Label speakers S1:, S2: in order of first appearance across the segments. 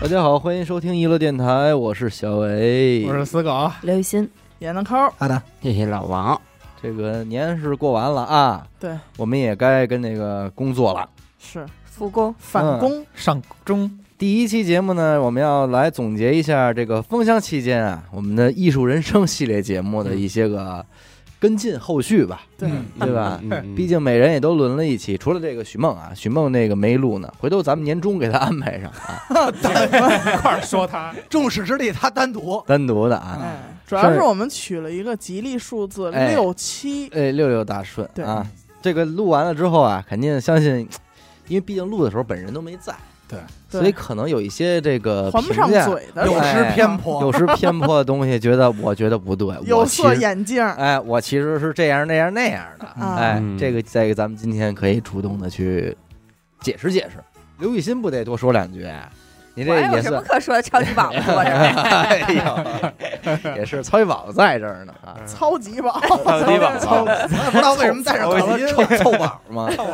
S1: 大家好，欢迎收听娱乐电台，我是小维，
S2: 我是死狗，
S3: 刘雨欣，
S4: 闫德抠，
S5: 阿达，
S6: 谢谢老王。
S1: 这个年是过完了啊，
S4: 对，
S1: 我们也该跟那个工作了。
S4: 是
S3: 复
S2: 嗯
S3: 工，
S4: 返工，
S2: 上中
S1: 第一期节目呢，我们要来总结一下这个封箱期间啊，我们的艺术人生系列节目的一些个跟进后续吧。
S4: 对，
S1: 对吧
S6: 嗯？嗯
S1: 毕竟每人也都轮了一期，除了这个许梦啊，许梦那个没录呢，回头咱们年终给他安排上啊，
S2: 一块儿说他，
S5: 众矢之的，他单独
S1: 单独的啊。
S4: 哎，主要是我们取了一个吉利数字
S1: 哎
S4: 六七，
S1: 哎，六六大顺
S4: 对
S1: 啊！这个录完了之后啊，肯定相信，因为毕竟录的时候本人都没在，
S5: 对，
S4: 对
S1: 所以可能有一些这个
S4: 还不上
S1: 呃评价
S4: 嘴的，
S1: 有
S5: 有失
S1: 哎
S5: 偏颇，
S1: 有失偏颇的东西，觉得我觉得不对，
S4: 有
S1: 我其
S4: 色
S1: 实
S4: 眼镜儿
S1: 哎，我其实是这样那样那样的，
S4: 啊
S1: 哎，
S6: 嗯
S1: 这个这个咱们今天可以主动的去解释解释。刘雨欣不得多说两句，啊你这
S3: 我还有
S1: 也
S3: 什
S1: 是
S3: 么可说的？超级宝宝 说的，
S1: 哎呦，也是曹一宝在这儿呢啊，
S4: 超级宝，
S6: 操鸡宝
S5: 操，我也不知道为什 么带上口音
S1: 臭臭宝嘛，
S5: 不知道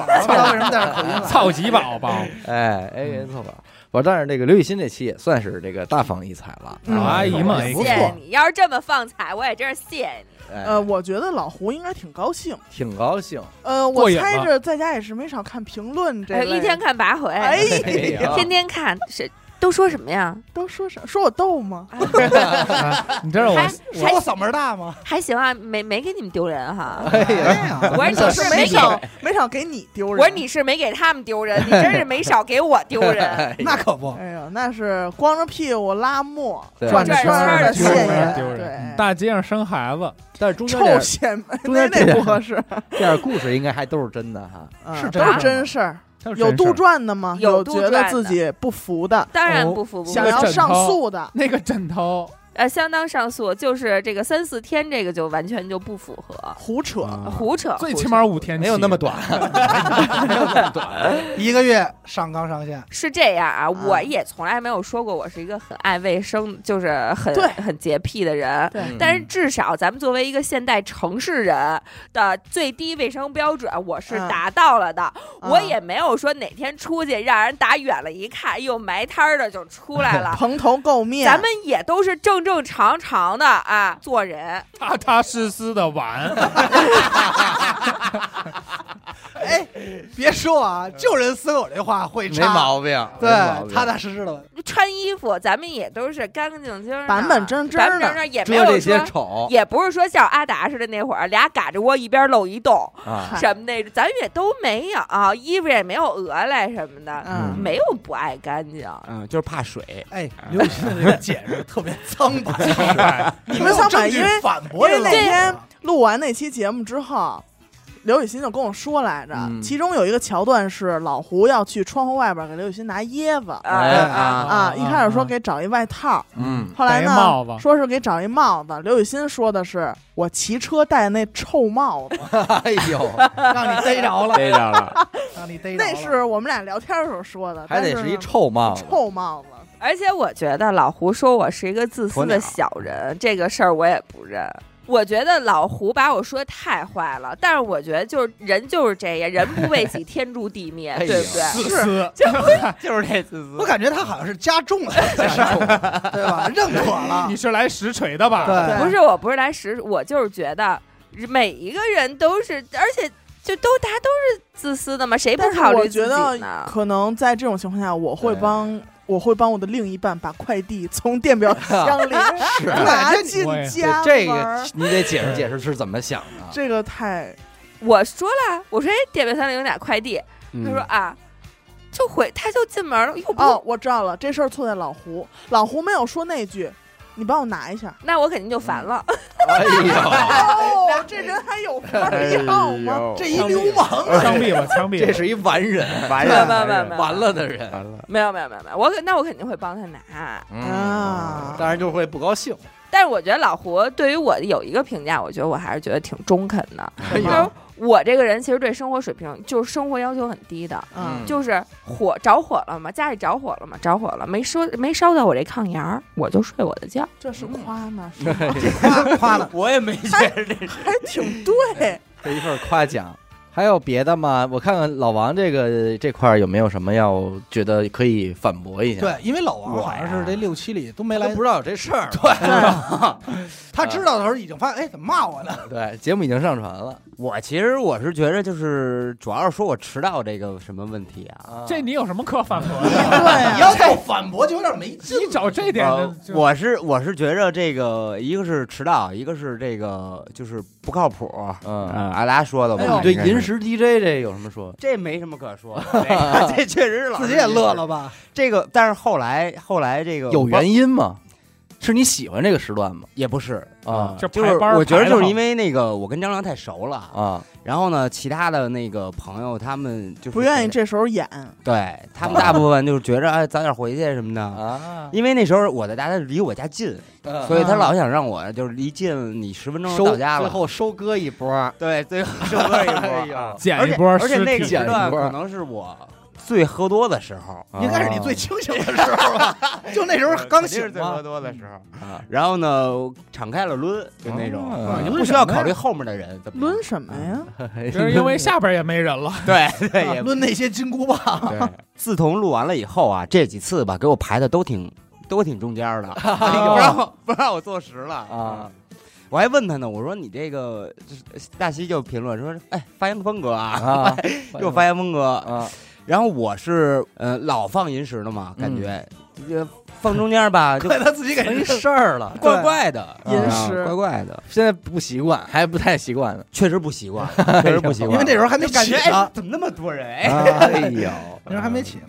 S5: 为什么带上口音了。
S2: 操几宝宝，
S1: 哎哎臭宝，我但是这个刘雨欣这期也算是这个大放异彩了，啊
S4: 嗯
S2: 哎呀妈呀
S5: 不
S3: 谢
S5: 错，
S3: 谢你。要是这么放彩，我也真是谢谢你。
S1: 哎，
S4: 呃，我觉得老胡应该挺高兴，
S1: 挺高兴，
S4: 呃，我
S2: 过瘾
S4: 猜
S2: 了
S4: 着在家也是没少看评论这
S3: 哎，
S4: 类
S3: 一天，看八回，
S4: 哎，
S1: 哎呀
S3: 天天看，是都说什么呀？
S4: 都说啥？说我逗吗？
S2: 你知道我
S3: 还
S5: 我说我嗓门大吗？
S3: 还行啊，没没给你们丢人哈。
S1: 哎呀，
S5: 呀，
S3: 我说你是没
S4: 没
S3: 给，
S4: 少没少给你丢
S3: 我
S4: 人，
S3: 说你是没给他们丢人，你真是没少给我丢人。
S5: 那可不，
S4: 哎呀，那是光着屁股拉磨，
S1: 对
S5: 转着
S3: 转
S5: 圈
S3: 圈
S5: 儿
S3: 儿
S5: 的
S3: 的
S4: 谢谢
S5: 圈
S2: 丢人
S5: 儿
S2: 丢人嗯
S4: 对
S2: 大街上生孩子，
S1: 但是中间
S4: 臭
S1: 点
S4: 显摆，
S1: 中间
S4: 那
S1: 这
S4: 那不合适，
S1: 这点故事应该还都是真的哈，
S4: 嗯
S5: 是
S4: 都
S5: 真事
S4: 是
S5: 儿
S4: 真事儿，
S2: 他是
S4: 有
S2: 真事
S4: 杜
S2: 儿
S4: 撰的吗？
S3: 有
S4: 有
S3: 杜
S4: 觉
S3: 撰
S4: 得
S3: 的
S4: 自己不服的，
S3: 当然
S2: 哦
S3: 不服不服
S2: 下
S4: 想，要上诉的，
S2: 那个枕头，
S3: 呃，相当上诉，就是这个三四天，这个就完全就不符合，
S4: 胡扯。
S6: 啊
S3: 胡扯。
S2: 最
S3: 胡
S2: 起
S3: 扯
S2: 码五天起，
S1: 没有那么短，
S5: 一个月上纲上线，
S3: 是这样啊，
S4: 啊
S3: 我也从来没有说过我是一个很爱卫生，就是很
S4: 对
S3: 很洁癖的人。
S4: 对
S1: 嗯
S3: 但是至少咱们作为一个现代城市人的最低卫生标准，我是
S4: 嗯
S3: 达到了的。
S4: 嗯
S3: 我也没有说哪天出去让人打远了一看，哎呦埋摊儿的就出来了。
S4: 蓬头垢面，
S3: 咱们也都是正正常常的啊做人。
S2: 踏踏实实的玩，
S5: 哎，别说啊，
S2: 嗯
S5: 就人死狗这话会
S1: 没
S5: 插，
S1: 毛病，
S5: 对
S1: 没毛，病
S5: 踏踏实实的，
S3: 穿衣服咱们也都是干干净净的、
S4: 板板正正
S3: 板板
S4: 的
S3: 正正，也没
S1: 遮这
S3: 有
S1: 些
S3: 说，
S1: 丑
S3: 也不是说像阿达似的那会儿俩嘎着窝一边露一洞
S1: 啊，
S4: 嗨
S3: 什么那，咱们也都没有，衣服也没有鹅来什么的，
S4: 嗯
S3: 没有不爱干净。
S6: 嗯，就是怕水。
S5: 哎，
S2: 啊
S5: 刘雨欣的这个解释特别苍 白，你
S4: 们想把
S5: 证据
S4: 因为
S5: 反驳人
S4: 因为那天录完那期节目之后，刘雨欣就跟我说来着，
S1: 嗯
S4: 其中有一个桥段是老胡要去窗户外边给刘雨欣拿椰子。
S3: 啊
S1: 哎
S3: 啊！
S4: 啊，一开始说
S2: 啊
S4: 给找一外套，
S1: 嗯，
S4: 后来
S2: 戴一帽
S4: 呢
S2: 子
S4: 说是给找一帽子。刘雨欣说的是我骑车戴的那臭帽子，
S1: 哎呦，
S5: 让你逮着了，
S6: 逮着了，
S5: 让你逮着了，
S4: 那是我们俩聊天的时候说的，
S1: 还得是
S4: 但是
S1: 一
S4: 呢
S1: 臭帽子，
S4: 臭帽子。
S3: 而且我觉得老胡说我是一个自私的小人，这个事儿我也不认。我觉得老胡把我说得太坏了，但是我觉得就是人就是这样，人不为己天诛地灭，
S1: 哎呀
S3: 对不
S2: 自
S3: 对？
S5: 啊
S2: 私，
S6: 就是这自私
S5: 我感觉他好像是加重了这事儿，对吧？认可了
S2: 你，是来实锤的吧？
S4: 啊
S5: 对
S3: 不是，我不是来实，我就是觉得每一个人都是，而且就都大家都是自私的嘛，谁哎不
S4: 但是
S3: 考
S4: 我
S3: 虑
S4: 觉
S3: 自
S4: 得
S3: 己呢？
S4: 可能在这种情况下，我会
S1: 对啊
S4: 帮我会帮我的另一半把快递从 电表箱里
S1: 是 啊
S4: 拿进
S2: 我也
S4: 家
S1: 这
S4: 门
S1: 个
S4: 儿
S1: 你得解释解释是怎么想的。
S4: 这个太
S3: 我说了，我说哎，点面三零有俩快递，
S4: 嗯
S6: 嗯
S3: 他说啊，就回他就进门了，又不、
S4: 哦，我知道了，这事儿错在老胡，老胡没有说那句“你帮我拿一下
S3: 那我肯定就烦了。
S1: 哎”。 呦，
S4: 哦，这人还有法儿
S1: 哎
S4: 要吗？
S5: 这一流氓啊，
S2: 枪毙吧，枪毙吧！
S1: 这是一完人，
S4: 哎
S6: 完
S3: 没有
S6: 了，
S3: 没有没有没有
S1: 完了的人，
S6: 完了，
S3: 没有没有没有没有，我肯那我肯定会帮他拿。
S1: 嗯，
S4: 啊，
S1: 当然就会不高兴。
S3: 但是我觉得老胡对于我有一个评价，我觉得我还是觉得挺中肯的。
S1: 哎
S3: 就
S1: 呦
S3: 是我这个人其实对生活水平就是生活要求很低的，
S4: 嗯
S1: 嗯
S3: 就是火着火了嘛，家里着火了嘛，着火了没烧没烧到我这炕沿儿，我就睡我的觉。
S4: 这是
S1: 嗯
S4: 夸 呢，是
S5: 夸夸了，
S6: 我也没觉得这
S4: 还挺对。
S1: 这一份夸奖，还有别的吗？我看看老王这个这块儿有没有什么要觉得可以反驳一下？，
S5: 对，因为老王好像是这六七里都没
S1: 他
S5: 来
S1: 都不，知道有这事儿。
S5: 他知道的时候已经发现，哎，怎么骂我呢？
S1: 对， 节目已经上传了。
S6: 我其实我是觉得，就是主要是说我迟到这个什么问题
S1: 啊
S6: 啊。
S2: 这你有什么可反驳的？
S5: 对，
S4: 啊
S5: 你要再哎反驳就有点没劲
S2: 你找这点
S5: 哦
S6: 呃
S2: 的，啊就
S6: 我是我是觉着这个，一个是迟到，一个是这个就是不靠谱。
S1: 嗯
S6: 嗯，阿达说的
S1: 哎
S6: 吧？
S1: 你对
S6: 应该是
S1: 银石 DJ 这有什么说？
S6: 这没什么可说的， 这这确实是老
S5: 自
S6: 师
S5: 己也乐了。吧？
S6: 这个，但是后来后来这个
S1: 有
S6: 我
S1: 原因吗？是你喜欢这个时段吗？
S6: 也不是
S1: 啊
S6: 嗯
S2: 就
S6: 就
S2: 排
S6: 是
S2: 班儿
S6: 我觉
S2: 排
S6: 得
S2: 得
S6: 就是
S2: 好
S6: 因为那个我跟张良太熟了，
S1: 啊，
S6: 然后呢，其他的那个朋友他们就是
S4: 不愿
S6: 觉得，
S4: 意这时候演，
S6: 对他们大部分就是觉着哎早点回去什么的。
S1: 啊，
S6: 因为那时候我的家离我家近，
S1: 嗯
S6: 所以他老想让我就是离近你十分钟就
S1: 收
S6: 到家
S1: 最
S6: 了。
S1: 后 收割一波，
S6: 对，最后收割一
S1: 哎
S6: 波
S1: 呦
S6: 啊，
S2: 捡
S6: 而
S2: 一
S6: 且
S2: 波
S6: 而且
S2: 尸
S6: 那个
S2: 体
S6: 时段
S1: 捡一波
S6: 可能是我最喝多的时候，
S1: 啊
S5: 应该是你最清醒的时候吧？就那时候
S6: 肯
S5: 刚
S6: 定是
S5: 醒
S6: 最喝
S5: 嘛。
S6: 多的时候
S1: 啊。
S6: 嗯然后呢，敞开了抡，就那种
S1: 啊
S6: 啊
S2: 抡
S6: 就不需要考虑后面的人怎么样
S4: 抡什么呀？
S3: 嗯
S2: 就是因为下边也没人 了。
S6: 对对也
S5: 论啊那些金箍棒，
S6: 对。 自从录完了以后啊，这几次吧，给我排的都挺都挺中间儿的，
S5: 哎
S6: 不让我不让我坐实了
S1: 啊。
S6: 我还问他呢，我说你这个就是大西就评论说，哎，发言风格 啊，
S1: 啊，
S6: 又发言风格。
S1: 啊，
S6: 然后我是呃老放银石的嘛，感
S1: 嗯
S6: 觉、这个放中间儿吧，就
S5: 怪他自己给
S1: 没
S5: 人
S1: 事儿了，
S6: 怪怪的，
S1: 对银
S6: 啊
S4: 石
S6: 怪怪的，
S1: 现在不习惯，还不太习惯呢。
S6: 确实不习惯，确实不习惯，
S5: 因为那时候还没
S6: 就感
S5: 起
S6: 觉哎
S5: 呢，，
S6: 怎么那么多人？哎，
S1: 哎呦，
S5: 那时候还没起呢。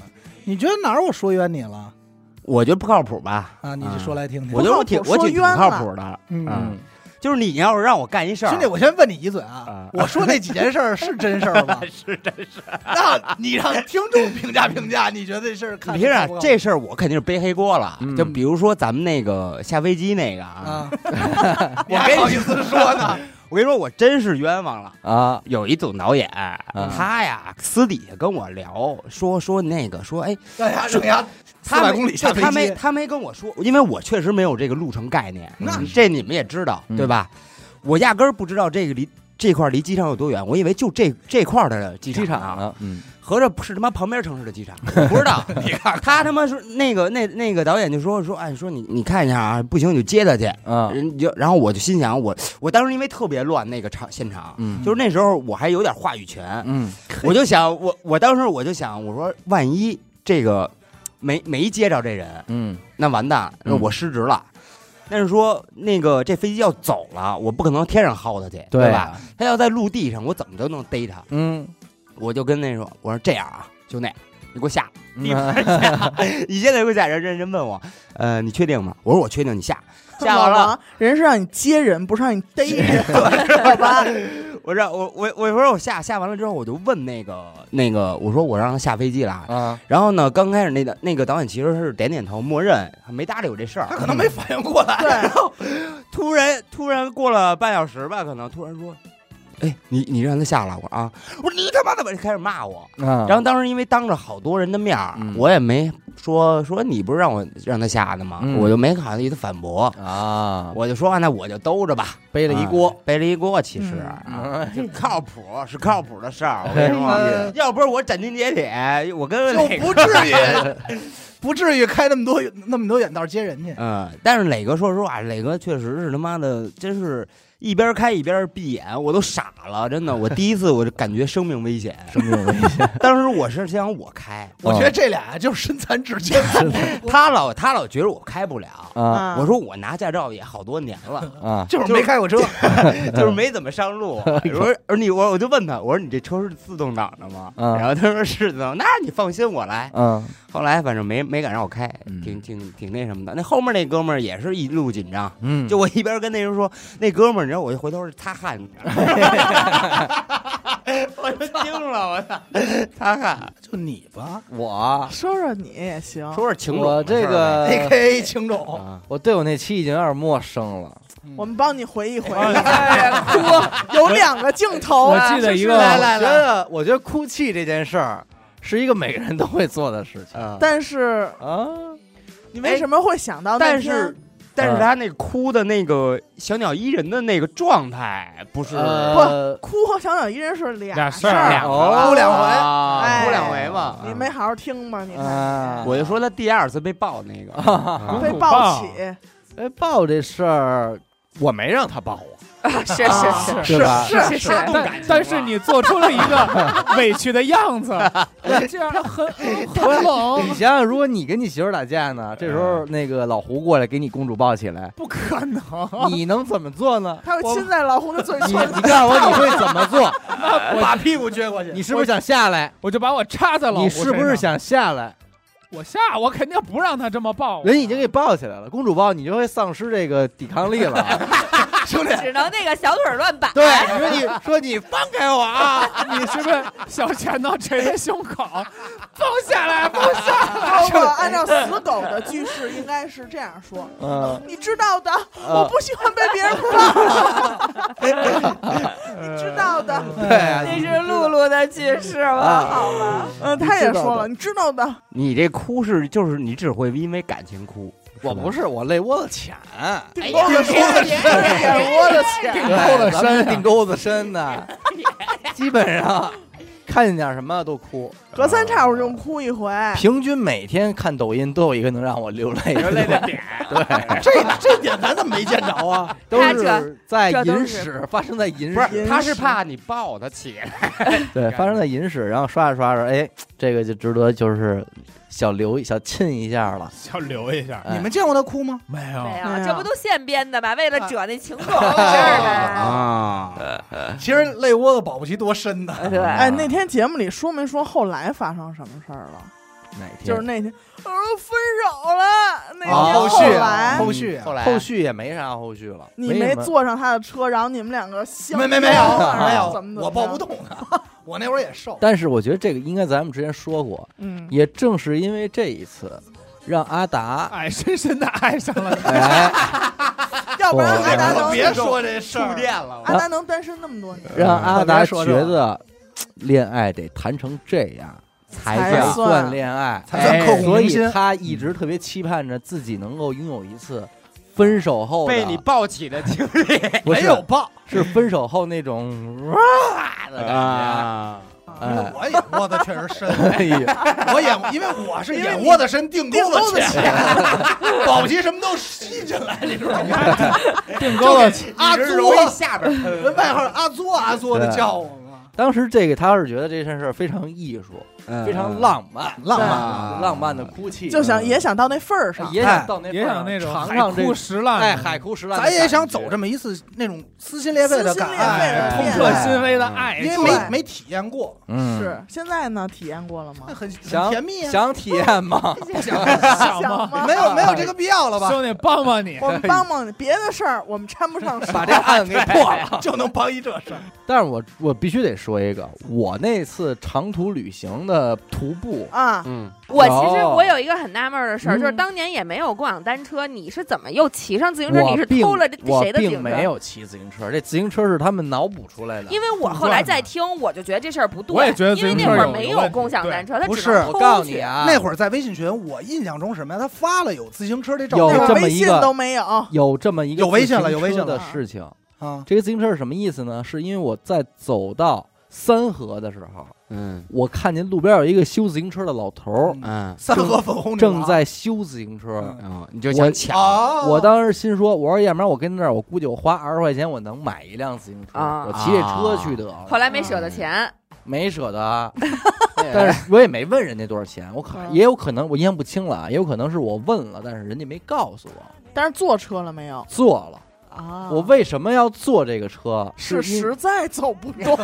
S5: 你觉得哪儿我说冤你了
S6: 我觉得不靠谱吧。
S5: 啊？你就说来听听。
S6: 我觉得我挺
S4: 不靠
S6: 我
S4: 谱
S6: 挺挺
S4: 说冤
S6: 靠
S4: 了
S6: 谱的，啊
S5: 嗯，
S1: 嗯，
S6: 就是你要是让我干一事儿，
S5: 兄弟，我先问你一嘴啊
S6: 啊，
S5: 我说那几件事儿是真事儿吗？是真事。那你让听众评价评价，你觉得这事儿看
S6: 你听着
S5: 靠不，靠谱
S6: 这事儿我肯定是背黑锅了。
S1: 嗯
S6: 就比如说咱们那个下飞机那个啊，
S5: 啊？我还好意思说呢？
S6: 我跟你说，我真是冤枉了。
S1: 啊，
S6: 有一总导演，嗯他呀私底下跟我聊，说说那个说，哎，
S5: 大家扔牙四
S6: 他
S5: 百
S6: 没
S5: 公里下
S6: 对
S5: 飞
S6: 他没
S5: 机，
S6: 他没跟我说，因为我确实没有这个路程概念，
S5: 那
S6: 嗯这你们也知道
S1: 嗯
S6: 对吧？我压根儿不知道这个离这块儿离机场有多远，我以为就这这块儿的机
S1: 机
S6: 场啊
S1: 场
S6: 呢，
S1: 呢？嗯
S6: 合着不是他妈旁边城市 的机场，我不知道。你看，他他妈说那个那那个导演就说说，哎，说你你看一下啊，不行你就接他去。
S1: 啊，
S6: 人就然后我就心想，我我当时因为特别乱那个场现场，
S1: 嗯
S6: 就是那时候我还有点话语权，
S1: 嗯
S6: 我就想我我当时我就想，我说万一这个没没接着这人，
S1: 嗯
S6: 那完蛋，那我失职了。但是说那个这飞机要走了，我不可能天上薅他去，
S1: 对啊
S6: 吧？他要在陆地上，我怎么都能逮他。
S1: 嗯，
S6: 我就跟那说，我说这样啊，兄弟，你给我下，你
S1: 嗯
S6: 你现在给我下。人认真问我，呃，你确定吗？我说我确定，你 下，下
S4: 老
S6: 完了，
S4: 王，人是让你接人，不是让你逮人， 好吧？
S6: 我让我我我说我下下完了之后，我就问那个那个，我说我让他下飞机了。
S1: 啊，
S6: 然后呢，刚开始那个那个导演其实是点点头，默认没搭理我这事儿
S5: 他。可能没反应过
S1: 啊
S5: 来。
S4: 啊
S6: 突然突然过了半小时吧，可能突然说。哎，你你让他下了，我说啊，我说你他妈怎么开始骂我？
S1: 然
S6: 然后当时因为当着好多人的面儿，
S1: 嗯
S6: 我也没说说你不是让我让他下的吗？
S1: 嗯
S6: 我就没好意思反驳，
S1: 啊，
S6: 我就说啊那我就兜着吧，啊
S1: 背了一锅，嗯
S6: 背了一锅，其实、啊，就靠谱是靠谱的事儿。我跟你说，要不是我斩钉截铁，我跟
S5: 就
S6: 磊哥，
S5: 不至于，不至于开那么多那么多远道接人去。
S6: 嗯，但是磊哥说实话，磊哥确实是他妈的，真是一边开一边闭眼，我都傻了，真的，我第一次我就感觉生命危险，生命危险。当时我是想我开，
S1: 哦
S5: 我觉得这俩就是身残志坚，
S6: 他老他老觉得我开不了。
S1: 啊
S4: 啊
S6: 我说我拿驾照也好多年了，
S1: 啊，
S5: 就是没开过车。
S1: 嗯
S6: 就是没怎么上路。我说而你我我就问他，我说你这车是自动挡的吗？
S1: 嗯
S6: 然后他说是自动，那你放心我来。
S1: 嗯
S6: 后来反正没没敢让我开
S1: 嗯，
S6: 挺挺挺那什么的。那后面那哥们儿也是一路紧张，
S1: 嗯，
S6: 就我一边跟那人说，那哥们儿，你知道我一回头是擦汗，你知道吗？ 我都惊了，我操，擦汗。
S5: 就你吧
S1: 我
S4: 说说你也行，
S6: 说说情种
S1: 我
S6: 的
S1: 这
S6: 事儿呗
S5: ，A
S1: 个
S5: K A 青总，
S6: 啊，
S1: 我对我那期已经有点陌生了，
S4: 我们帮你回忆回忆。
S2: 哎
S4: 多 有两个镜头
S2: 我
S4: 啊，
S2: 记得一个，
S1: 来来来，我觉得我觉得哭泣这件事儿是一个每个人都会做的事情
S6: 啊
S4: 但是
S1: 啊，
S4: 哦你为什么会想到那
S6: 哎但
S4: 天
S6: 是但是他那哭的那个小鸟依人的那个状态，不是
S1: 呃，
S4: 哭和小鸟依人是啊俩
S2: 俩
S4: 事
S2: 事
S4: 儿，
S2: 儿
S6: 两个
S1: 哦
S6: 了
S5: 哭两回
S6: 啊
S4: 哎
S6: 哭两回嘛。
S4: 你没好好听吗？你看，
S1: 啊
S6: 我就说他第二次被抱那个，啊
S4: 被抱起，
S1: 哎，抱这事儿，我没让他抱我，
S3: 是是
S1: 对吧？
S3: 是是是，
S2: 但但是你做出了一个委屈的样子，这样很很冷
S1: 你，想想，如果你跟你媳妇儿打架呢，这时候那个老胡过来给你公主抱起来，
S2: 不可能，
S1: 你能怎么做呢？
S4: 他会
S1: 我
S4: 亲在老胡的嘴
S1: 你
S4: 唇。
S1: 你告诉我你会怎么做？
S5: 把屁股撅过去，
S1: 你是不是想下来？
S2: 我就把我插在老
S1: 你
S2: 虎
S1: 是不是
S2: 身上
S1: 想下来？
S2: 我下？我肯定不让他这么抱我，
S1: 人已经给抱起来了，公主抱你就会丧失这个抵抗力了。
S5: 兄弟，
S3: 只能那个小腿儿乱摆。
S1: 对，你说你说你放开我啊！
S2: 你是不是小拳头捶着胸口，放下来，放下来。
S4: 不不，按照死狗的句式，应该是这样说：
S1: 嗯，
S4: 你知道的，我不喜欢被别人抱。知道的，
S1: 对啊，
S3: 那是露露的句式吗？
S1: 啊
S3: 好吧，
S4: 嗯，他也说了，你知道的，
S6: 你这哭是就是你只会因为感情哭，
S1: 我不
S6: 是
S1: 是我泪窝子哎浅，
S4: 顶多的说的是眼窝 的钱。
S1: 沟子深，腚沟子深的，基本上看见点什么都哭，
S4: 隔三差五就哭一回，
S1: 平均每天看抖音都有一个能让我流泪的，
S6: 泪的点，
S5: 这这点咱怎么没见
S1: 哎
S5: 着啊？
S1: 都
S3: 看
S1: 是在
S3: 这都
S1: 寅
S3: 是
S1: 时发生在寅
S6: 不
S1: 时，
S6: 是，他是怕你抱他起来，
S1: 对，
S6: 感
S1: 发生
S6: 觉
S1: 在寅时，然后刷着刷着，哎，这个就值得就是小留一小亲一下了。
S2: 想留一下，
S1: 哎
S5: 你们见过他哭吗？
S2: 没
S3: 没
S2: 有，
S4: 哎
S3: 有，
S4: 呀
S3: 这不都现编的吗？为了惹那情种的事儿
S6: 啊，
S5: 其实泪窝子保不齐多深呢。
S3: 呢。对，
S4: 哎，那天节目里说没说后来发生什么事儿了？
S1: 哪天
S4: 就是那天我说分手了，那
S1: 啊
S4: 天
S1: 后
S5: 续
S4: 来
S5: 哦后续
S6: 啊后来
S1: 后续也没啥后续了，
S4: 你
S1: 没
S4: 没
S1: 什么
S4: 坐上他的车，然后你们两个相
S5: 没没没
S4: 拥
S5: 有
S4: 啊
S5: 没
S4: 怎么怎
S5: 有，
S4: 么
S5: 我抱不
S4: 着，
S5: 动他，我那会儿也瘦。
S1: 但是我觉得这个应该咱们之前说过，
S4: 嗯，
S1: 也正是因为这一次，让阿 达
S2: 爱深深的爱上 了你。
S1: 哎，
S4: 要不然
S1: 我
S4: 阿达
S5: 可
S4: 能
S5: 别说哎这事
S6: 啊触
S5: 儿，
S6: 电了，
S4: 阿达能单身那么多年，
S1: 让阿达觉
S5: 可别说
S1: 得恋爱得谈成这样
S4: 才
S1: 才
S4: 算
S1: 算恋爱，哎
S5: 才算刻骨
S1: 所
S5: 铭
S1: 以
S5: 心。
S1: 他一直特别期盼着自己能够拥有一次分手后的
S6: 被你抱起的经历
S1: 不
S5: 没
S1: 是
S5: 有抱，
S1: 是分手后那种哇的感
S6: 啊，
S1: 觉，哎，
S5: 我眼窝子确实 深，
S1: 哎呀，
S5: 我眼因为我是眼窝子深，腚沟子浅， 保不齐什么都吸进来，你知道吗？
S2: 腚沟了，
S5: 阿
S6: 人容易
S5: 作，
S6: 下边喷
S5: 人外号阿作阿作的叫我嘛，
S1: 当时这个他是觉得这件事儿非常艺术，
S6: 嗯
S1: 非常浪漫，浪
S6: 漫
S1: 浪漫的哭泣，
S4: 就想也想到那份儿
S5: 哎
S4: 上，
S1: 也想到那份
S2: 也
S1: 儿
S2: 想那种
S1: 尝
S2: 海
S1: 尝这
S2: 枯石烂，
S1: 哎海枯石烂的
S5: 咱
S1: 感觉，
S5: 也想走这么一次那种嗯撕心裂肺的
S4: 撕心
S5: 感
S4: 裂
S5: 哎
S4: 肺
S5: 爱，
S4: 的
S2: 哎痛
S4: 恋
S2: 彻
S4: 爱
S2: 心扉的爱，
S5: 因为
S4: 对
S5: 没没体验过，
S1: 嗯
S4: 是现在呢？体验过 了吗
S5: 那？很
S1: 想
S5: 很甜蜜啊，
S1: 想体验吗？
S2: 想
S4: 想
S2: 吗？
S4: 吗？
S5: 没有没有这个必要了吧？
S2: 兄弟，帮帮你，
S4: 我们帮帮你，别的事儿我们掺不上 手。
S1: 把这案给破了。
S5: 就能帮一这事儿，
S1: 但是我我必须得说一个，我那次长途旅行的徒步，
S4: 啊，
S6: 嗯，
S3: 我其实
S1: 哦
S3: 我有一个很纳闷儿的事儿，
S1: 嗯
S3: 就是当年也没有共享单车，你是怎么又骑上自行车？
S1: 我
S3: 你是
S1: 并
S3: 偷了这
S1: 我
S3: 谁的自
S1: 并
S3: 行车？
S1: 没有骑自行车，这自行车是他们脑补出来的。
S3: 因为我后来在听，我就觉得这事儿不对。
S2: 我也觉得
S3: 因为
S2: 自
S3: 那
S2: 行
S3: 会
S2: 车
S3: 儿
S2: 有
S3: 没
S2: 有问题
S3: 共享单车，他
S5: 不
S3: 只
S5: 是
S3: 能
S1: 我
S3: 偷
S1: 告诉
S3: 去
S1: 你，啊，
S5: 那会儿在微信群，我印象中什么呀？他发了有自行车这照
S1: 有
S5: 片
S4: 那
S1: 这
S4: 会
S5: 儿
S4: 儿
S1: 么
S4: 微
S1: 一
S4: 信
S1: 个
S4: 都没有，
S1: 有这么一个
S5: 有微信了
S1: 自行
S5: 有微信
S1: 车的
S4: 了
S1: 事情。
S5: 啊，
S1: 这个自行车是什么意思呢？是因为我在走到三河的时候，
S6: 嗯
S1: 我看见路边有一个修自行车的老头儿
S5: 嗯
S6: 嗯
S5: 三河粉红女
S1: 正
S5: 郎
S1: 在修自行车
S5: 嗯。
S6: 嗯，你就想抢
S5: 啊，
S3: 哦
S1: 我当时心说，我说要不然我跟那儿，我估计我花二十块钱我能买一辆自行车，
S3: 啊
S1: 我骑这车去得了。
S3: 后来没舍得钱，
S1: 没舍得 啊，但是我也没问人家多少钱，我可
S3: 啊
S4: 嗯
S1: 也有可能我印象不清了啊，也有可能是我问了，但是人家没告诉我
S4: 但是坐车了没有
S1: 坐了。
S4: 啊？
S1: 我为什么要坐这个车？
S4: 是
S1: 因
S4: 实在走不动，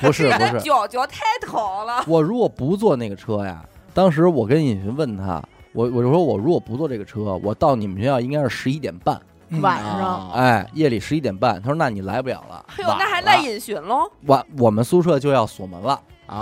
S1: 不 是不
S3: 的
S1: 是，
S3: 脚脚太疼了。
S1: 我如果不坐那个车呀，当时我跟尹寻问他，我我就说我如果不坐这个车，我到你们学校应该是十一点半，
S5: 嗯
S6: 啊
S4: 晚上
S1: 哎，夜里十一点半。他说那你来不了了，
S3: 哎呦，那还赖尹寻喽？
S1: 晚我们宿舍就要锁门了
S6: 啊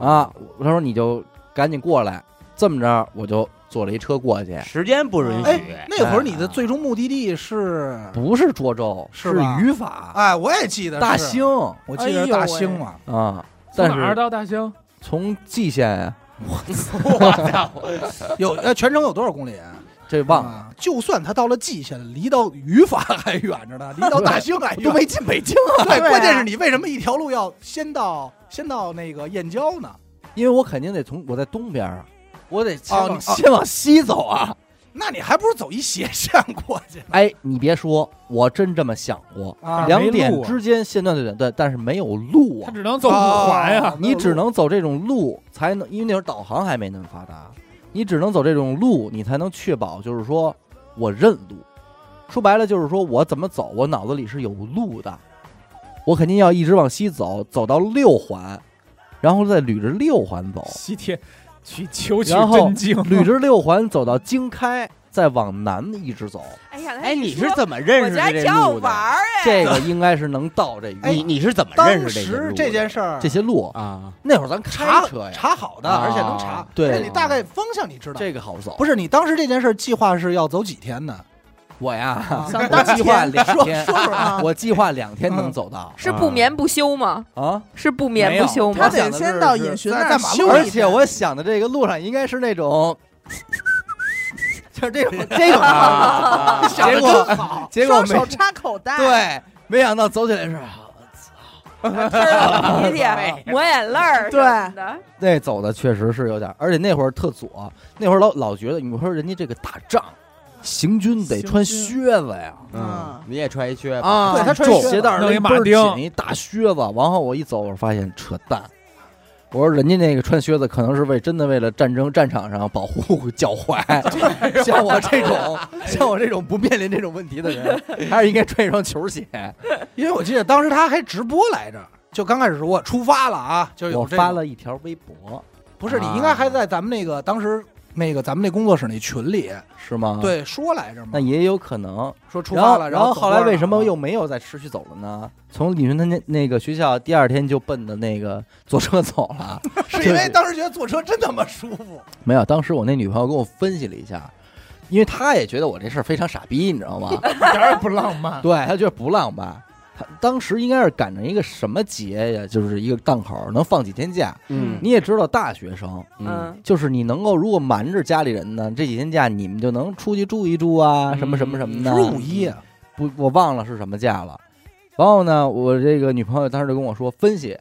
S1: 啊。他说你就赶紧过来，这么着我就坐了一车过去
S6: 啊，，时间不允许
S5: 哎，，那会儿你的最终目的地是
S1: 不是涿州，
S5: 是
S1: 是
S5: 吧
S1: 语法。
S5: 哎，我也记得
S1: 大
S5: 是
S1: 兴，哎
S5: 我记得是大兴嘛，
S1: 啊，
S2: 从
S1: 但
S2: 哪儿
S1: 是
S2: 到大兴？
S1: 从蓟县呀，
S5: 有呃全程有多少公里？
S1: 这忘了。
S5: 啊就算他到了蓟县，离到于法还远着呢，离到大兴还远，
S1: 都没进北京啊！
S5: 对，
S4: 对啊
S5: 关键是你为什么一条路要先到先到那个燕郊呢？
S1: 因为我肯定得从我在东边啊，我得先
S5: 哦
S1: 往
S5: 你
S1: 先往西走啊！
S5: 那你还不如走一斜线过去
S1: 哎，你别说，我真这么想过，
S5: 啊
S2: 两
S1: 两点
S2: 没路啊
S1: 之间线段对对对，但是没有路
S2: 他
S1: 啊，
S2: 只能走五环呀、
S5: 哦
S1: 你
S6: 嗯
S1: 只能走这种路才能，因为那会儿导航还没那么发达，你只能走这种路，你才能确保就是说我认路。说白了就是说我怎么走，我脑子里是有路的，我肯定要一直往西走，走到六环，然后再捋着六环 走，
S2: 西天去求取
S1: 然后
S2: 真经，
S1: 捋着六环走到京开，再往南一直走，
S3: 哎呀，
S6: 哎，你是
S3: 说
S6: 怎么认
S3: 我
S6: 识
S3: 觉
S6: 的
S3: 得还
S6: 这
S3: 挺好
S6: 路
S3: 玩
S6: 的？
S3: 儿
S1: 这个应该是能到这
S6: 你
S1: 云
S6: 你是怎么认
S5: 当
S6: 识这个
S5: 时
S6: 路的
S5: 这件事儿
S1: 这些路。
S6: 啊，
S1: 那会儿咱开
S5: 查
S1: 车呀，
S5: 查好的，
S6: 啊
S5: 而且能查。
S1: 对
S5: 这你大概方向你知道。
S1: 这个好走。
S5: 不
S1: 是
S5: 是你当时这件事儿计划是要走几天呢？
S1: 我呀，
S5: 啊
S4: 想
S1: 我
S4: 当
S1: 计划
S4: 天
S1: 两
S4: 说
S1: 天，
S4: 说说啊，
S1: 我计划两天能走到
S3: 是不眠不休吗？
S1: 啊。
S3: 是不眠不休
S1: 没有
S3: 吗
S4: 嗯他
S1: 我？想
S4: 得
S1: 的
S4: 先
S1: 是
S4: 到
S1: 是
S4: 尹寻
S5: 在
S4: 那
S5: 在
S4: 儿
S5: 马路
S4: 休
S5: 上
S4: 息
S1: 而
S4: 一
S1: 且
S4: 天
S1: 我想的这个路上应该是那种， 就是这种 这种
S6: 啊
S1: 啊，结果
S5: 好，
S1: 结果
S4: 双手
S1: 没
S4: 插口袋，，
S1: 对，没想到走起来是，
S3: 吃了 鼻涕，抹眼泪儿，
S4: 对
S3: 的，
S1: 那走的确实是有点，而且那会儿特左，那会儿老老觉得你说人家这个打仗，行军得穿
S4: 行
S1: 靴子呀，
S6: 嗯
S4: 嗯，
S6: 你也穿一靴吧
S1: 啊
S5: 对他穿
S1: 重
S5: 靴子
S1: 鞋带儿
S2: 弄一
S1: 勒
S2: 马
S1: 倍儿
S2: 丁
S1: 紧一大靴子。往后我一走，我发现扯淡。我说人家那个穿靴子可能是为真的为了战争战场上保护脚踝，像我这种像我这种不面临这种问题的人，还是应该穿一双球鞋。
S5: 因为我记得当时他还直播来着，就刚开始说出发了啊，就有
S1: 我
S5: 这
S1: 发
S5: 种，
S1: 了一条微博，
S5: 不是你
S6: 啊
S5: 应该还在咱们那个当时那个咱们那工作室那群里
S1: 是吗？，
S5: 对说来着嘛
S1: 啊那，也有可能。
S5: 说出
S1: 然
S5: 发
S1: 后
S5: 了，
S1: 然后
S5: 走
S1: 后
S5: 多
S1: 来
S5: 少
S1: 为什么
S5: 了啊
S1: 又没有再持续走了呢？从李云他那那个学校第二天就奔的那个坐车走了，
S5: 是因为当时觉得坐车真他妈舒服，
S1: 没有，当时我那女朋友跟我分析了一下，因为她也觉得我这事儿非常傻逼，你知道吗？
S5: 一点儿也不浪漫。
S1: 对她觉得不浪漫。她当时应该是赶上一个什么节呀，就是一个档口能放几天假。
S6: 嗯
S1: 你也知道，大学生
S6: 嗯，
S3: 嗯，
S1: 就是你能够如果瞒着家里人呢，这几天假你们就能出去住一住啊，
S6: 嗯
S1: 什么什么什么
S5: 是
S1: 的。
S5: 不是五一啊？
S1: 不，我忘了是什么假了。然后呢，我这个女朋友当时就跟我说分析，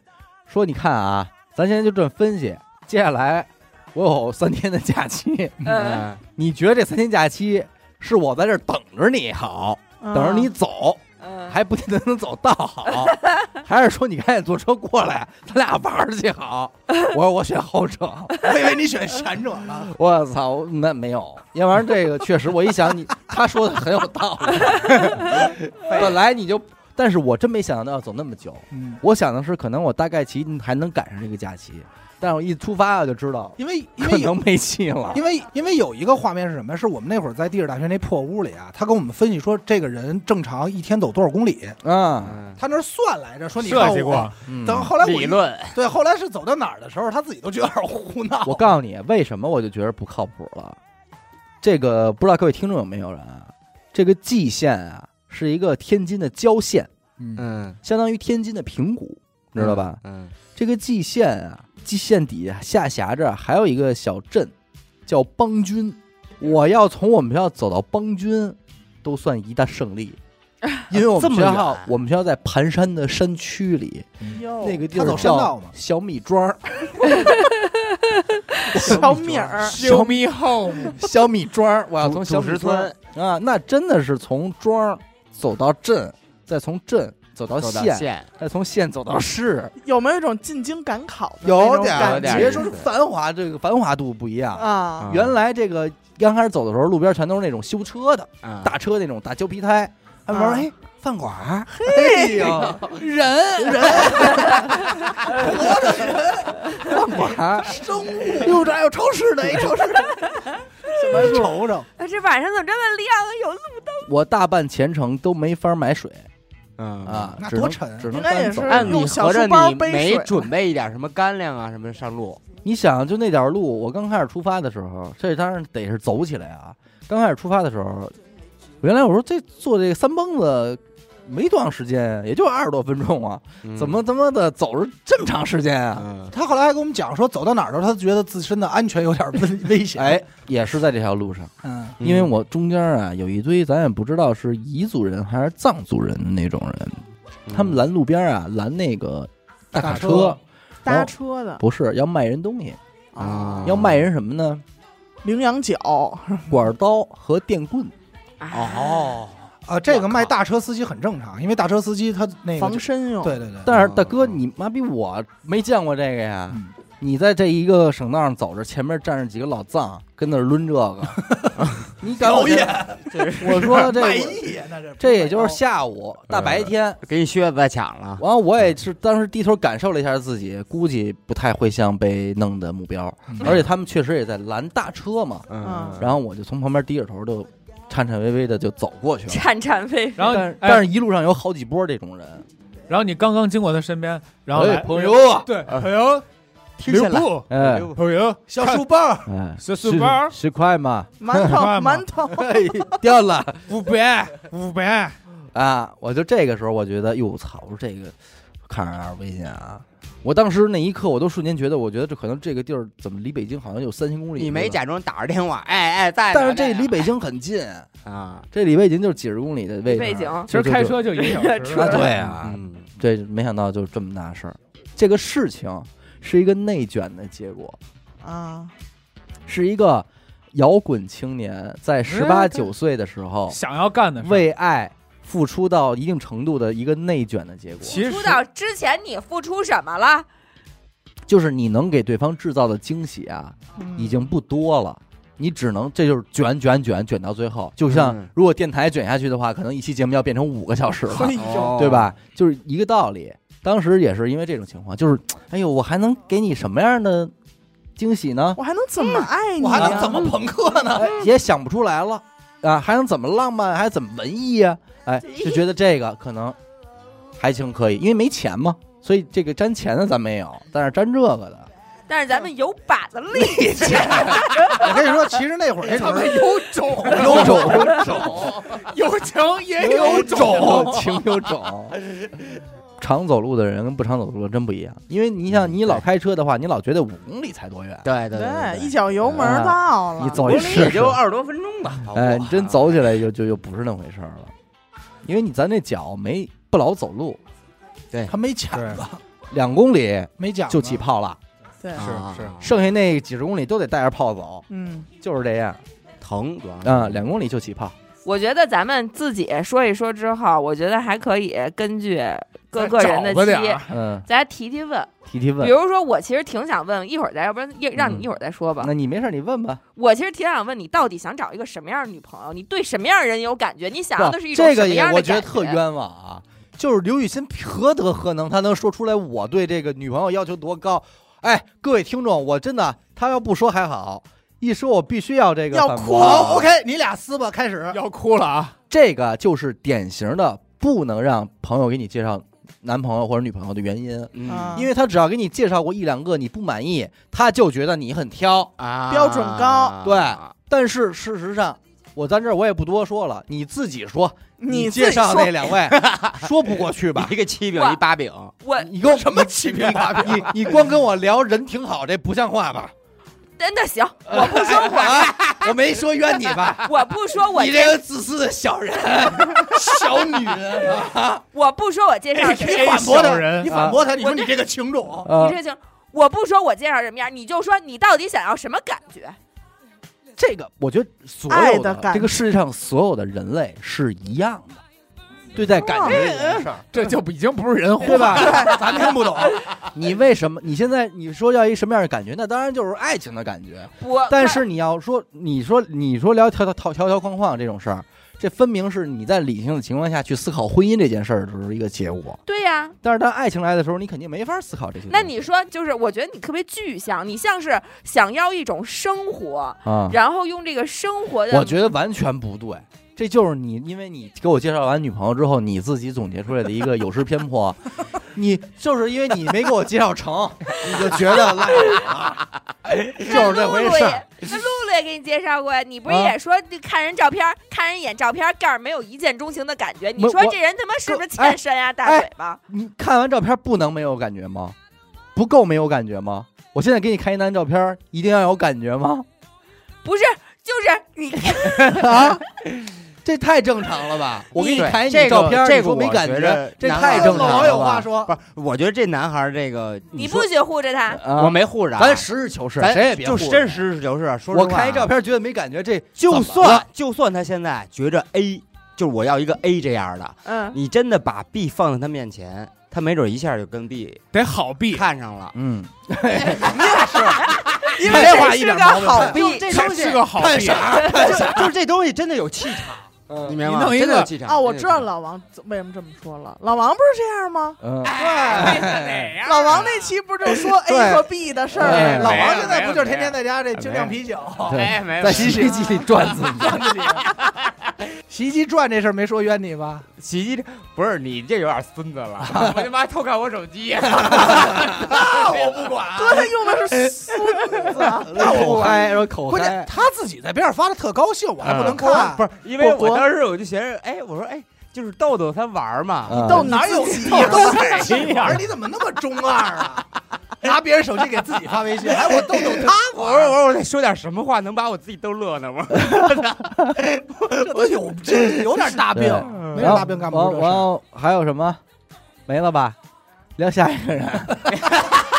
S1: 说你看啊，咱现在就这么分析，接下来我有三天的假期，
S3: 嗯，
S1: 你觉得这三天假期是我在这儿等着你好，
S4: 等
S5: 嗯
S1: 等着你走，
S3: 嗯，
S1: 还不见得能走到好， 还是说你赶紧坐车过来，咱俩玩儿去好？我说我选后者，
S5: 我以为你选前者呢。
S1: 我操，那没有，要不然这个确实，我一想你，他说的很有道理。 本来你就，但是我真没想到要走那么久，
S5: 嗯，
S1: 我想的是可能我大概其还能赶上这个假期，但是我一出发我就知道
S5: 因为因
S1: 可
S5: 为有
S1: 能没戏了。
S5: 因为因为有一个画面是什么？是我们那会儿在地质大学那破屋里啊，他跟我们分析说，这个人正常一天走多少公里，
S1: 啊，
S6: 嗯
S1: 嗯
S5: 他那儿算来着，说你
S2: 设
S5: 看
S2: 计过
S5: 我。，等后来我一
S6: 理论
S5: 对，后来是走到哪儿的时候，他自己都觉得有点胡闹。
S1: 我告诉你，为什么我就觉得不靠谱了。这个不知道各位听众有没有人啊？这个蓟县啊，是一个天津的郊县，
S5: 嗯，
S6: 嗯，
S1: 相当于天津的平谷，知道吧？
S6: 嗯？
S1: 这个蓟县啊，蓟县底下下辖着还有一个小镇，叫邦军。我要从我们学校走到邦军，都算一大胜利，因为我
S6: 这
S1: 们
S6: 么
S1: 学校
S6: 远
S1: 我们学校在盘山的山区里，
S4: 哦
S1: 那个地
S5: 他
S1: 儿
S5: 走山道
S1: 叫
S5: 嘛
S1: 小米庄儿，
S4: 小米儿，
S2: show me home，
S1: 小米庄儿，我要
S6: 主
S1: 从小
S6: 主
S1: 米
S6: 食
S1: 庄儿啊，那真的是从庄儿走到镇，再从镇走到
S6: 走到
S1: 县，
S6: 县，
S1: 再从县走到市，
S4: 有没有一种进京赶考的那
S1: 有
S4: 种
S1: 点嗯
S4: 感
S1: 儿
S6: 有点儿
S1: 别
S6: 意
S1: 说是
S6: 思
S1: 繁华，这个繁华度不一样。
S4: 啊？
S1: 原来这个刚开始走的时候，路边全都是那种修车的
S6: 啊
S1: 大车，那种大胶皮胎。他们说：“
S4: 啊
S1: 哎，饭馆儿，哎呦，人人 活着人，饭馆儿，生物，溜达还有超市的，一 超市的。”
S5: 咱瞅瞅，
S3: 啊这晚上怎么这么亮？有路
S1: 我大半全程都没法买水
S6: 嗯
S1: 啊，
S5: 那
S1: 只
S5: 多
S1: 能
S5: 沉
S1: 只能
S4: 应该也
S1: 干
S4: 是
S1: 走。
S6: 按
S4: 用
S6: 理
S4: 小
S6: 合
S4: 书
S6: 着
S4: 包
S6: 你
S4: 背
S6: 没
S4: 水，
S6: 准备一点什么干粮啊什么上路，
S1: 你想，就那点儿路，我刚开始出发的时候，这当然得是走起来啊。刚开始出发的时候，原来我说这坐这个三蹦子没多长时间，也就二十多分钟啊，
S6: 嗯
S1: 怎么他妈的走了这么长时间啊？
S6: 嗯
S5: 他后来还跟我们讲说，走到哪儿都他觉得自身的安全有点危 危险。
S1: 哎，，也是在这条路上，
S5: 嗯，
S1: 因为我中间啊有一堆咱也不知道是彝族人还是藏族人的那种人，
S6: 嗯
S1: 他们拦路边啊拦那个大卡
S5: 大
S1: 车
S5: 卡，
S1: 然后
S4: 搭车的
S1: 不是要卖人东西，
S6: 啊
S1: 要卖人什么呢？
S4: 羚羊角，
S1: 管刀和电棍。
S6: 哦，
S5: 啊，这个卖大车司机很正常，因为大车司机他那个
S4: 防
S5: 就，
S4: 身用。
S5: 对对对，
S1: 但是大哥，
S6: 哦
S1: 你妈逼我没见过这个呀
S5: 嗯！
S1: 你在这一个省道上走着，前面站着几个老藏，跟那儿抡这个，你敢我这？ 我说这
S5: 卖
S1: 个
S5: 艺那是
S1: 这也就是下午大白天，
S6: 给你靴子抢了，
S1: 完了我也是当时低头感受了一下自己，估计不太会像被弄的目标，而且他们确实也在拦大车嘛。
S4: 嗯
S1: 然后我就从旁边低着头就颤颤巍巍的就走过去了。
S3: 颤颤巍巍。
S2: 然后
S1: 但是
S2: 哎
S1: 但是一路上有好几波这种人，
S2: 然后你刚刚经过他身边，然后
S1: 哎
S2: 来
S1: 朋友啊
S2: 对朋友
S6: 听
S2: 留
S6: 下来，
S2: 步，
S1: 哎
S2: 朋友
S5: 小书包，
S1: 哎，
S2: 小
S1: 十
S2: 书包
S1: 十块嘛，
S4: 馒头
S2: 看嘛
S4: 馒头，
S1: 掉了。
S2: 五百五 百，
S1: 啊，我就这个时候我觉得，哟操，我说这个看着有点危险啊！我当时那一刻，我都瞬间觉得，我觉得这可能这个地儿怎么离北京好像有三千公里，
S6: 你没，假装打着电话，哎哎，在呢，
S1: 但是这
S6: 在呢
S1: 离北京很近，
S6: 啊，
S1: 这离北京就是几十公里的位置。啊
S3: 北京
S2: 其实
S1: 就
S2: 开车就一小时
S1: 啊，
S2: 了，
S1: 对啊，
S6: 嗯
S1: 这没想到就这么大事儿。这个事情是一个内卷的结果，
S4: 啊，
S1: 是一个摇滚青年在十八九岁的时候
S2: 想要干的事儿
S1: 为爱付出到一定程度的一个内卷的结果。
S2: 其实
S3: 出道之前你付出什么了？
S1: 就是你能给对方制造的惊喜啊，
S4: 嗯
S1: 已经不多了。你只能这就是卷卷卷卷到最后，就像
S6: 嗯
S1: 如果电台卷下去的话，可能一期节目要变成五个小时了，
S6: 哦
S1: 对吧？就是一个道理。当时也是因为这种情况，就是哎呦，我还能给你什么样的惊喜呢？
S4: 我还能怎么爱你啊
S5: 嗯我还
S4: 呀？
S2: 嗯
S5: 能怎么朋克呢？
S1: 哎，也想不出来了啊，还能怎么浪漫，还怎么文艺啊？哎，就觉得这个可能还行可以，因为没钱嘛，所以这个沾钱的咱没有，但是沾这个的，
S3: 但是咱们有把子力气，
S5: 我跟你说，其实那会儿这种人
S2: 有种，
S1: 有种
S2: 有情也
S1: 有
S2: 有
S1: 种，情有种。常走路的人跟不常走路的真不一样，因为你像
S6: 嗯
S1: 你老开车的话，你老觉得五公里才多远，
S6: 对对
S4: 对，一
S6: 对，
S4: 脚油门儿到了，
S1: 你走
S6: 我
S1: 一
S6: 理
S1: 试
S6: 也
S1: 试
S6: 就，二十多分钟吧，跑步
S1: 哎，你真走起来就就就不是那回事儿了，因为你咱这脚没不老走路，
S5: 他没讲子，
S1: 两公里
S5: 没讲
S1: 就起泡了，
S4: 对，
S6: 啊
S2: 是是
S1: 剩下那几十公里都得带着泡走，
S4: 嗯，
S1: 就是这样
S6: 疼，主要是
S1: 啊，两公里就起泡，
S3: 我觉得咱们自己说一说之后，我觉得还可以根据各个人的
S2: 找吧点
S3: 期
S2: 儿，
S1: 嗯，
S3: 咱提提问。
S1: 提提
S3: 比
S1: 问，
S3: 如说，我其实挺想问，一会儿咱要不然一让
S1: 嗯
S3: 你一会儿再说吧。
S1: 那你没事儿你问吧，
S3: 我其实挺想问你，到底想找一个什么样的女朋友？你对什么样的人有感觉？你想要
S1: 不
S3: 的是一种
S1: 这
S3: 什
S1: 个
S3: 么
S1: 也
S3: 样的
S1: 我
S3: 感
S1: 觉得特冤枉啊！就是刘雨欣何德何能，她能说出来我对这个女朋友要求多高？哎，各位听众，我真的，她要不说还好，一说我必须要这个
S4: 要
S1: 反
S4: 哭
S1: 驳。啊
S5: 好，OK，你哦俩撕吧，开始。
S2: 要哭了 啊！
S1: 这个就是典型的不能让朋友给你介绍男朋友或者女朋友的原因，
S6: 嗯
S4: 啊
S1: 因为他只要给你介绍过一两个你不满意，他就觉得你很挑。
S6: 啊
S4: 标准高
S1: 对但是事实上，我咱这儿我也不多说了，你自己说，
S4: 你
S1: 介绍
S4: 自己
S1: 那两 位说不过去吧？
S6: 一个七饼
S3: 哇
S6: 一八饼，
S3: 觉？我
S1: 你跟哎我什么欺骗大啊你你光跟我聊人挺好，这不像话吧？
S3: 真的行，我不说我，
S1: 我没说冤你 吧？
S3: 我不说我
S1: 你这个自私的小人，小女人啊！
S3: 我不说我介 绍什么样
S5: 哎你反驳
S2: 小
S5: 他，
S2: 人
S5: 你反驳他，你说
S3: 我
S5: 你这个情种，
S1: 呃
S3: 你这行，我不说我介绍什么样，你就说你到底想要什么感觉？
S1: 这个我觉得所
S4: 爱
S1: 有
S4: 的感
S1: 这个世界上所有的人类是一样的，对待感情这件事儿，
S2: 这就已经不是人
S1: 对
S2: 话，
S1: 吧？
S5: 咱听不懂。
S1: 你为什么你现在你说要一什么样的感觉？那当然就是爱情的感觉。
S3: 我
S1: 但是你要说，你说你说聊条条条条条框框这种事儿，这分明是你在理性的情况下去思考婚姻这件事儿的时候一个结果。
S3: 对呀、
S1: 但是当爱情来的时候，你肯定没法思考这些东西。
S3: 那你说，就是我觉得你特别具象，你像是想要一种生活，
S1: 啊，
S3: 然后用这个生活的，
S1: 我觉得完全不对。这就是你，因为你给我介绍完女朋友之后，你自己总结出来的一个有失偏颇。你就是因为你没给 我介绍成，你就觉得赖我了，就是这回事儿。啊
S3: 那露露也也给你介绍过呀，你不是也说这看人照片，看人眼照片，盖儿没有一见钟情的感觉？你
S1: 没
S3: 说
S1: 我
S3: 这人他妈是不是
S1: 哎
S3: 欠山丫大嘴巴？
S1: 你看完照片不能没有感觉吗？不够没有感觉吗？我现在给你看一男照片，一定要有感觉 吗？
S3: 不是，就是你
S1: 啊，这太正常了吧？我给你
S6: 对
S1: 看一
S6: 这
S1: 你
S6: 个
S1: 照片，
S6: 这
S1: 你
S6: 个
S1: 说没
S6: 我
S1: 感
S6: 觉
S1: 觉，
S6: 着
S1: 这
S6: 男
S1: 太
S6: 孩
S1: 正
S5: 老
S1: 常
S5: 王
S1: 了
S5: 有话
S1: 吧？
S5: 说，
S6: 不是，我觉得这男孩儿这个
S3: 你不
S6: 说
S3: 许护着他。
S1: 啊
S6: 我没护着啊，
S1: 咱实事求是，
S6: 咱
S1: 谁也别
S6: 就
S1: 护着
S6: 真实事求是。说实
S1: 我
S6: 话
S1: 看一
S6: 啊
S1: 照，片觉得没感觉，这
S6: 就
S1: 怎么了
S6: 算就算他现在觉着 A，就是我要一个 A 这样的，
S3: 嗯，
S6: 你真的把 B 放在他面前，他没准一下就跟 B
S2: 得好避，
S6: 看上了。
S1: 嗯，看哎这
S4: 因为这
S1: 话一
S4: 是
S1: 点
S4: 个
S1: 毛病
S4: 好
S1: 没有哎
S4: 币，
S6: 这东西
S2: 是个好避。
S6: 就就是这东西真的有气场，
S1: 嗯
S6: 你明白
S2: 你
S6: 吗？
S2: 弄一
S6: 真的
S2: 个
S6: 有气场
S4: 啊，我知
S6: 真的
S4: 道
S6: 有气场
S4: 老王怎为什么这么说了。老王不是这样吗？
S1: 嗯，
S6: 哎
S2: 啊
S4: 老王那期不是就说 A 和 B 的事儿？
S1: 哎
S5: 老
S2: 没
S5: 王
S2: 有
S5: 现在不就是天
S2: 没有
S5: 天在家这精酿啤酒，
S1: 对，
S2: 哎，没
S1: 在洗衣机里转
S6: 哎
S1: 自己，
S5: 洗衣机转这事儿没说冤你吧？
S2: 洗衣机不是你这有点孙子了，我他妈偷看我手机，
S5: 那我不
S2: 啊
S5: 管，
S4: 哥，他用的是孙子啊，
S5: 那
S6: 哎
S5: 我不
S1: 口
S5: 管。
S1: 嗨，说口
S5: 关键
S1: 嗨，
S5: 他自己在边上发的特高兴，我还不能
S2: 嗯
S5: 看，
S6: 不是 因为
S4: 我
S6: 我当时我就寻思，哎，我说哎，就是豆豆他玩儿嘛，
S1: 嗯
S4: 逗你
S5: 哪有
S4: 自己
S5: 你逗 谁玩儿？你怎么那么中二啊？拿别人手机给自己发微信，哎还我嗯逗逗他
S6: 我说我
S5: 玩儿，
S6: 说我得说点什么话能把我自己逗乐呢？我说
S5: 这都有这有点大病
S1: 对，
S5: 没有大病干不出
S1: 完
S5: 这事儿。
S1: 完还有什么？没了吧？聊下一个 人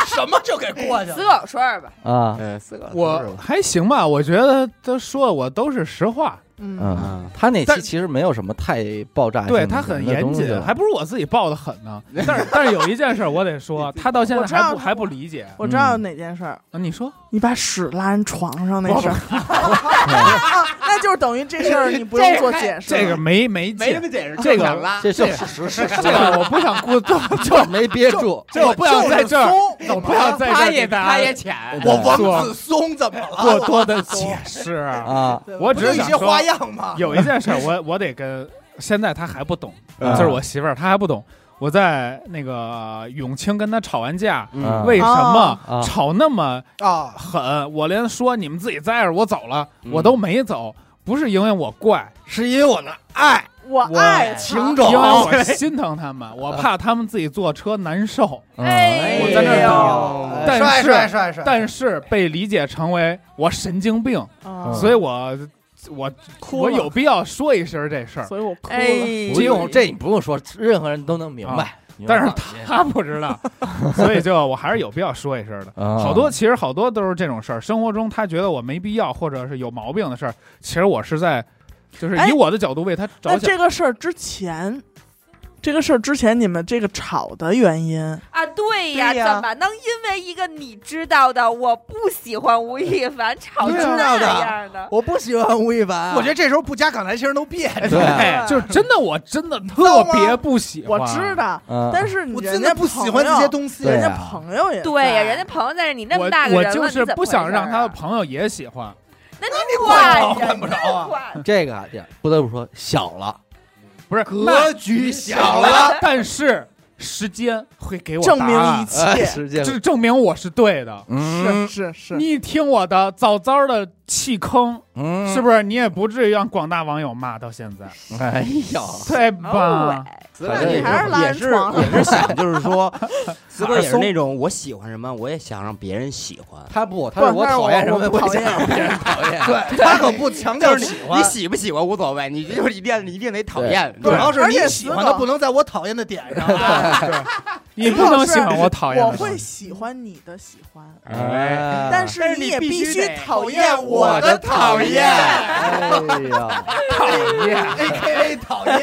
S5: 什么就给过去
S3: 死
S5: 了？
S3: 狗说说吧，
S1: 啊，
S6: 嗯，四个
S2: 我还行吧，我觉得他说的我都是实话，
S4: 嗯，
S1: 嗯。
S6: 嗯，
S1: 他那期
S2: 但
S1: 其实没有什么太爆炸性的
S2: 对
S1: 东西，
S2: 他很严
S1: 那
S2: 谨，
S1: 东西
S2: 还不如我自己报的狠呢。但是 但是有一件事我得说，他到现在
S4: 我知
S2: 还
S4: 道
S2: 不还不理解。
S4: 我知道哪件事儿，
S2: 啊你说
S4: 你把屎拉人床上那事儿， 啊那就是等于这事儿你不用做解释。
S2: 这个没没
S6: 没
S2: 劲
S6: 什，么解释，
S2: 这个
S6: 不想拉，
S1: 这就是事实，
S2: 这个我不想过多，
S1: 就没憋住。
S2: 这我不想在这儿，我不想在这儿给大家
S6: 他也浅，
S5: 我王
S2: 做
S5: 子松怎么了？
S2: 过多的解释。
S1: 啊，
S2: 我
S5: 不
S2: 只
S5: 就是一
S2: 想
S5: 些
S2: 说，
S5: 花样吗？
S2: 有一件事儿我 我得跟，现在他还不懂，
S1: 嗯
S2: 就是我媳妇儿她还不懂。我在那个永清跟她吵完架，
S1: 嗯
S2: 为什
S1: 啊
S4: 哦
S2: 么吵那么
S5: 啊，
S2: 狠？我连说你们自己在这儿，我走了，
S6: 嗯
S2: 我都没走，不是因为我怪，
S5: 是因为我的啊爱
S4: 我爱嗯
S1: 情
S2: 因
S1: 种
S2: 为
S5: 哦
S2: 我心疼他
S1: 啊
S2: 们，我怕他们自己坐车难受。
S3: 哎
S2: 我在那儿
S3: 呦
S1: 哎
S2: 但
S5: 帅
S2: 是
S5: 帅帅帅，
S2: 但是被理解成为我神经病，
S4: 啊，
S1: 嗯
S2: 所以我我
S4: 哭
S2: 我
S4: 了
S2: 有必要说一声这事儿。
S4: 所以我哭
S3: 哎
S4: 了。，
S1: 不用这，你不用说，任何人都能明白。你
S2: 但是
S1: 放心
S2: 他不 知道，所以就我还是有必要说一声的。
S1: 啊
S2: 好多其实好多都是这种事儿，生活中他觉得我没必要或者是有毛病的事儿，其实我是在就是
S4: 哎
S2: 以我的角度为他
S4: 那
S2: 着想。
S4: 这个事儿之前，这个事儿之前你们这个吵的原因，
S3: 啊，对呀，
S4: 对呀
S3: 怎么能因为一个你知道的我不喜欢吴亦凡吵成
S5: 对啊
S3: 那样的？
S1: 我不喜欢吴亦凡啊
S5: 我觉得这时候不加港台腔都别扭。
S1: 对
S2: 哎就是真的，我真的特别不喜
S4: 我
S2: 欢。
S4: 知，道，
S1: 嗯
S4: 但是你
S5: 我真
S4: 人
S5: 的
S4: 家
S5: 不喜欢这
S4: 朋
S5: 些
S4: 友，
S5: 东西。
S1: 对
S4: 人
S1: 啊
S4: 家朋友也
S3: 对呀，
S4: 在
S3: 人家朋友在这，你那么
S2: 我
S3: 大个
S2: 我
S3: 人了，
S2: 就是
S3: 你怎么
S2: 不想
S3: 回事儿啊
S2: 让他的朋友也喜欢。
S3: 那你
S5: 管
S3: 管
S5: 着管不着啊
S3: 管
S1: 这个啊也不得不说小 了，
S2: 不是
S5: 格局小了，
S2: 了，但是时间会给我
S4: 证
S2: 答
S4: 明
S2: 案
S4: 一切，
S1: 时间
S2: 就是证明我是对的。
S4: 是
S1: 嗯
S4: 是是，
S2: 你听我的，早早的弃坑，
S1: 嗯
S2: 是不是？你也不至于让广大网友骂到现在，
S1: 是？哎呦，
S2: 对
S3: 哦
S2: 吧？
S3: 喂，
S1: 反正
S4: 你还是拉
S6: 也
S4: 人
S6: 是啊
S4: 床上
S6: 也是想，就是说，自个儿也是那种我喜欢什么，我也想让别人喜欢。
S1: 他不，他是
S4: 不是那是
S1: 讨厌什
S4: 我
S1: 么，
S4: 我
S1: 我
S4: 讨
S1: 想让别人讨厌。
S5: 对他可不强调喜欢
S6: 你，喜不喜欢无所谓，你就是一定你一定得讨厌。
S5: 主要是
S4: 而
S5: 你
S4: 且
S5: 喜
S4: 死
S5: 欢
S4: 狗
S5: 的不能在我讨厌的点 上。
S2: 你不能喜欢我讨厌
S4: 哎我
S2: 的
S4: 会
S2: 东西，
S4: 喜欢你的喜欢，
S6: 哎，
S1: 啊
S4: 但是
S6: 你
S4: 也
S6: 必
S4: 必
S6: 须得
S4: 讨
S5: 厌
S1: 我
S4: 我
S1: 的讨
S5: 讨
S1: 厌，
S5: 厌
S1: 哎呀。
S2: 讨
S1: 哎
S2: 厌。
S5: A K A 哎讨厌，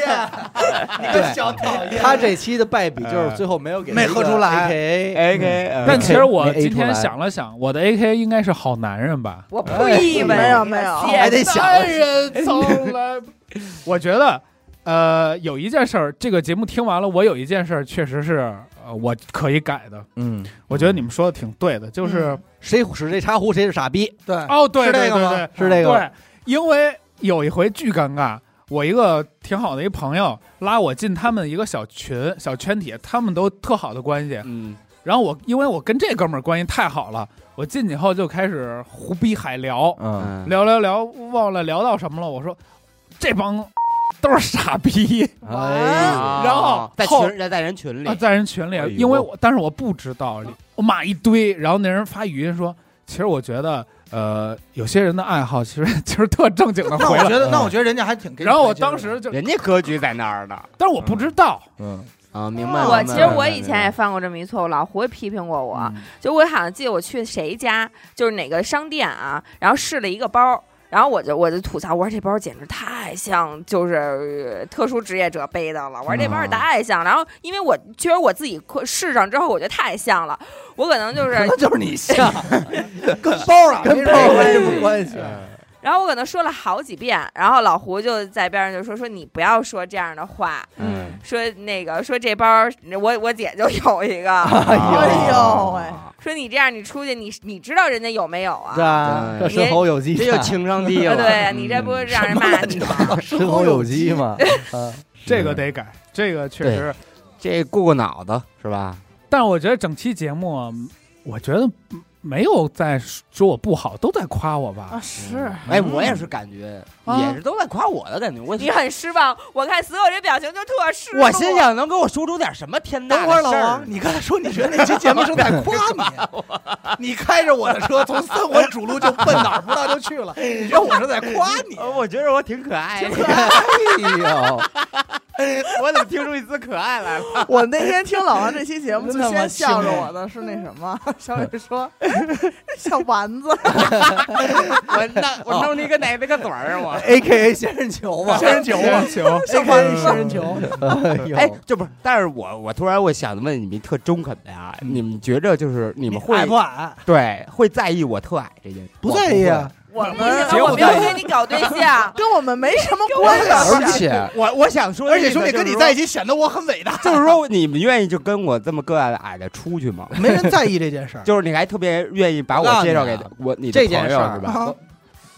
S5: 你个小讨厌。
S1: 他这期的败笔就是最后没有给
S5: 没喝出来
S1: A 嗯
S6: A K，
S2: 但其实我
S1: 没 A
S2: 今
S1: 出来
S2: 天想了想，我的 A K 应该是好男人吧？
S3: 我不以为
S4: 没有没
S2: 哦
S4: 有
S3: 谢
S1: 还得想
S2: 男人从来不， 我觉得，呃，有一件事儿，这个节目听完了，我有一件事儿确实是，呃，我可以改的。
S1: 嗯，
S2: 我觉得你们说的挺对的，就是
S4: 嗯
S1: 谁使这茶壶谁是傻逼，
S5: 对，
S2: 哦，对
S5: 是
S2: 对
S5: 这个
S2: 对
S5: 吗
S2: 对，
S1: 是这个吗
S2: 对，因为有一回巨尴尬，我一个挺好的一朋友拉我进他们一个小群、小圈体，他们都特好的关系。
S6: 嗯，
S2: 然后我因为我跟这哥们儿关系太好了，我进去后就开始胡逼海聊，
S1: 嗯，
S6: 嗯，
S2: 聊聊聊，忘了聊到什么了。我说这帮都是傻 逼
S1: 哎
S6: 啊
S2: 然后
S6: 在
S2: 后
S6: 群在在人群里
S2: 啊，，在人群
S6: 哎呦
S2: 里，因为我但是我不知道，我骂一堆，然后那人发语音说，其实我觉得呃，有些人的爱好其实其实特正经的
S5: 那
S2: 回
S5: 我觉
S2: 了。
S5: 得，那我觉得人家还挺给
S2: 嗯
S5: 你台阶的。
S2: 然后我当时就，
S6: 人家格局在那儿呢
S2: 但是我不知道，
S1: 嗯，
S6: 啊，明白。
S3: 我
S6: 明白
S3: 其实
S6: 明
S3: 我
S6: 白
S3: 以前也犯过这么一错误，老胡也批评过我。
S1: 嗯
S3: 就我好像记得我去谁家，就是哪个商店啊，然后试了一个包，然后我就我就吐槽，我说这包简直太像就是呃特殊职业者背的了，我说这包
S6: 嗯
S3: 太像。然后因为我其实我自己可试上之后，我觉得太像了，我可能 就是
S1: 就是你像，
S5: 跟包啊，
S1: 跟
S5: 没
S1: 泡
S5: 人
S1: 没什么关系。
S3: 然后我可能说了好几遍，然后老胡就在边上就说说你不要说这样的话，
S6: 嗯，
S3: 说那个说这包我我姐就有一 个，
S1: 哎
S4: 哎呦喂
S3: 说你这样你出去你你知道人家有没有 啊？
S1: 是啊，这
S6: 对
S1: 身后有鸡
S6: 这
S1: 呀，
S6: 就情商低
S3: 啊
S6: 了。
S3: 对你
S6: 嗯
S3: 这不是让人骂你吗？
S1: 身后有鸡嘛，啊
S2: 这个得改，这
S5: 嗯
S2: 个确
S6: 对
S2: 实。
S6: 这过过脑子是吧？
S2: 但我觉得整期节目啊，我觉得没有在说我不好，都在夸我吧
S4: 啊，。是
S6: 哎，我也是感觉，
S5: 嗯
S2: 啊
S6: 也是都在夸我的感觉。我
S3: 你很失望，我看所有这表情就特失落。
S6: 我心，想，能给我说出点什么天大
S5: 等会
S6: 的
S5: 儿老
S6: 事儿
S5: 王，？你刚才说你觉得那期节目是在夸你， 你开着我的车从三环主路就奔哪儿不知道就去了，
S6: 哎
S5: 你觉得我是在夸 你？
S6: 呃我觉得我挺可 爱的，
S1: 哎呦，
S6: 我怎么听出一丝可爱 来了？
S4: 我那天听老王这期节目，
S1: 真
S4: 最
S1: 他妈
S4: 先笑着
S1: 亲
S4: 我的是那什么，小雨说小丸子，
S6: 我弄我弄你个奶奶个嘴
S5: 啊
S6: 儿，我
S1: A K A 仙人球 嘛，
S5: 仙人球 啊，
S2: 球，
S4: 小丸子仙人球，
S1: 哎
S6: 哎，，这不是，但是我我突然我想问你们特中肯的呀，
S5: 嗯
S6: 你们觉着就是你们会
S5: 矮不矮？
S6: 对会在意我特矮这件事？
S5: 不
S6: 我
S5: 在意啊，
S4: 我
S3: 不行
S4: 们。
S3: 了，我没有跟你搞对象
S4: 跟我们没什么关系。
S1: 而且
S6: 我我想说的
S5: 而
S6: 意
S5: 且
S6: 思就是
S5: 兄
S6: 说，
S5: 弟跟你在一起显得我很伟大，
S6: 就是说你们愿意就跟我这么个矮的出去吗？
S5: 没人在意这件事儿。
S6: 就是你还特别愿意把
S1: 我告
S6: 我
S1: 诉你
S6: 介
S1: 啊
S6: 绍给他我你的
S1: 这
S6: 朋
S1: 件事
S6: 友
S1: 儿
S6: 是吧？
S1: 啊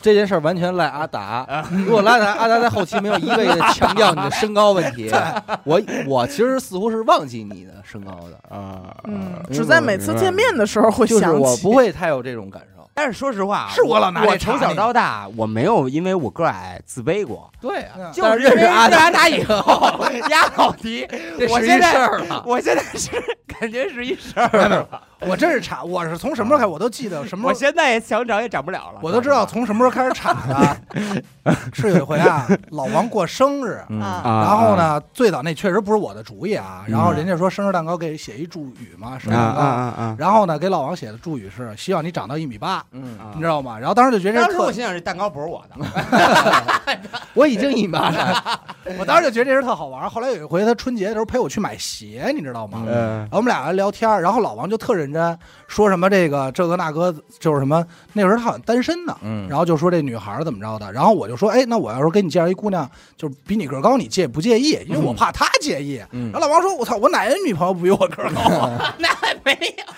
S1: 这件事儿完全赖阿达。
S6: 啊
S1: 如果赖达，阿达在后期没有一味的强调你的身高问 题，我我其实似乎是忘记你的身高的，
S6: 啊，
S4: 嗯，只在每次见面的时候会
S1: 就
S4: 想
S1: 是
S4: 起。
S1: 我不会太有这种感受。
S6: 但是说实话啊，
S5: 是我老拿这
S6: 我从
S5: 查
S6: 小
S5: 你
S6: 到大我没有因为我个儿矮自卑过，
S1: 对啊，
S6: 就
S1: 但
S6: 是
S1: 认识
S6: 因为
S1: 阿达
S6: 阿 达以后，压老提，
S1: 这
S6: 我
S1: 是一
S6: 现在
S1: 事儿了。
S6: 我现在是感觉是一事
S5: 没有没
S6: 儿。
S5: 有我真是查，我是从什么时候开始我都记 得什么
S6: 我
S5: 时候，
S6: 现在也想长也长不了了，
S5: 我都知道从什么时候开始查的。 是有一回啊，老王过生日，
S1: 嗯，
S4: 啊，
S6: 啊。
S5: 然后呢，最早那确实不是我的主意啊。然后
S6: 嗯
S5: 人家说生日蛋糕给写一祝语嘛，生
S6: 啊？
S5: 日
S6: 啊
S5: 蛋糕。
S6: 啊啊
S5: 然后呢，给老王写的祝语是希望你长到一米八，
S1: 嗯，
S6: 啊！
S5: 你知道吗？然后当时就觉得
S6: 当
S5: 这
S6: 时
S5: 是
S6: 我
S5: 特，
S6: 心想，这蛋糕不是我的，
S1: 我已经一米八了。
S5: 我当时就觉得这事儿特好玩。后来有一回他春节的时候陪我去买鞋，你知道吗？
S6: 嗯
S5: 然后我们俩聊天，然后老王就特认真说什么这个这个那个就是什么，那会儿他好像单身呢，
S1: 嗯，
S5: 然后就说这女孩儿怎么着的，然后我就说，哎，那我要是给你介绍一姑娘，就是比你个儿高，你介不介意？
S6: 嗯
S5: 因为我怕她介意。
S1: 嗯
S5: 然后老王说，我操，我哪个女朋友不比我个儿高啊？
S6: 那没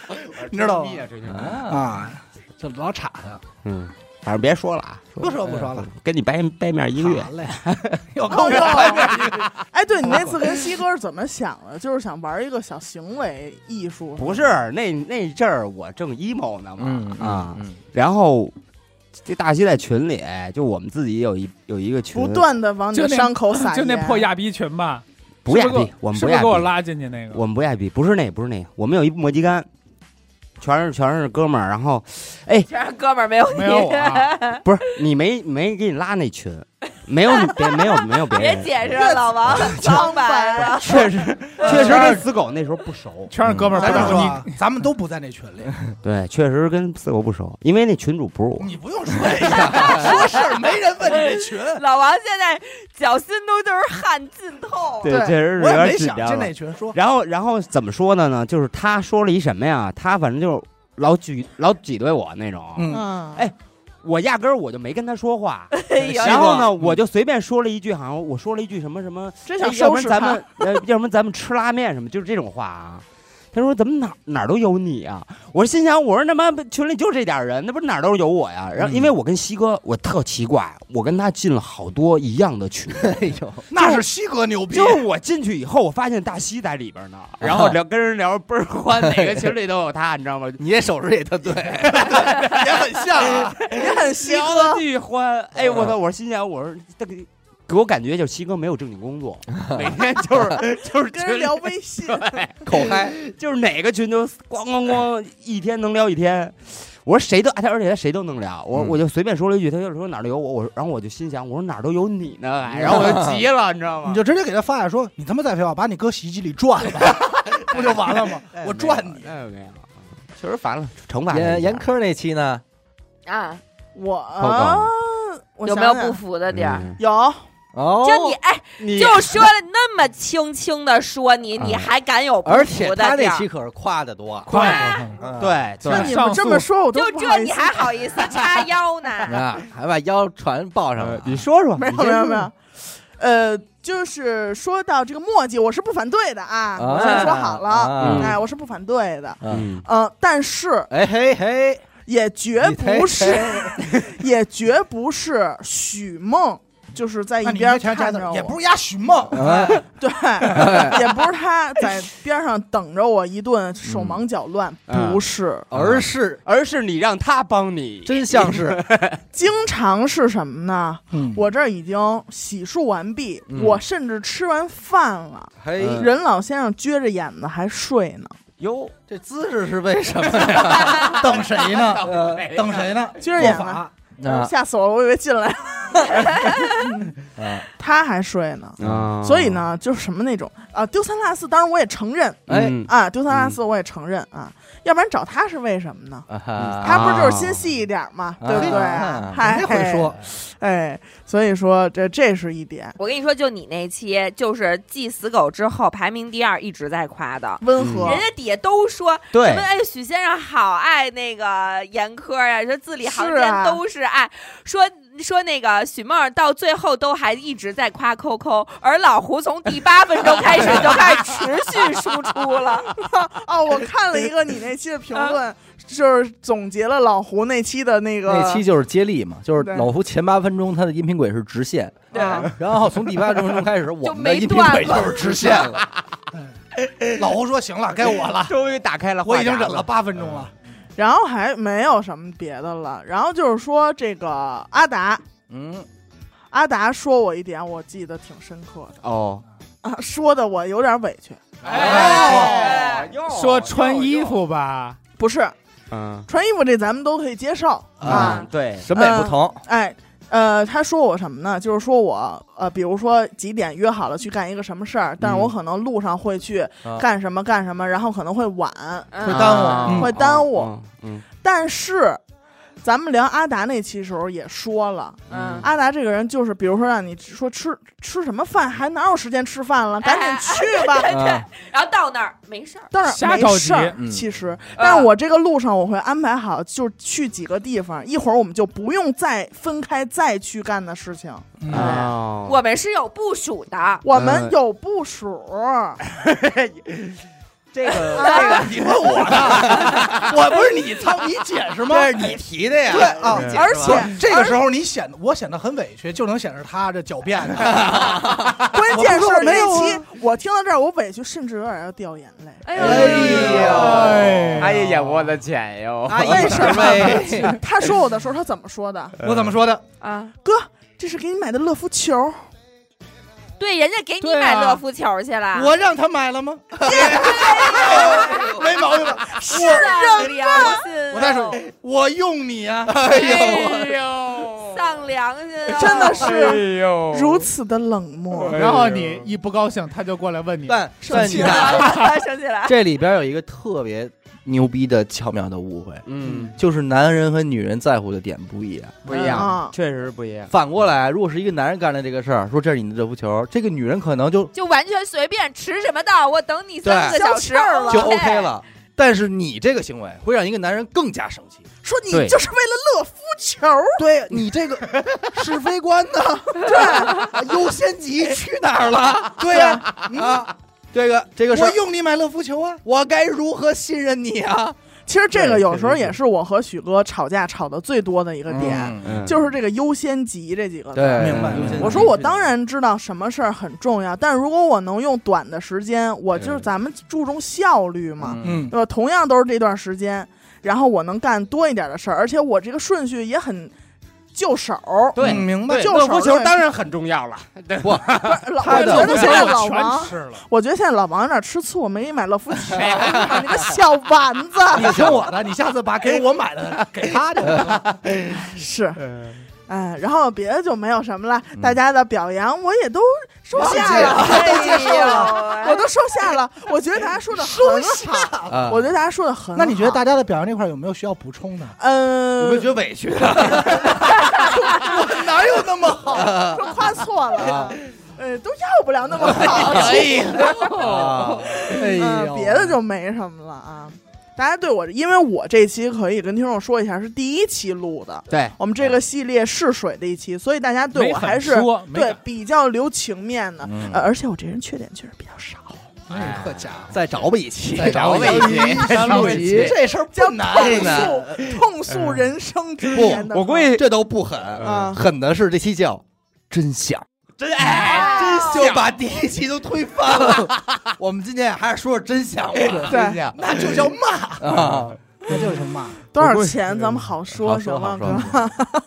S6: 有，
S5: 你知道吗
S6: 吹牛逼啊吹牛逼
S1: 啊，
S5: 啊，就老岔他，
S6: 嗯，反正别说了啊，
S5: 不说不说了，
S6: 跟你掰掰面一个月
S5: 好，嘞，又跟
S4: 哦
S5: 我拍面去。
S4: 哎，对你 那次跟西哥是怎么想的？就是想玩一个小行为艺术，
S6: 不是那那阵儿我正 emo 呢
S1: 嗯
S6: 嘛啊，
S1: 嗯
S6: 然后这大西在群里，就我们自己有一有一个群，
S4: 不断的往你
S2: 就
S4: 的
S2: 那
S4: 伤口撒
S2: 就那
S4: 盐
S2: 破亚逼群吧，
S6: 不
S2: 是
S6: 亚
S2: 不是
S6: 逼
S2: 给，
S6: 我们
S2: 是
S6: 不
S2: 不是
S6: 亚
S2: 给我
S6: 逼，
S2: 拉进去那个？
S6: 我们不亚逼，不是那不是那，我们有一磨叽杆，全是全是哥们儿，然后
S3: 全是哥们儿没有你，
S2: 没有我啊
S3: 哎
S6: 不是你没没给你拉那群，没有你别没有没有 别
S3: 别
S6: 人，
S3: 解释了，老王苍白了。
S6: 确 实确实跟死狗那时候不熟，
S2: 全是哥
S6: 嗯
S2: 们儿，
S5: 咱
S2: 不
S5: 们
S2: 是
S5: 说
S2: 你
S5: 啊，咱们都不在那群里，
S6: 对，确实跟死狗不熟，因为那群主不是我。
S5: 你不用说这个， 说事儿没人问你这群。
S3: 老王现在脚心都就是汗浸透了。
S4: 对
S6: 确实是
S5: 我
S6: 有
S5: 也没
S6: 点紧
S5: 想进
S6: 张了
S5: 那。群，说
S6: 然后，然后怎么说的呢？就是他说了一什么呀？他反正就是老挤老挤兑我那种。
S5: 嗯，
S4: 嗯，
S6: 哎我压根儿我就没跟他说话，
S3: 哎呦，
S6: 然后
S5: 嗯
S6: 呢，我就随便说了一句，好像我说了一句什么什么，
S4: 真
S6: 哎要
S4: 想收
S6: 不然
S4: 拾
S6: 咱
S4: 他
S6: 们，呃，要不然咱们吃拉面什么，就是这种话啊。他说怎么哪哪儿都有你啊？我心想，我说他妈群里就这点人，那不是哪儿都有我呀？然后
S4: 嗯
S6: 因为我跟西哥，我特奇怪，我跟他进了好多一样的 群，
S1: 哎呦，
S5: 那是西哥牛逼
S6: 就，是我进去以后，我发现大西在里边呢，然后 聊跟人聊倍儿欢，哪个群里都有他，你知道吗？
S1: 你这手势也特对，
S5: 也很 像啊。
S4: 哎也很西
S6: 聊
S4: 哥嗯
S6: 的，巨欢，哎，我操！我心想，我说这个给我感觉就是西哥没有正经工作，每天 就是就是
S4: 跟
S6: 群
S4: 人
S6: 里
S4: 聊微 信，
S1: 口嗨，
S6: 就是哪个群都咣咣咣一天能聊一天。我说谁都，哎他而且他谁都能聊。我
S1: 嗯
S6: 我就随便说了一句，他就说哪儿都有我，我说然后我就心想，我说哪儿都有你呢，哎然后我就急了，你知道吗？哎
S5: 你就直接给他发呀，说你他妈再废话，把你搁洗衣机里转 吧，不就完了吗？我赚你。
S6: 哎没有，确实烦了，惩罚他一下
S1: 严严科那期呢，
S3: 啊，
S4: 我啊我
S3: 有没有
S4: 想
S3: 不
S4: 想
S3: 服的地儿？
S6: 嗯
S4: 有
S1: 哦，
S3: 就你哎，
S6: 你
S3: 就说了那么轻轻的说你，你还敢有不
S1: 而且
S3: 服
S1: 他
S3: 的地
S1: 那
S3: 儿？
S1: 期可是夸的多，
S2: 快，
S1: 嗯，
S6: 对对
S4: 那你们这么说，我都
S3: 就
S4: 不好
S3: 这
S4: 意
S3: 你
S4: 思。
S3: 还好意 思叉腰呢？
S1: 啊，还把腰全抱上
S6: 呃
S1: 了，
S6: 你说说，
S4: 没有
S6: 你
S4: 没
S6: 先说
S4: 有没有，呃，就是说到这个墨迹，我是不反对的啊，
S1: 啊
S4: 我先说好了，
S1: 啊
S4: 哎，我是不反对的，
S1: 嗯，
S4: 嗯，但是
S1: 哎嘿嘿，
S4: 也绝
S1: 你才
S4: 不是， 也绝不是许梦。就是在
S5: 那
S4: 一
S5: 你
S4: 边
S5: 这全加
S4: 看
S5: 字
S4: 着我，
S5: 也不是压许梦，
S1: 啊
S4: 对，也不是他在边上等着我一顿手忙脚乱，
S6: 嗯
S4: 不是，
S1: 而是
S6: 而是你让他帮你，
S1: 真像是，
S4: 经常是什么呢？
S5: 嗯
S4: 我这儿已经洗漱完毕，
S1: 嗯
S4: 我甚至吃完饭了，
S5: 哎
S1: 嘿，
S6: 嗯
S4: 任老先生撅着眼子还睡呢，
S6: 哟，
S1: 这姿势是为什么？
S5: 等谁 呢？
S1: 呃
S5: 等谁呢？
S4: 撅着眼
S5: 做
S4: 子
S5: 法，
S1: 啊
S4: 吓死我了，我以为进来 了，
S5: 嗯
S1: 啊，
S4: 他还睡呢。
S6: 啊
S4: 所以，呢，就是什么那种啊，丢三落四，当然我也承认
S1: 哎
S6: 嗯
S4: 啊，丢三落四我也承认啊，要不然找他是为什么呢？
S1: 啊哈
S4: 他不是就是心细一点嘛，
S1: 啊
S4: 对不对
S1: 啊？
S4: 嗨
S1: 人家会说，
S4: 哎，所以说这这是一点
S3: 我跟你说，就你那期，就是继死狗之后排名第二，一直在夸的。
S4: 温和
S1: 嗯
S3: 人，家底下都说什
S6: 对
S3: 么？，哎，许先生好爱那个严科呀、说字里行
S4: 是
S3: 间
S4: 啊
S3: 都是爱，说说那个许梦儿到最后都还一直在夸抠抠，而老胡从第八分钟开始就开 始持续输出了。
S4: 哦，我看了一个你那期的评论，就是总结了老胡那期的那个
S1: 那期就是接力嘛，就是
S4: 对
S1: 老胡前八分钟他的音频轨是直线，
S3: 对，
S1: 然后从第八分钟开 始，我们的
S3: 没
S1: 音频
S3: 断
S1: 轨就
S3: 了
S1: 是直线 了。
S5: 老胡说行了，该我了，
S6: 终于打开了，
S5: 我已经忍了，八分钟了。
S4: 然后还没有什么别的了，然后就是说这个阿达，
S1: 嗯，
S4: 阿达说我一点，我记得挺深刻的
S6: 哦，
S4: 啊，说的我有点委屈，
S5: 哎
S6: 哟
S2: 说穿衣，服吧，
S4: 不是
S6: 嗯
S4: 穿衣服这咱们都可以接受
S6: 啊
S4: 啊，，
S6: 对，
S1: 审美不同，
S4: 哎。呃，他说我什么呢？就是说我呃，比如说几点约好了去干一个什么事儿，但是我可能路上会去
S1: 啊
S4: 干什么干什么，然后可能会晚，
S1: 会
S3: 嗯
S1: 耽误
S6: 啊
S1: 嗯
S4: 会耽误。，
S6: 嗯
S4: 但是，咱们聊阿达那期时候也说了，
S3: 嗯，
S4: 阿达这个人就是，比如说让你说吃吃什么饭，还哪有时间吃饭了？赶紧去吧。
S3: 对
S1: 啊
S3: 然后到那儿没事儿，
S4: 但是
S2: 瞎
S4: 没
S2: 着急
S4: 事儿，
S1: 嗯
S4: 其实，但是我这个路上我会安排好，就去几个地方，一会儿我们就不用再分开再去干的事情。
S6: 嗯，
S5: 嗯
S6: 哦
S3: 我们是有部署的。
S4: 我们
S6: 嗯
S4: 有部署，
S6: 这个
S5: 这个你问我呢？我不是你操你解释吗？
S1: 这是你提的呀，
S5: 对啊
S1: 你解释
S4: 而
S1: 吧
S4: 且
S5: 这个时候你显得我显得很委屈，就能显示他这狡 辩的。啊
S4: 关键是
S5: 我不是我没有
S4: 那
S5: 啊
S4: 期我听到这儿，我委屈，甚至有点要掉眼泪。
S3: 哎
S1: 哎
S5: 呦
S6: 阿姨眼窝的浅哟，
S1: 阿姨是
S4: 为什么
S1: 为
S4: 他说我的时候，他怎么说的？
S5: 啊我怎么说的？
S3: 啊，
S4: 哥，这是给你买的乐福球，
S3: 对，人家给你
S5: 对
S3: 买
S5: 啊
S3: 乐福球去了，
S5: 我让他买了吗？没毛病吧？
S3: 是丧良心，
S5: 我再说，我用你啊！
S3: 哎呦，
S6: 呦
S3: 丧良心啊，
S4: 真的
S2: 哎
S4: 是
S6: 呦
S4: 如此的冷漠。
S2: 然后你一不高兴，他就过来问你，
S1: 但
S5: 生
S1: 但
S5: 气
S1: 你
S5: 了
S1: 看
S3: 生气了。
S1: 这里边有一个特别牛逼的巧妙的误会，
S6: 嗯
S1: 就是男人和女人在乎的点不一样。
S6: 不一
S4: 啊
S6: 样，确实不一样，
S1: 反过来，如果是一个男人干了这个事儿，说这是你的热敷球，这个女人可能就
S3: 就完全随便吃什么到，我等你三个
S1: 对
S3: 小时
S4: 消气儿了
S1: 就 OK。了。但是你这个行为会让一个男人更加生气。
S4: 说你
S6: 对
S4: 就是为了乐福球，
S5: 对你这个是 非观呢？对，优先级去哪儿了？对呀，啊，
S1: 哎嗯这个这个事
S5: 我
S1: 儿，
S5: 用你买乐福球啊，
S1: 我该如何信任你啊？
S4: 其实这个
S6: 对
S4: 有时候
S6: 确实是
S4: 也是我和许哥吵架吵的最多的一个点，
S6: 嗯
S4: 就是这个优先级这几个字。
S1: 对，
S5: 明白
S6: 嗯
S1: 嗯
S4: 我说我当然知道什么事儿很重要，但如果我能用短的时间，我就是
S6: 对
S4: 咱们注重效率嘛，
S5: 嗯，
S4: 对吧？同样都是这段时间，然后我能干多一点的事儿，而且我这个顺序也很就手儿。
S5: 嗯明白
S4: 对就
S2: 乐
S4: 手
S2: 福球
S4: 段
S2: 当然很重要了，对，
S4: 不是老，
S1: 他
S4: 我
S1: 的
S4: 觉得现在老
S2: 我全
S4: 王，
S2: 吃了，
S4: 我觉得现在老王有点吃醋，没给你买乐 福球，你个小丸 子
S5: 你听我 的，你下次把给我买的给他就行了。
S4: 是。
S2: 嗯，
S4: 哎，然后别的就没有什么了，
S1: 嗯
S4: 大家的表扬我也都收下
S5: 忘记
S4: 了，
S3: 哎
S4: 都接受了，我
S3: 呦，
S4: 都收下了。我觉得大家 说的很好，
S1: 啊，
S4: 我觉得大家说的很好。
S5: 那你觉得大家的表扬这块有没有需要补充的？
S1: 有
S4: 呃
S1: 没有，觉得委屈啊？
S5: 哪有哎那么好？
S4: 说夸错了
S1: 啊，
S4: 呃，都要不了那么 好，
S1: 啊
S5: 哎
S4: 嗯
S5: 呦，
S4: 别的就没什么了啊。大家对我，因为我这期可以跟听众说一下，是第一期录的，
S6: 对，
S4: 我们这个系列试水的一期，所以大家对
S2: 没
S4: 我
S2: 敢
S4: 还是
S2: 说没
S4: 对
S2: 敢
S4: 比较留情面的。
S1: 嗯
S4: 呃，而且我这人缺点确实比较少，
S5: 哎，好家伙，
S1: 再找吧一期，
S5: 再找吧一期
S1: 再找吧一期，
S5: 这事儿
S4: 叫
S5: 不
S4: 痛
S5: 难。
S4: 诉痛诉人生之年的。
S1: 不，计这都不狠，
S5: 嗯
S4: 啊，
S1: 狠的是这期叫真相，
S6: 真哎，
S1: 就把第一期都推翻了。 我们今天还是说说真相吧，
S4: 对
S1: 真相
S5: 那就叫骂，
S1: 啊，
S5: 那就是骂。
S4: 多少
S6: 我估计
S4: 钱咱们好说嗯
S1: 好说
S4: 行吗，
S1: 好说
S4: 哥？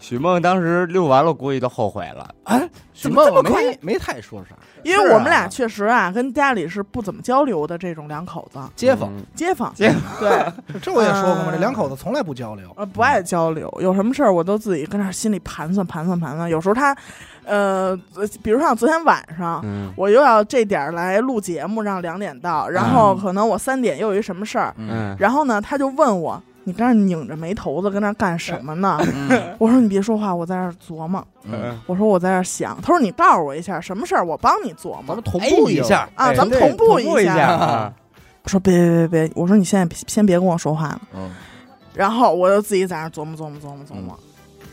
S6: 许梦当时溜完了，估计都后悔了。
S1: 啊怎么
S4: 这么快
S1: 没没太说啥，
S4: 因为我们俩确实啊，跟家里是不怎么交流的这种两口子，
S1: 街坊
S6: 嗯
S4: 街坊
S6: 街
S4: 对，
S5: 这我也说过嘛，
S4: 嗯
S5: 这两口子从来不交流。
S4: 呃，不爱交流，有什么事儿我都自己跟那儿心里盘算盘算盘算。有时候他，呃，呃比如像昨天晚上，
S6: 嗯
S4: 我又要这点儿来录节目，让两点到，然后可能我三点又有一什么事儿，
S6: 嗯，
S4: 然后呢，他就问我。你跟那儿拧着眉头子，跟那儿干什么呢？
S1: 嗯
S4: 我说你别说话，我在这儿琢磨。
S1: 嗯，
S4: 我说我在这儿想。他说你告诉我一下什么事儿，我帮你琢
S1: 咱
S4: 磨
S1: 们。 同步一下
S4: 啊，
S1: 哎
S4: 咱们
S6: 对
S4: 同步
S6: 同步一
S4: 下。
S6: 下啊
S4: 我说别别别别，我说你现在别先别跟我说话啊了。
S1: 嗯
S4: 然后我就自己在那儿琢磨琢磨琢磨琢磨。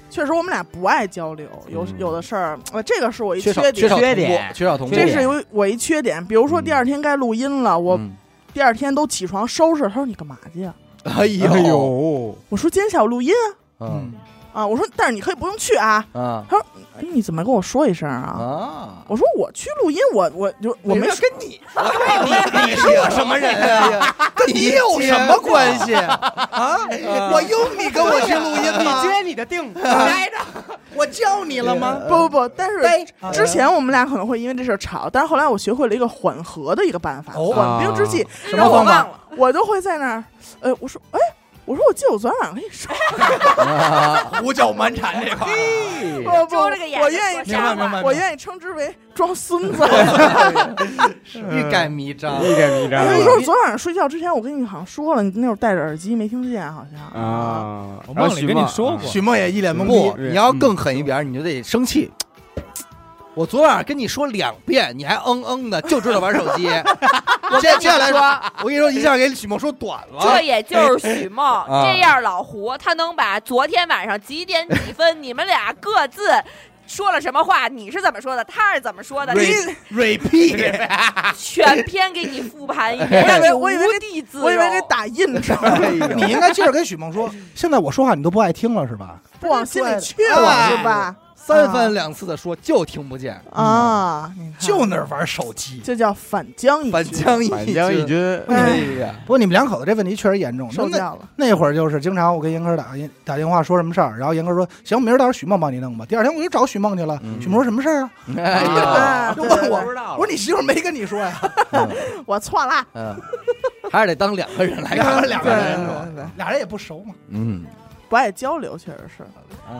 S4: 确实，我们俩不爱交流，有
S6: 嗯
S4: 有的事儿，呃，这个是我一
S1: 缺
S4: 缺
S1: 少嗯
S4: 点，
S1: 缺少同步缺少
S6: 缺点
S1: 同步，
S4: 这是有我一缺点。比如说
S1: 嗯
S4: 第二天该录音了，我
S1: 嗯
S4: 第二天都起床收拾，他说你干嘛去呀？
S1: 哎呦
S6: 哎，呦，
S4: 我说今天下午录音
S1: 嗯
S4: 啊，我说但是你可以不用去啊，
S1: 啊
S4: 哎你怎么没跟我说一声啊？
S1: 啊，
S4: 我说我去录音，我我就我没
S1: 有
S4: 说
S1: 跟你，你你是我什么人啊？跟你有
S5: 什么关
S1: 系啊？
S5: 我用你跟我去录音吗？
S6: 你的腚，
S5: 我叫你了吗？
S4: 不不
S1: 呃
S4: 不，但是
S5: 对
S4: 之前我们俩可能会因为这事儿吵，但是后来我学会了一个缓和的一个办法，
S5: 哦
S4: 缓
S6: 啊
S4: 兵之计，
S5: 什
S4: 让
S5: 么
S4: 我
S5: 方
S4: 忘
S5: 法？
S4: 了，我就会在那儿，呃，我说，哎，我说我记得我昨天晚上跟你说，
S5: 胡搅蛮缠这块儿，
S6: 哎
S4: 不不，
S3: 周这个眼
S4: 我愿意
S5: 明白
S3: 瞎
S5: 明白
S3: 话，
S5: 明白，
S4: 我愿意称之为装孙子。
S1: 欲盖弥彰，
S6: 一点你知道
S4: 我
S6: 吗？
S4: 说昨晚上睡觉之前，我跟你好像说了，你那会儿戴着耳机没听见，好像。
S6: 啊，
S2: 我
S6: 然后
S2: 梦里
S6: 许
S2: 跟你
S6: 梦
S2: 说过
S5: 许梦也一脸懵
S1: 不，
S5: 逼。
S1: 你要更狠一点，你就得生气。我昨晚跟你说两遍，你还嗯嗯的，就知道玩手机。接接下来说，我跟你说，一下给许梦说短
S3: 这
S1: 了。
S3: 也就是许梦
S1: 啊
S3: 这样老胡，他能把昨天晚上几点几分你们俩各自。说了什么话？你是怎么说的？他是怎么说的？你
S1: repeat，
S3: 全篇给你复盘一遍，
S4: 我以
S3: 让
S4: 为
S3: 你
S4: 我以为
S3: 无地自容。
S4: 我以为给打印出来，
S1: 哎
S5: 你应该接着跟许梦说，现在我说话你都不爱听了是吧？
S4: 不往心里去
S1: 哎
S4: 了是吧？
S1: 三番两次的说就听不见，
S4: 啊，你看
S5: 就那儿玩 手机。
S4: 这叫反将一
S1: 反
S4: 军，
S1: 将一
S6: 反将一
S1: 军。
S6: 军，
S1: 哎
S4: 哎
S1: 呀，
S5: 不过你们两口子这问题确实严重。
S4: 受
S5: 那
S4: 教了。
S5: 那会儿就是经常我跟严哥打打电话说什么事儿，然后严哥说行，明儿到时候许梦帮你弄吧。第二天我就找许梦去了，
S1: 嗯
S5: 许梦说什么事儿啊？
S1: 哎呀，
S4: 哎
S5: 就
S4: 对
S5: 问
S4: 对
S5: 我
S4: 对
S5: 我说你媳妇儿没跟你说呀？
S4: 我错了，
S1: 嗯，还是得当两个人来看，
S5: 两个
S4: 对
S5: 人
S4: 对
S5: 说
S4: 对对，
S5: 俩人也不熟嘛。
S1: 嗯，
S4: 不爱交流，确实是。
S1: 啊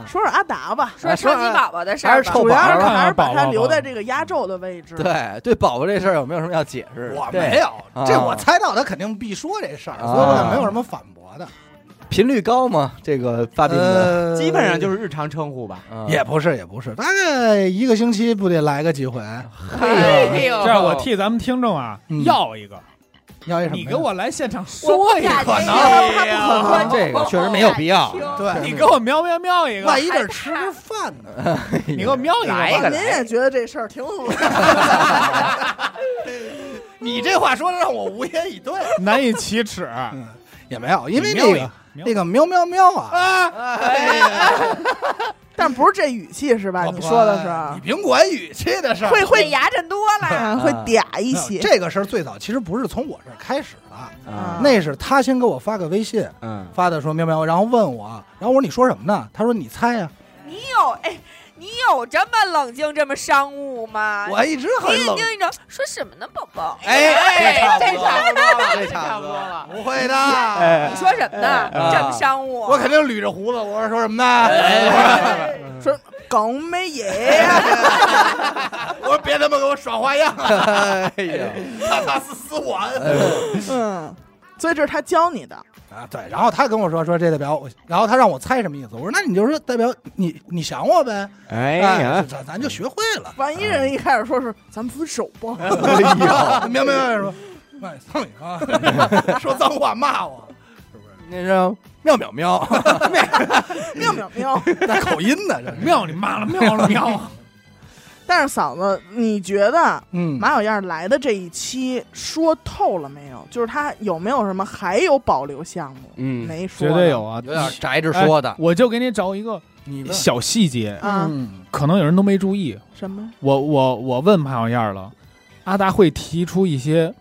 S4: 说说阿达吧，
S3: 说超级宝宝的事
S1: 还
S3: 儿
S1: 是
S3: 吧。
S1: 臭
S4: 主
S1: 宝
S4: 要啊是
S1: 宝。
S4: 还是把
S2: 宝宝
S4: 他
S2: 吧
S4: 留在这个压轴的位置。
S1: 对对，宝宝这事儿有没有什么要解释的？
S5: 我没有，
S1: 对
S5: 这
S1: 啊
S5: 我猜到他肯定必说这事儿，所以我俩没有什么反驳的。
S1: 频率高吗？这个发病的
S5: 呃
S6: 基本上就是日常称呼吧。
S1: 啊
S5: 也不是也不是，呃大概一个星期不得来个几回？
S3: 哎呦
S2: 这样我替咱们听众啊
S5: 嗯
S2: 要一个，
S5: 要一什么呀？
S2: 你给我来现场说
S3: 我
S2: 一个，
S3: 感觉
S1: 可能
S3: 他
S4: 不
S6: 啊
S4: 可能
S1: 啊这个确实没有必要。
S5: 对，
S2: 你给我喵喵喵一个
S5: 嗯万，一这儿吃着饭呢？
S4: 哎
S2: 你给我喵一个吧，
S6: 来一个
S4: 您也觉得这事儿挺恶心，
S5: 你这话说的让我无言以对，
S2: 难以启齿。
S5: 也没有，因为那
S2: 喵一
S5: 个那个喵喵喵啊，
S2: 啊，
S5: 哎呀，
S4: 但不是这语气是吧？
S5: 我
S4: 你
S5: 不
S4: 说的
S5: 你
S4: 是
S5: 甭管语气的事儿，
S4: 会
S3: 会
S4: 会
S3: 牙碜多了。
S4: 啊会嗲一
S5: 没有
S4: 些，
S5: 这个事儿最早其实不是从我这儿开始的，
S4: 啊
S5: 那是他先给我发个微信，
S6: 嗯，
S5: 发的说喵喵，然后问我，然后我说你说什么呢？他说你猜呀、
S3: 你有哎，你有这么冷静、这么商务吗？
S5: 我一直很
S3: 你你
S5: 冷。
S3: 你着说什么呢，宝宝？
S5: 哎
S3: 哎，
S5: 这
S3: 这场
S5: 不多了，这差不多了，不会的。
S3: 你说什么呢？
S5: 啊
S1: 哎
S3: 这么商务？
S5: 哎我肯定捋着胡子，我说什么呢？
S2: 哎
S4: 哎说狗没爷呀，
S5: 我说别他妈给我耍花样，
S1: 哎呀，
S5: 踏踏死死我。
S4: 嗯，所以这是他教你的，
S5: 啊，对，然后他跟我说说这代表我，然后他让我猜什么意思，我说那你就说代表你你想我呗，
S6: 哎
S5: 哎
S6: 呀，，
S5: 咱咱就学会 了。
S4: 万一人一开始说是咱们分手吧，
S5: 哎呦，明白明白说，卖苍蝇啊， 说脏话骂我，是不是？
S1: 哎那是妙妙妙，
S4: 妙妙妙。
S5: 带口音呢，这是。
S2: 妙你妈了，妙了妙了！
S4: 但是嫂子，你觉得
S5: 嗯，
S4: 马小燕来的这一期说透了没有？就是她有没有什么还有保留项目
S6: 嗯，
S4: 没说？
S2: 绝对。有啊，
S1: 有点宅着说的。
S2: 我就给你找一个
S5: 你呢
S2: 小细节，
S4: 啊，
S5: 嗯，
S2: 可能有人都没注意。
S4: 什么？
S2: 我我我问马小燕了，阿达会提出一些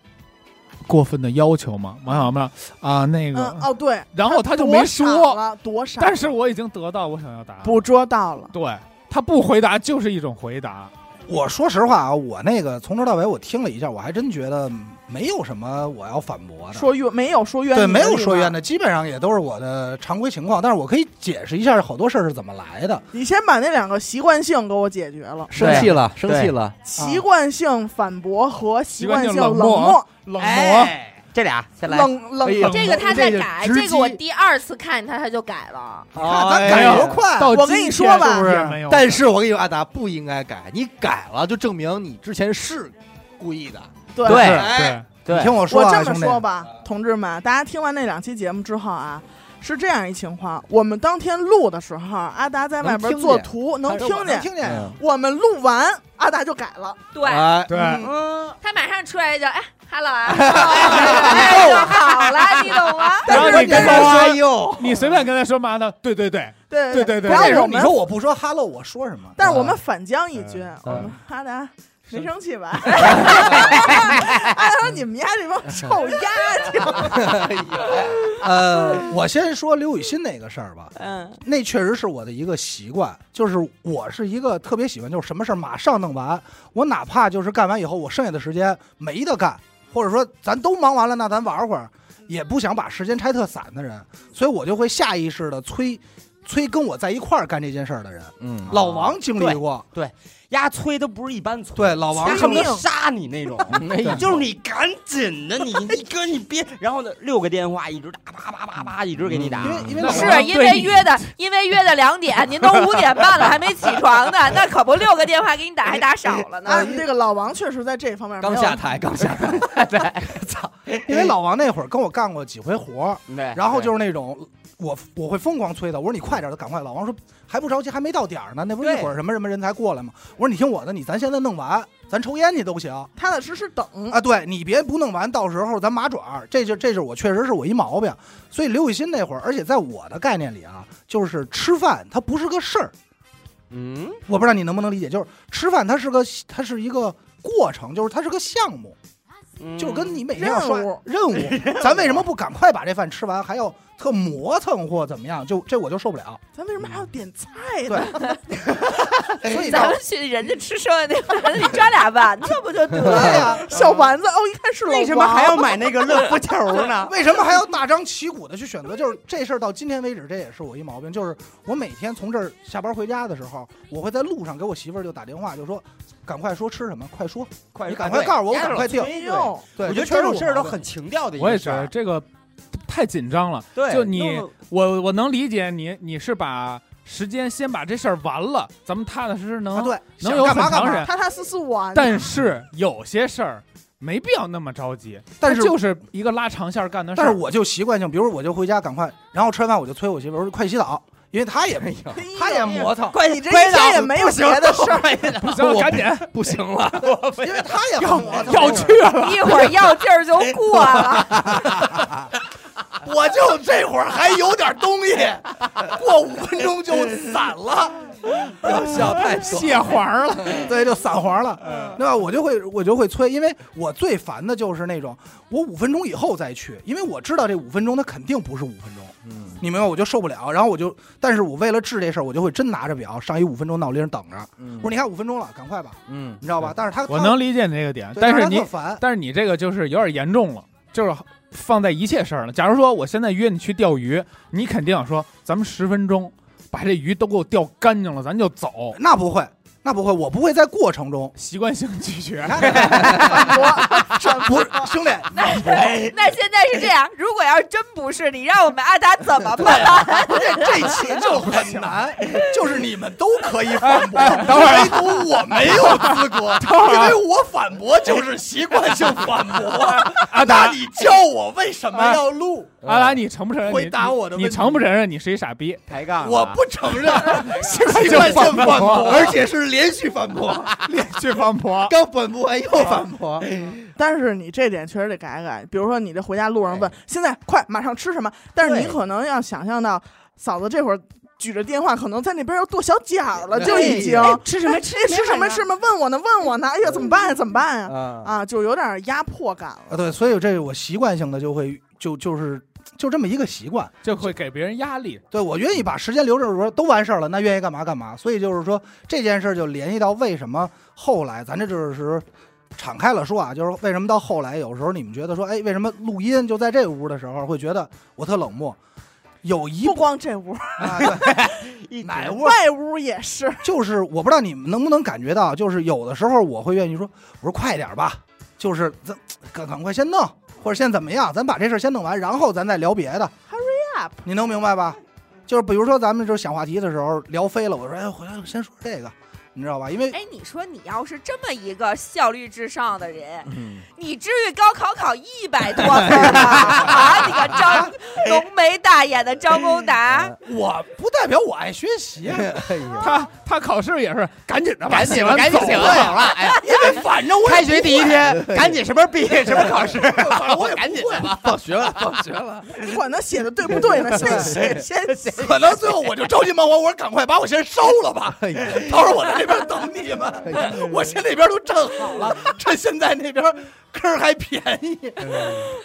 S2: 过分的要求吗？马小燕说啊，那个，
S4: 嗯，哦对，
S2: 然后他
S4: 她
S2: 就没
S4: 多傻
S2: 说，
S4: 了，多傻，
S2: 但是我已经得到我想要答案。
S4: 捕捉到了。
S2: 对他不回答就是一种回答，
S5: 我说实话啊，我那个从头到尾我听了一下，我还真觉得没有什么我要反驳的。
S4: 说冤没有说冤，
S5: 对，没有说冤
S4: 的
S5: 的，基本上也都是我的常规情况，但是我可以解释一下好多事儿是怎么来的。
S4: 地方。你先把那两个习惯性给我解决了，
S1: 生气了，生气了，
S4: 习惯性反驳和习惯性
S2: 习惯性冷
S4: 漠
S2: 漠，冷
S4: 哎
S2: 漠。
S6: 这俩先来，
S4: 冷冷
S1: 哎呀
S3: 这个他在改，
S5: 这个直
S3: 这
S5: 击
S3: 个我第二次看他他就改了。
S1: 啊
S5: 看咱改
S2: 哎呦
S5: 多快啊！
S2: 到
S4: 我跟你说吧
S2: 今天是不是没有？
S1: 但是我跟你说，阿达不应该改，你改了就证明你之前是故意的。
S4: 对
S6: 对
S2: 对哎
S5: 你
S6: 对
S5: 听，我说
S4: 哎我
S5: 啊，
S4: 这么
S5: 兄弟
S4: 说，吧，同志们，大家听完那两期节目之后啊，是这样一情况：我们当天录的时候，阿达在外边
S1: 能听见
S4: 做图，能
S5: 哎
S4: 听
S5: 我
S4: 见。
S5: 听见呀。
S4: 我们录完，阿达就改了。
S3: 对，
S1: 哎，
S2: 对，
S5: 嗯，
S3: 他马上出来就哎，hello 啊，哎就好了，你懂吗？
S2: 然后你跟他说
S1: 哎呦，
S2: 你随便跟他说嘛的，对对对，
S4: 对
S2: 对
S4: 对
S2: 对对
S4: 然
S5: 那时
S4: 后
S5: 候
S4: 我
S5: 你
S4: 们
S5: 说，我不说 hello，我说什么？
S4: 但是我们反将一军，我
S1: 嗯
S4: 们阿达没生气吧？ 阿达说：“你们家这帮臭丫头。
S5: 呃，我先说刘雨欣那个事儿吧，
S3: 嗯，
S5: 那确实是我的一个习惯，就是我是一个特别喜欢，就是什么事儿马上弄完，我哪怕就是干完以后，我剩下的时间没得干，或者说咱都忙完了，那咱玩会儿，也不想把时间拆特散的人，所以我就会下意识的催，催跟我在一块儿干这件事儿的人。
S1: 嗯，
S5: 老王经历过，
S6: 压催都不是一般催，
S5: 对老王
S6: 恨不
S4: 命
S6: 得杀你那种。
S1: 哎呀，
S6: 就是你赶紧的，你 你哥你别，然后呢六个电话一直打，叭叭叭叭一直给你打
S5: 因，为因为老
S2: 那
S5: 王
S3: 是因为约的，因为约的两点，您都五点半了还没起床呢， 那可不六个电话给你打还打少了”
S4: 啊
S6: 呃
S3: 呢。，
S4: 这个老王确实在这方面没有
S1: 刚下 台，刚下台，
S5: 因为老王那会儿跟我干过几回活儿，
S6: 对
S5: 然后就是那种我我会疯狂催他，我说你快点的，赶快！老王说还不着急，还没到点儿呢，那不是一
S6: 对
S5: 会儿什么什么人才过来吗？我说你听我的，你咱现在弄完，咱抽烟去都行
S4: 踏踏实实等。
S5: 啊！对你别不弄完，到时候咱麻爪儿，这就这是我确实是我一毛病。所以刘雨欣那会儿，而且在我的概念里啊，就是吃饭它不是个事儿，
S6: 嗯，
S5: 我不知道你能不能理解，就是吃饭它是个它是一个过程，就是它是个项目。就是跟你每天要刷
S4: 任务
S5: 任务，咱为什么不赶快把这饭吃完，还要特磨蹭或怎么样？就这我就受不了。
S4: 咱为什么还要点菜呢？
S5: 所以
S3: 咱
S5: 到
S3: 们去人家吃剩下那碗，你抓俩丸子不就得
S5: 对
S3: 了？
S5: 呀，
S4: 小丸子哦，一看是老
S6: 嗯为什么还要买那个乐福球 呢？
S5: 为什么还要大张旗鼓的去选择？就是这事儿到今天为止，这也是我一毛病，就是我每天从这儿下班回家的时候，我会在路上给我媳妇儿就打电话，就说赶快说吃什么，快说，
S6: 快
S2: 哎
S5: 你赶快告诉我，我赶快定。
S4: 没用？
S5: 对，
S6: 我觉得
S5: 确实
S6: 这种事儿都
S5: 我毛病
S6: 很情调的一
S2: 我也
S6: 个事
S2: 觉得
S6: 儿。
S2: 这个太紧张了。
S6: 对，
S2: 就你
S6: 弄得
S2: 我我能理解你，你是把时间先把这事儿完了，咱们踏踏实实能。
S5: 啊，对，
S2: 能
S5: 想
S2: 有
S5: 干嘛
S2: 很
S5: 干
S2: 长
S5: 嘛。
S2: 远，
S4: 踏踏实实玩。
S2: 但是有些事儿没必要那么着急，
S5: 但是
S2: 它就是一个拉长线儿干的事
S5: 但
S2: 儿。
S5: 是我就习惯性，比如我就回家赶快，然后吃完饭我就催我媳妇儿我说快洗澡，因为他也没
S1: 有，
S2: 哎
S5: 他也磨蹭，
S4: 关你这
S1: 歪
S4: 一天也没有别的事儿，
S2: 不行，赶 紧
S1: 不行了，
S5: 因为他也
S2: 哎要
S5: 很磨蹭。
S2: 要
S5: 这
S2: 去
S5: 会儿
S2: 了，
S3: 一会儿药劲儿就过了，
S5: 我就这会儿还有点东西，过五分钟就散了，
S1: 要笑太嗯爽。
S2: 蟹黄了，
S5: 对，就散黄了，对吧？我就会我就会催，因为我最烦的就是那种我五分钟以后再去，因为我知道这五分钟它肯定不是五分钟，
S1: 嗯，
S5: 你明白？我就受不了，然后我就，但是我为了治这事儿，我就会真拿着表上一五分钟闹铃等着。
S1: 嗯
S5: 我 说你看五分钟了，赶快吧，
S1: 嗯
S5: 你知道吧？但是他
S2: 我
S5: 他
S2: 能理解你这个点，
S5: 对
S2: 但是
S5: 他
S2: 你
S5: 特烦，
S2: 但是你这个就是有点严重了，就是放在一切事儿了。假如说我现在约你去钓鱼，你肯定说咱们十分钟把这鱼都给我钓干净了，咱就走。
S5: 那不会，那不会，我不会在过程中。
S2: 习惯性拒绝
S5: 你， 看，不是兄弟，
S3: 那 那现在是这样，如果要是真不是你，让我们阿达怎么办？
S5: 这这期就很难，就是你们都可以反驳，
S2: 哎啊
S5: 唯独我没有资 格，因为我反驳就是习惯性反驳。
S2: 阿
S5: 那
S2: 达
S5: 你叫我为什么要录？
S2: 阿达，你承不哎承认你？
S5: 回答我的
S2: 你
S5: 问
S2: 你
S5: 题啊
S2: 承不承认你是一傻逼？
S6: 抬杠
S5: 我不承 认，习惯
S2: 性反驳
S5: 性反驳，而且是连续 反驳，
S2: 去放婆，
S5: 刚反驳完又反驳。
S4: 但是你这点确实得改改，比如说你这回家路上问，现在快马上吃什么？但是你
S6: 哎对
S4: 可能要想象到嫂子这会儿举着电话，可能在那边要跺小脚了，就已经
S6: 哎吃什么 吃
S4: 哎吃什么吃什么？问我呢，问我呢，哎呀，怎么办呀？怎么办呀？
S1: 啊，
S4: 啊，就有点压迫感了。
S5: 啊，对，所以这我习惯性的就会就就是就这么一个习惯。
S2: 就会给别人压力。
S5: 对我愿意把时间留着，我说都完事儿了，那愿意干嘛干嘛。所以就是说这件事儿就联系到为什么后来咱这就是敞开了说啊，就是为什么到后来有时候你们觉得说，哎，为什么录音就在这屋的时候会觉得我特冷漠？有一
S4: 不光这屋，
S5: 啊，对哪屋
S4: 外屋也是。
S5: 就是我不知道你们能不能感觉到，就是有的时候我会愿意说，我说快点儿吧，就是咱赶赶快先弄，或者先怎么样，咱把这事儿先弄完，然后咱再聊别的。
S4: Hurry up
S5: 你能明白吧？就是比如说咱们就是想话题的时候聊飞了，我说哎，回来先说这个，你知道吧？因为
S3: 哎，你说你要是这么一个效率至上的人，
S1: 嗯
S3: 你至于高考考一百多分儿吗？啊，你个张浓眉大眼的张功达，
S5: 我不代表我爱学习，
S1: 哎呀，
S2: 他他考试也是赶紧的吧，
S6: 赶紧
S2: 写
S6: 吧，
S2: 完
S6: 赶紧
S2: 走
S6: 写
S2: 了
S6: 完走了。哎，
S5: 因为反正我也
S6: 开学第一天，赶紧什么时候毕业，什么时候考试啊？
S5: 我也
S6: 赶紧吧。
S1: 放学了，放学了，
S4: 你管他写的对不对呢？先写，先写。
S5: 可能最后我就着急忙慌，我说赶快把我先烧了吧，
S1: 哎呀，
S5: 到时候我在这边等你们，我先那边都站好了，趁现在那边坑儿还便宜，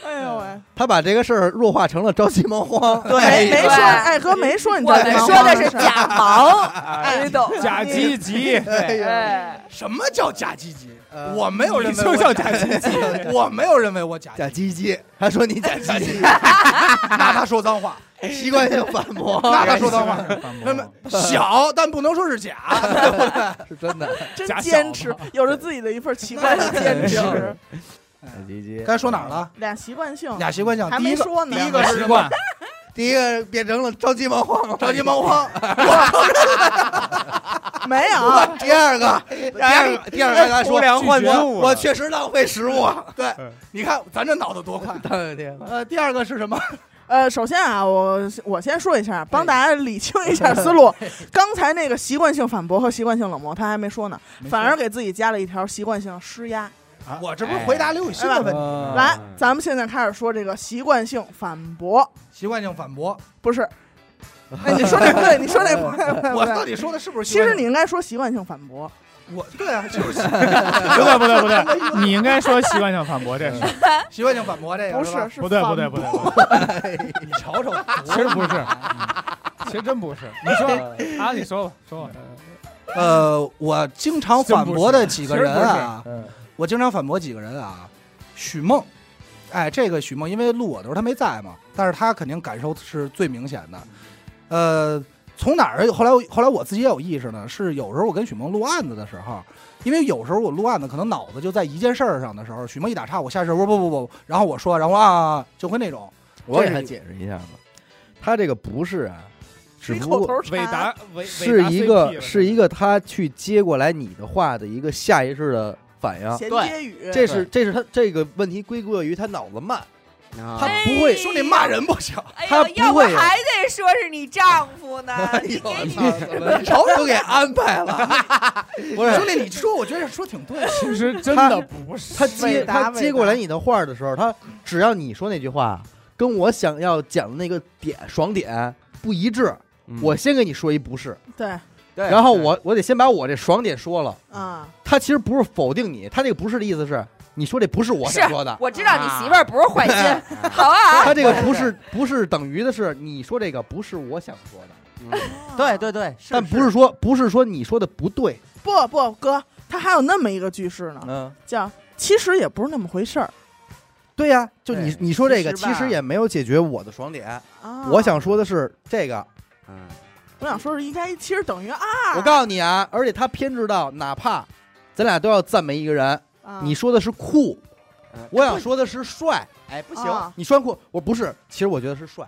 S4: 哎呦喂，
S1: 他把这个事儿弱化成了着急忙慌，
S4: 没没
S3: 对
S4: 说，哎哥没说你
S3: 我
S4: 着急
S3: 们
S4: 忙
S3: 说
S4: 慌
S3: 的
S4: 的
S3: 是
S4: 事儿
S3: 假忙，你懂？
S2: 假积极，
S3: 哎，
S5: 什么叫假积极？我呃没有认为
S2: 就
S5: 我
S2: 叫假积极。
S5: 我没有认为我假积极，
S1: 假鸡鸡，他说你假鸡鸡，
S5: 那他说脏话，
S1: 习惯性反驳，
S5: 那他说脏话，
S2: 那
S5: 那么小，但不能说是假。
S1: 是真的，
S4: 真
S2: 假
S4: 坚
S2: 小
S4: 持，有着自己的一份奇怪的坚持
S1: 是。
S6: 嗯
S1: 假
S6: 哎
S1: 鸡鸡。
S5: 该说哪儿？了？
S4: 俩习惯性，
S5: 俩习惯性，
S4: 还
S5: 第一
S4: 没
S5: 个
S4: 说呢。
S5: 第一个是
S2: 习惯，
S1: 第一个变成了着急忙慌了，
S5: 着急忙慌，
S4: 没有，
S1: 第二个， 第二个，第二个，他说
S6: 换
S1: 拒绝
S6: 宿
S1: 我确实浪费食物啊。
S5: 对，你看咱这脑子 多快。
S1: 当然天，
S5: 呃，第二个是什么？
S4: 呃，首先啊，我我先说一下，帮大家理清一下思路。刚才那个习惯性反驳和习惯性冷漠，他还没说呢，反而给自己加了一条习惯性施压。
S5: 我这不是回答刘雨欣的问题，
S1: 嗯
S4: 来，咱们现在开始说这个习惯性反驳，
S5: 习惯性反驳。
S4: 不 是？哎，你说那不对，你说那不对不对，不
S5: 我到
S4: 对。
S5: 底说的是不是习
S4: 其
S5: 惯
S4: 实
S5: 性？
S4: 你应该说习惯性反驳，
S5: 我对啊，就是
S2: 呃不对不对不对，你应该说习惯性反驳这是，
S5: 习惯性反驳这个。
S4: 不
S5: 是吧
S4: 是，是
S2: 不对不对
S4: 反
S2: 不对，
S5: 你瞅瞅，
S2: 其实不是，其实真不是。你说啊，你说吧，说吧。
S5: 呃，我经常反驳的几个人啊，
S1: 嗯
S5: 我经常反驳几个人啊，许梦，哎，这个许梦因为录我的时候他没在嘛，但是他肯定感受是最明显的。呃，从哪儿？后来我后来我自己也有意识呢，是有时候我跟许梦录案子的时候，因为有时候我录案子可能脑子就在一件事儿上的时候，许梦一打岔，我下意识我说不不不，然后我说，然后啊，就会那种
S1: 我给他解释一下吧，他这个不是啊，只
S4: 一
S1: 不
S4: 口
S1: 过
S4: 头
S2: 伟
S4: 禅。
S2: 达哎伟
S1: 是一个是一
S2: 个
S1: 个他去接过来你的话的一个下意识的反应，
S4: 衔
S6: 对
S4: 接语，
S1: 这是这是他这个问题归过于他脑子慢，他
S6: 他
S1: 不会
S5: 兄弟骂人不行，
S3: 哎
S1: 他
S3: 呦，
S1: 不
S3: 要不
S1: 会有
S3: 还得说是你丈夫呢？你
S1: 哎
S3: 给你
S1: 啊
S5: 早就给安排了。不是兄弟，你说我觉得说挺对的，
S2: 其实真
S1: 他
S2: 的不是
S1: 他接
S4: 伟大
S1: 他
S4: 伟
S1: 接过
S4: 大
S1: 来你的话儿的时候，他只要你说那句话跟我想要讲的那个点爽点不一致，我先跟你说一不是，
S4: 对
S6: 对
S1: 然后我我得先把我这爽点说了。
S4: 啊，
S1: 他其实不是否定你，他这个不是的意思是，你说这不是我
S3: 是
S1: 想说的，
S3: 我知道你媳妇儿不是坏心，好啊不
S6: 啊
S3: 好？
S1: 他这个不是不是等于的是你说这个不是我想说的，
S6: 对对对，是
S1: 但不是说不是说你说的不对，
S4: 不不哥，他还有那么一个句式
S6: 啊
S4: 呢，
S1: 嗯，
S4: 叫其实也不是那么回事儿
S1: 对呀、就你
S6: 对
S1: 你说这个
S6: 其
S1: 其
S6: 实吧
S1: 实也没有解决我的爽点，
S4: 啊。
S1: 我想说的是这个，
S6: 嗯
S4: 我想说是一加一其实等于二。
S1: 我告诉你啊，而且他偏执到哪怕咱俩都要赞美一个人，
S4: 啊
S1: 你说的是酷
S6: 嗯，
S1: 我想说的是帅，
S6: 哎不
S4: 啊
S1: 你穿酷，我不是，其实我觉得是帅，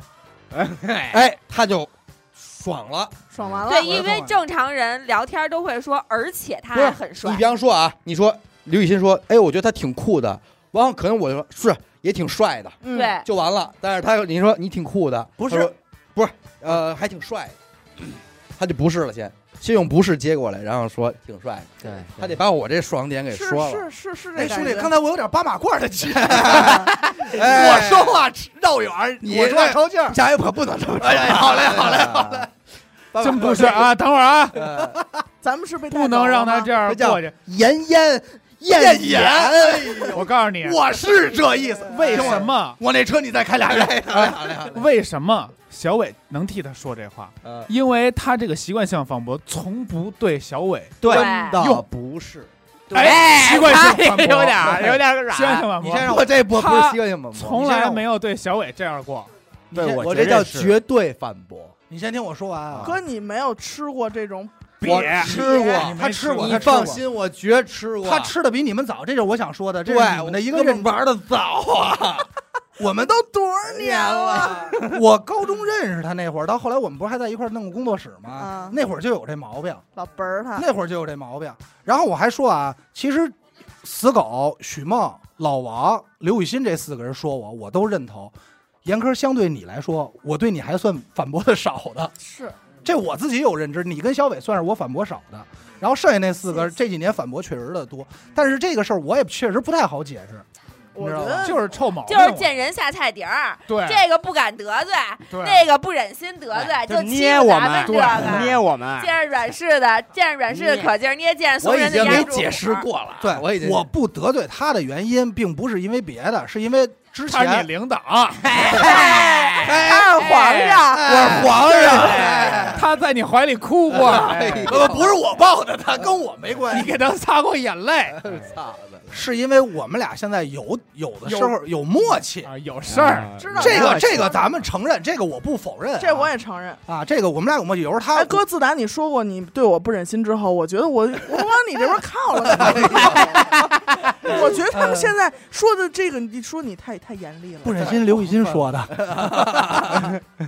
S6: 哎
S1: 哎，他就爽了。
S4: 爽完了，
S3: 对，因为正常人聊天都会说，而且他
S1: 不是
S3: 还很帅
S1: 你比。方说啊，你说刘雨欣说，哎，我觉得他挺酷的，然后可能我就说是也挺帅的，
S4: 嗯，
S3: 对，
S1: 就完了。但是他你说你挺酷的，
S6: 不
S1: 他
S6: 是
S1: 说不是，呃，还挺帅的他就不是了先，先用不是接过来，然后说挺帅的，
S6: 对，
S1: 他得把我这爽点给
S4: 是
S1: 说了。
S4: 是是是这
S5: 哎，兄弟，
S4: 感觉
S5: 刚才我有点八马褂的气，
S1: 哎
S5: 我说话绕远儿，
S1: 你
S5: 我说话
S1: 这
S5: 超劲儿。
S1: 下一可不能这么说。
S5: 哎好嘞，好嘞，
S1: 好嘞，
S2: 真不是啊！等会儿啊，
S1: 呃
S4: 咱们是被带
S2: 不
S4: 走
S2: 能
S4: 了
S2: 让他
S4: 吗
S2: 这样
S1: 这叫
S2: 过去。
S1: 妍妍
S5: 咽
S1: 妍
S5: 炎，哎
S2: 我告诉你，啊
S5: 我是这意思。
S2: 为
S5: 听我
S2: 什？么哎
S5: 我那车你再开俩月。
S2: 为什么小伟能替他说这话？
S1: 呃
S2: 因为他这个习惯性反驳，从不对小伟
S6: 对
S1: 真的
S2: 用
S1: 不是，
S2: 哎习惯性反驳
S6: 有点儿有点儿
S2: 习惯性
S6: 软，
S2: 反
S1: 你
S2: 驳
S1: 先，让我这不不是习惯性吗？
S2: 从来没有对小伟这样过。
S1: 对
S6: 对
S1: 我
S6: 我
S1: 这
S6: 觉
S1: 叫
S6: 得是
S1: 绝对反驳。
S5: 你先听我说完啊。
S4: 哥，你没有吃过这种
S1: 我
S2: 别
S1: 吃过，
S5: 他吃过，
S1: 你
S5: 他吃过
S1: 放，心，我绝吃过。
S5: 他 吃的比你们早，这就是我想说的。这
S1: 对
S5: 是你们的一个认知。
S1: 玩的早 啊，
S5: 我们都多少
S4: 年了？
S5: 我高中认识他那会儿，到后来我们不是还在一块儿弄过工作室吗
S4: 啊？
S5: 那会儿就有这毛病，
S4: 老本儿他
S5: 那会儿就有这毛病。然后我还说啊，其实死狗、许梦、老王、刘雨欣这四个人说我，我都认同。严科，相对你来说，我对你还算反驳的少的。
S4: 是
S5: 这我自己有认知，你跟小伟算是我反驳少的，然后剩下那四个这几年反驳确实的多，但是这个事儿我也确实不太好解释。
S4: 我
S5: 知
S4: 觉
S5: 道吧
S4: 得
S2: 就是臭毛病，
S3: 就是见人下菜碟儿，
S2: 对
S3: 这个不敢得罪，
S2: 对
S3: 那个不忍心得罪，
S6: 哎就
S3: 欺
S6: 捏
S3: 负
S6: 我
S3: 咱
S6: 们，
S3: 这个。
S6: 捏我们，
S3: 见着软柿的，见着软柿的
S6: 捏
S3: 可劲儿捏，见着
S1: 我
S3: 怂
S1: 已
S3: 人的
S1: 经
S3: 压
S1: 给
S3: 住。
S1: 解释。过了。
S5: 对，
S1: 我已经
S5: 我不得罪他的原因，并不是因为别的，是因为之
S2: 他是
S5: 前
S2: 你领导，
S3: 哎
S4: 他是皇上，
S5: 我 是皇上，
S2: 他在你怀里哭过，
S1: 哎
S5: 呃，不是我抱的，他跟我没关
S2: 你
S5: 系，
S2: 给他擦过眼泪
S1: 哎操的，
S5: 是因为我们俩现在有有的时候有默契，
S2: 啊，有事儿。
S4: 知道
S5: 这
S4: 我
S5: 个
S4: 也
S5: 这
S4: 承
S5: 个
S4: 认
S5: 咱们承认，这个我不否认啊，
S4: 这我也承认。
S5: 啊，这个我们俩有默契，有时候他
S4: 哎，哥，自打你说过你对我不忍心之后，我觉得我 我往你这边靠了。我觉得他们现在说的这个，你说你太太严厉了。
S5: 不忍心刘雨欣说的。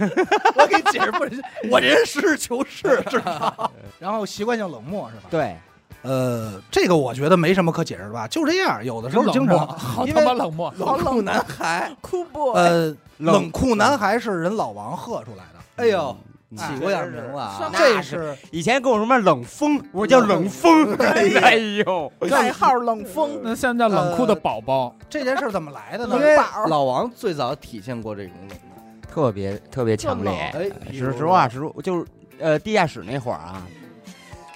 S5: 我给你解释不忍心，我这人实事求是，知道。 然后习惯性冷漠是吧？
S6: 对，
S5: 呃，这个我觉得没什么可解释的吧，就这样。有的时候
S2: 冷
S5: 经
S2: 漠，
S5: 常
S2: 好
S5: 因
S2: 他妈
S5: 为
S2: 冷漠，
S4: 好冷
S1: 男孩，
S4: 酷不？
S5: 呃，冷
S6: 冷
S5: 酷男孩是人老王喝出来的，
S1: 哎呦，
S6: 嗯
S1: 起过点名了啊
S4: 是。
S5: 这嗯是
S6: 以前跟我说什么冷风，我叫冷风，哎呦，
S4: 外号冷风，
S2: 那现在冷酷的宝宝，
S5: 这件事儿怎么来的呢
S1: 因？为
S4: 冷宝
S1: 老王最早体现过这种冷漠。
S6: 特别特别强烈。
S1: 哎，比如
S6: 实实话实说，就是呃，地下室那会儿啊，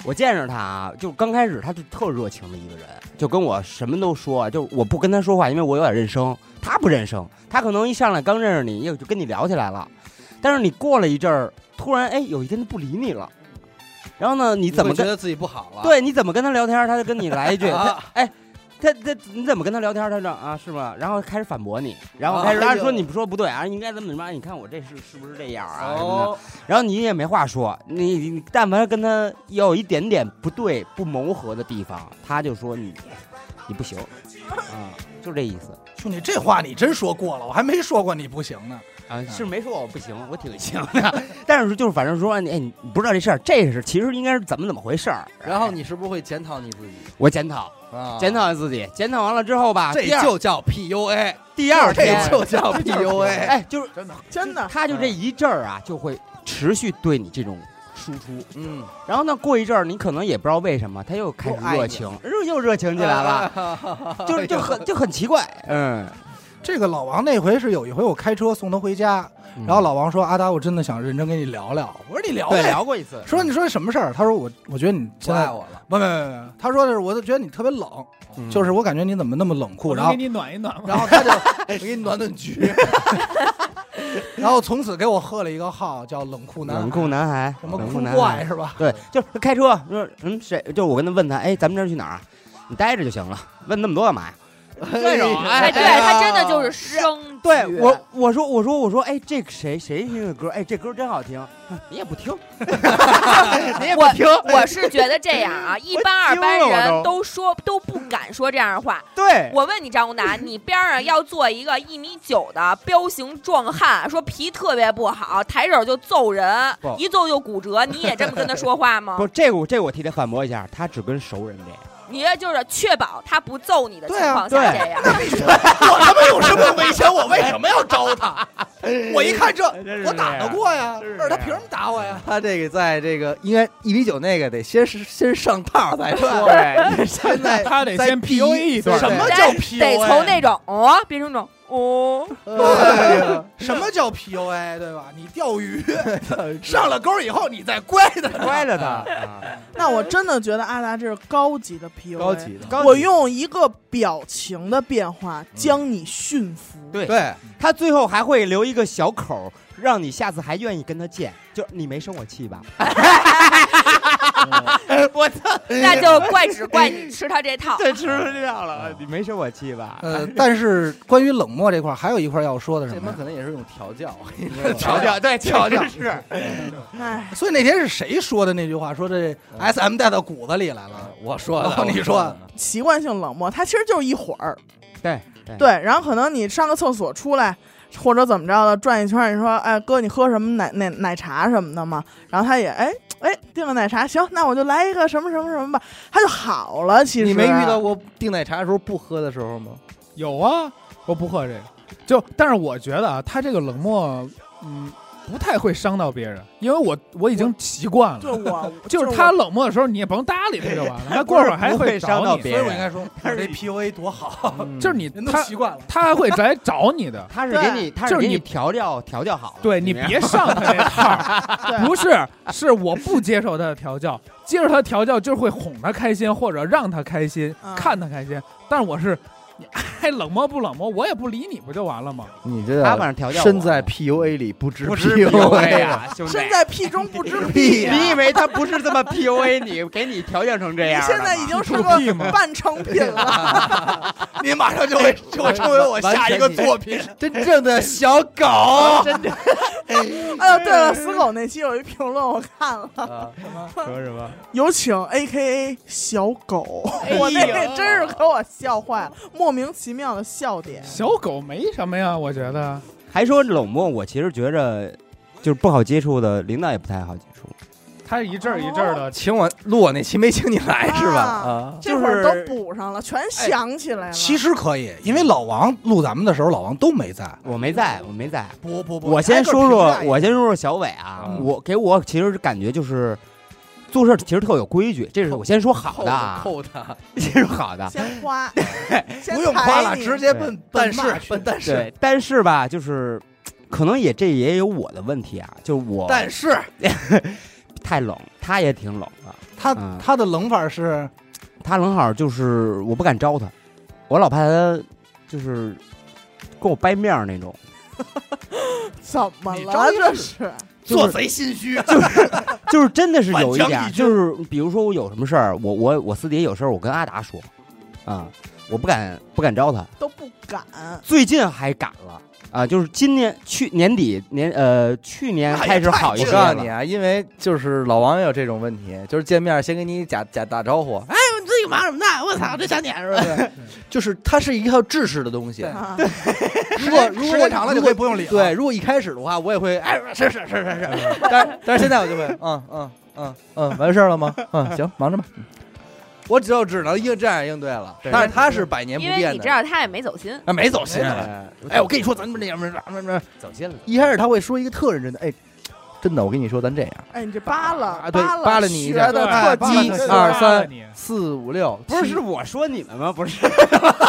S6: 我见着他啊，就刚开始他就特热情的一个人，就跟我什么都说，就我不跟他说话，因为我有点认生，他不认生，他可能一上来刚认识你，也就跟你聊起来了，但是你过了一阵儿，突然哎，有一天他不理你了，然后呢，你
S1: 你
S6: 怎么
S1: 会觉
S6: 跟
S1: 得自己不好啊了？
S6: 对你怎么跟他聊天，他就跟你来一句，他
S1: 啊
S6: 哎。他他你怎么跟他聊天？他说啊是吗？然后开始反驳你，然后
S1: 啊
S6: 开始
S1: 哎
S6: 他
S1: 呦
S6: 说你不说不对啊，应该怎么怎么样？你看我这是是不是这样啊？什么的。
S1: 哦，
S6: 然后你也没话说，你你但凡跟他有一点点不对、不谋合的地方，他就说你你不行，啊，就这意思
S5: 兄弟，这话你真说过了，我还没说过你不行呢。
S6: 啊，是没说我不行，我挺行的， 但是就是反正说，哎，你不知道这事儿，这是其实应该是怎么怎么回事儿，哎
S1: 然后你是不是会检讨你自己？
S6: 我检讨，
S1: 啊
S6: 检讨一下自己，检讨完了之后吧，
S1: 这
S6: 第二
S1: 就叫 PUA，
S6: 第二
S1: 这
S6: 天，
S1: 就叫 PUA。
S6: 哎，就是
S2: 真的，
S4: 真的，
S6: 他就这一阵儿啊，就会持续对你这种输出，
S1: 嗯，
S6: 然后呢，过一阵儿你可能也不知道为什么，他又开始热情，又又热情起来了，
S1: 了
S6: 就就很就很奇怪，嗯，
S5: 这个老王那回是有一回我开车送他回家，
S6: 然
S5: 然后老王说：“阿达，我真的想认真跟你聊聊。”我说：“你聊
S6: 对
S5: 呗。
S6: 聊过一次”，
S5: 说：“你说什么事儿？”他说：“我我觉得你
S1: 不
S5: 现在
S1: 爱我了。
S5: 不不不不，他说的是我就觉得你特别冷，
S6: 嗯
S5: 就是我感觉你怎么那么冷酷。”
S2: 我
S5: 然
S2: 能
S5: 后
S2: 给你暖一暖吗？
S5: 然后他就
S1: 我给你暖暖局，
S5: 然后从此给我喝了一个号叫冷酷男孩，
S6: 冷酷男孩，
S5: 什么
S6: 冷
S5: 酷
S6: 酷男
S5: 怪
S6: 孩，
S5: 是吧？
S6: 对，就是他开车，说嗯谁，就是我跟他问他，哎，咱们这儿去哪儿啊？你待着就行了，问那么多干嘛呀？
S1: 这
S6: 种
S3: 哎，
S6: 哎
S3: 对
S6: 呀
S3: 他真的就是生
S6: 对
S3: 局
S6: 我，我说我说我说，哎，这个谁谁听的歌？哎，这歌真好听，你也不 听，你也不听，
S3: 我是觉得这样 啊，一般二班
S6: 惊了我
S3: 人
S6: 都
S3: 都说都不敢说这样的话。
S6: 对，
S3: 我问你张宏达，你边上要做一个一米九的彪形壮汉，说皮特别不好，抬手就揍人
S6: 不，
S3: 一揍就骨折，你也这么跟他说话 吗
S6: 不，？这个我这个我替他反驳一下，他只跟熟人这样。
S3: 你也就是确保他不揍你的情
S5: 对啊
S3: 况下
S6: 对
S3: 这样。
S5: 我他妈有什么危险？我为什么要招他？我一看这，我打得过呀，
S2: 真是
S5: 二他
S2: 这样
S5: 凭什么打我呀？
S1: 他这个在这个应该一米九那个得先是先上套再说。
S2: 对，
S1: 现 在
S2: 他得
S1: 在
S2: 先
S1: P-
S2: PUA 一段
S1: 什么
S3: 得
S5: 叫
S3: 哎得
S5: PUA
S3: 从那种哦变成那种哦，
S5: 对呀什么叫 PUA 对吧？你 钓鱼上了钩以后，你再乖的。
S6: 乖了他，
S4: 那我真的觉得阿达这是高级的 PUA，
S1: 高级的，
S4: 我用一个表情的变化将你驯服。
S6: 对
S1: 对，
S6: 他最后还会留一个小口，让你下次还愿意跟他见。就是你没生我 气吧？我操，
S3: 那就怪只怪你吃他这套。
S6: 这吃出这样了，啊你没生我气吧？
S5: 呃，但是关于冷漠这块儿，还有一块儿要说的是啊
S1: 这
S5: 什
S1: 门
S5: 么
S1: 可
S5: 呀？
S1: 能也是一种调 教，
S6: 调调，对，调调是，
S4: 哎，
S5: 所以那天是谁说的那句话？说这 S M 带到骨子里来了。
S1: 我说
S5: 哦
S1: 的，
S5: 你说
S1: 说
S5: 的
S4: 习惯性冷漠，它其实就是一会儿。
S6: 对
S4: 对，然后可能你上个厕所出来，或者怎么着的，转一圈儿，你说，哎，哥，你喝什么奶奶奶茶什么的嘛？然后他也，哎哎，订个奶茶，行，那我就来一个什么什么什么吧，他就好了。其实
S1: 你没
S5: 啊
S1: 遇到过订奶茶的时候不喝的时候吗？
S2: 有啊，我不喝这个。就但是我觉得啊，他这个冷漠，嗯，不太会伤到别人，因为我我已经习惯
S4: 就
S2: 了。
S4: 是我，
S2: 就是
S4: 我
S2: 他，冷漠的时候，你也甭搭理他就完了。他过会儿还
S6: 不会
S2: 找
S6: 伤到
S2: 你，
S6: 别
S5: 所以
S6: 人
S5: 我应该说，我这 PUA 多好，
S2: 就是你
S5: 人都
S2: 他
S5: 习惯了。
S2: 他还会来找你的。
S6: 他是
S4: 对
S6: 给你，他
S2: 就
S6: 是
S2: 是
S6: 给
S2: 你
S6: 你调调调教好了。
S2: 对你
S6: 明白
S2: 别上他这套儿，
S4: 对
S2: 不是，是我不接受他的调教，接受他的调教就是会哄他开心或者让他开心，
S4: 啊
S2: 看他开心。但是我是，你 爱冷漠不冷漠，我也不理你不就完了吗？
S1: 你这
S6: 他晚上调教我
S1: 身在 PUA 里不知
S6: 不是
S1: PUA 啊！
S6: 啊，兄弟
S4: 身。在屁中不知屁、呀
S6: 你以为他不是这么 PUA 你，给你调教成这
S4: 你
S6: 样的
S4: 现
S6: 吗？
S4: 在已经是
S2: 出屁
S4: 个
S2: 吗
S4: 半成品了，
S5: 你马上就
S1: 哎
S5: 会就会成为我下一个作品。
S1: 真正的小 狗，真
S4: 哎呦，对了，死狗那期有一评论我看了，
S1: 的
S6: 说什么？
S4: 有请 A K A 小狗， 我那个真是给我笑坏了，莫名其妙的笑点。
S2: 小狗没什么呀，我觉得。
S6: 还说冷漠，我其实觉着就是不好接触的领导也不太好接触。
S2: 他是一阵儿一阵儿的，
S1: 请我录我那期没请你来是吧？
S4: 啊
S1: 啊，
S4: 这会儿都补上了，全想起来了。
S5: 哎其实可以，因为老王录咱们的时候，老王都没在。
S6: 我没在，我没在。
S5: 不不
S6: 我先说说，我先说说小伟
S1: 啊
S6: 啊，我给我其实感觉就是做事其实特有规矩，这是我先说好的啊，
S1: 扣他，
S6: 这是好的。
S4: 先夸，先
S5: 不用夸了，
S4: 抬你
S5: 直接奔
S1: 但
S5: 奔骂
S1: 是
S5: 去。
S1: 但是
S6: 对，但是吧，就是可能也这也有我的问题啊，就是我
S5: 但是
S6: 太冷，他也挺冷的，
S5: 他
S6: 嗯
S5: 他的冷法是，
S6: 他正好就是我不敢招他，我老怕他就是跟我掰面儿那种。
S4: 怎么
S5: 你
S4: 了？
S5: 着急
S4: 这是
S6: 就是
S5: 做贼心虚，
S6: 就是真的是有一
S5: 顽
S6: 点
S5: 强
S6: 儿，
S5: 一致
S6: 就是比如说我有什么事儿，我我我私底下有事儿，我跟阿达说，啊，我不敢不敢招他。
S4: 都不敢。
S6: 最近还敢了啊，就是今年去年底年呃去年开始好一
S1: 我
S6: 些
S1: 告
S6: 了
S1: 诉你，啊，因为就是老王也有这种问题， 就是见面先给你假假打招呼，哎，你最近忙什么呢？我操，这小点是不是？ 就是它是一套制式的东西。
S4: 啊
S1: 如果如
S5: 时
S1: 果我
S5: 间长了就可以不用理了。
S1: 对，，如果一开始的话，我也会哎，是是是是嗯 是，但是但是现在我就会，嗯嗯嗯嗯，完事儿了吗？嗯，行，忙着吧。我只有只能应这样应对了。
S6: 对
S1: 但是他是百年不
S3: 因
S1: 变的，
S3: 为你知道他也没走心，
S1: 啊没走心啊。
S6: 哎，
S1: 哎，我跟你说，咱们这样不是不是 不是
S6: 走心了，
S1: 一开始他会说一个特认真的，哎，真的，我跟你说，咱这样，
S4: 哎，你这
S1: 啊
S4: 扒拉，
S1: 对
S4: 扒
S1: 扒
S4: 拉
S1: 拉你一
S4: 学
S1: 下
S4: 的
S5: 哎
S4: 特
S5: 扒拉
S4: 鸡
S1: 一
S5: 他
S4: 是
S1: 二
S4: 吧
S1: 三
S2: 你
S1: 四五六，
S6: 不是
S1: 七
S6: 是我说你们吗？不是，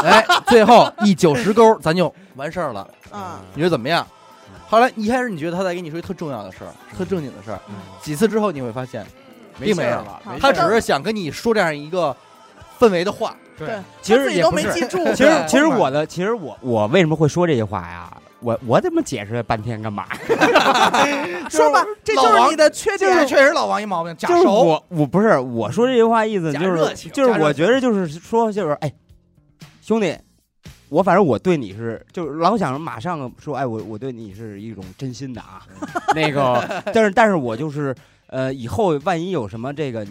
S1: 哎，最后一九十勾，咱就完事儿了。
S4: 啊，
S1: 你觉得怎么样？后来一开始你觉得他在跟你说一特重要的事儿，特正经的事儿，几次之后你会发现，并嗯没
S6: 事
S1: 有
S6: 儿了，没
S1: 他
S6: 事
S1: 只
S6: 儿
S1: 是
S6: 了
S1: 想跟你说这样一个氛围的话。
S2: 对
S6: 其
S4: 自
S6: 实
S4: 己
S6: 也
S4: 都
S6: 不
S4: 没
S6: 是。
S4: 记住。
S6: 其实
S1: 对
S6: 其实我的其实我我为什么会说这些话呀？我我怎么解释半天干嘛？
S4: 说吧，这就
S5: 老
S4: 是
S5: 王
S4: 你的缺
S5: 这是
S4: 点。
S5: 确实老王一毛病，假
S6: 就是
S5: 熟。
S6: 我我不是我说这句话意思
S1: 假
S6: 就
S1: 热
S6: 是
S1: 情
S6: 就是
S1: 假
S6: 我
S1: 热
S6: 觉得就是说就是哎，兄弟，我反正我对你是就是老想马上说哎我我对你是一种真心的 啊，那个但是但是我就是呃以后万一有什么这个。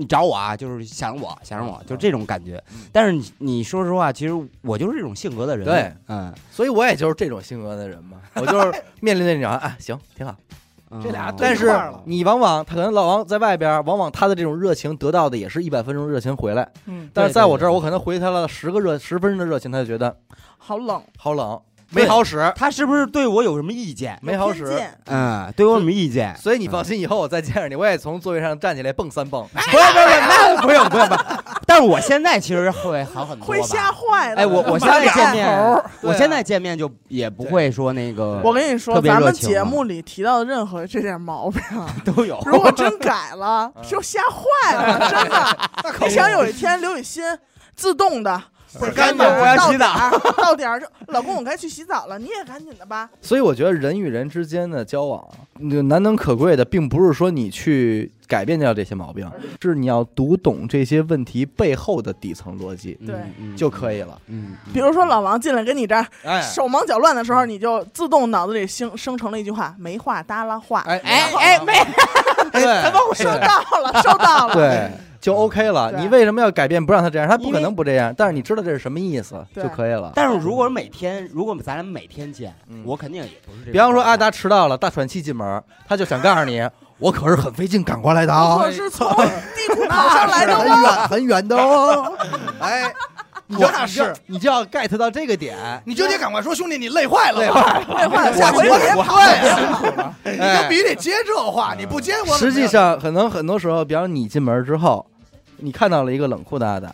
S6: 你找我啊，就是想我，想我，就这种感觉。
S5: 嗯
S6: 但是你你说实话，其实我就是这种性格的人。
S1: 对，
S6: 嗯，
S1: 所以我也就是这种性格的人 嘛，我就是面临那种啊，行，挺好。
S6: 嗯
S5: 这俩对
S1: 但
S5: 一块
S1: 是
S5: 儿了
S1: 你往往他可能老王在外边，往往他的这种热情得到的也是一百分钟热情回来，
S4: 嗯，
S1: 但是在我这儿，
S6: 对对对
S1: 我可能回他了十个热十分钟的热情，他就觉得
S4: 好冷，
S1: 好冷，
S6: 对
S1: 没好使，
S6: 他是不是对我有什么意见？
S1: 没好
S4: 偏
S1: 使。
S4: 见
S6: 嗯，对我有什么意见？
S1: 所以你放心，以后我再见着你，我也从座位上站起来蹦三蹦。
S6: 不是不是，那不用不用不用。但是我现在其实会好很多吧。
S4: 会吓坏的。
S6: 哎，我我现在见面，
S1: 对啊
S6: 我现在见面就也不会说那个，
S4: 我跟你说，
S6: 特别热
S4: 咱
S6: 情啊
S4: 们节目里提到的任何这点毛病，
S6: 都有。嗯
S4: 如果真改 了，就吓坏了，真的。
S5: 那可
S4: 你
S5: 不
S4: 想有一天刘雨欣自动 的。
S5: 是
S4: 赶
S5: 干
S4: 紧
S5: 净
S6: 我要洗澡
S4: 澡，到点儿就老公，我该去洗澡了，你也赶紧的吧。
S1: 所以我觉得人与人之间的交往，那难能可贵的，并不是说你去改变掉这些毛病，是你要读懂这些问题背后的底层逻辑
S4: 对
S6: 嗯
S1: 就可以。了。
S6: 嗯，嗯
S4: 比如说，老王进来跟你这儿
S1: 哎
S4: 手忙脚乱的时候，你就自动脑子里生生成了一句话：没话耷拉话。
S1: 哎
S6: 哎哎，没
S1: 对，怎么回
S4: 收到了，收到了。
S1: 对，就 OK 了。
S4: 对
S1: 你为什么要改变不让他这样？他不
S6: 因
S1: 可
S6: 为
S1: 能不这样，但是你知道这是什么意思
S4: 对
S1: 就可以了。
S6: 但是如果每天，如果咱俩每天见
S1: 嗯，
S6: 我肯定也不是这种。
S1: 比方说阿达迟到了，大喘气进门，他就想告诉你，我可是很费劲赶过来的
S4: 我
S1: 啊
S4: 可，是从地库跑上来的
S1: 很
S4: 哦。
S1: 远很远的 哦。哎，你
S5: 我那是，
S1: 你就要 get 到这个
S4: 哎
S1: 点。
S5: 你就得赶快说，兄弟，你累坏了，
S1: 累
S5: 坏了，
S4: 废话，下回别跑了。
S5: 你
S1: 哎
S5: 就必须得接这话，你不接我，
S1: 实际上，可能很多时候，比方你进门之后，你看到了一个冷酷的阿达，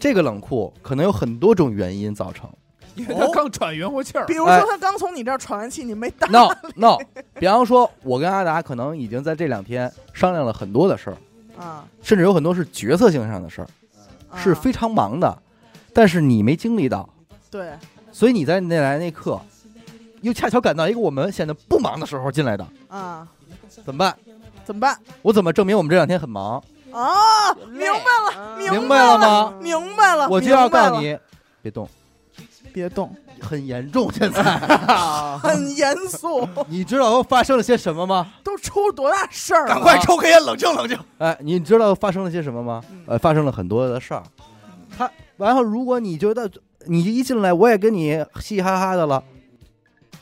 S1: 这个冷酷可能有很多种原因造成。
S2: 因为他刚喘匀乎气儿
S4: 比，如
S6: 哎
S4: 说他刚从你这儿喘完气，你没打，
S1: No No，比 方说，我跟阿达可能已经在这两天商量了很多的事儿，
S4: 啊，
S1: 甚至有很多是决策性上的事儿，
S4: 啊
S1: 是非常忙的，但是你没经历到，
S4: 对，
S1: 所以你在那来那刻，又恰巧赶到一个我们显得不忙的时候进来的，
S4: 啊，
S1: 怎么办？
S4: 怎么办？
S1: 我怎么证明我们这两天很忙？
S4: 啊，明白了，
S1: 明
S4: 白
S1: 白了吗？
S4: 明白了，
S1: 我就要
S4: 哦明白
S1: 告
S4: 了
S1: 诉，你，别动，
S4: 别动，
S1: 很严重现 在。
S4: 很严肃，
S1: 你知道又发生了些什么吗？
S4: 都出多大事儿
S5: 赶
S4: 了？
S5: 快抽根烟，冷静冷静。
S1: 哎，你知道发生了些什么吗？
S4: 嗯
S1: 呃，发生了很多的事儿。他，然后如果你觉得你一进来我也跟你嘻嘻哈哈的了，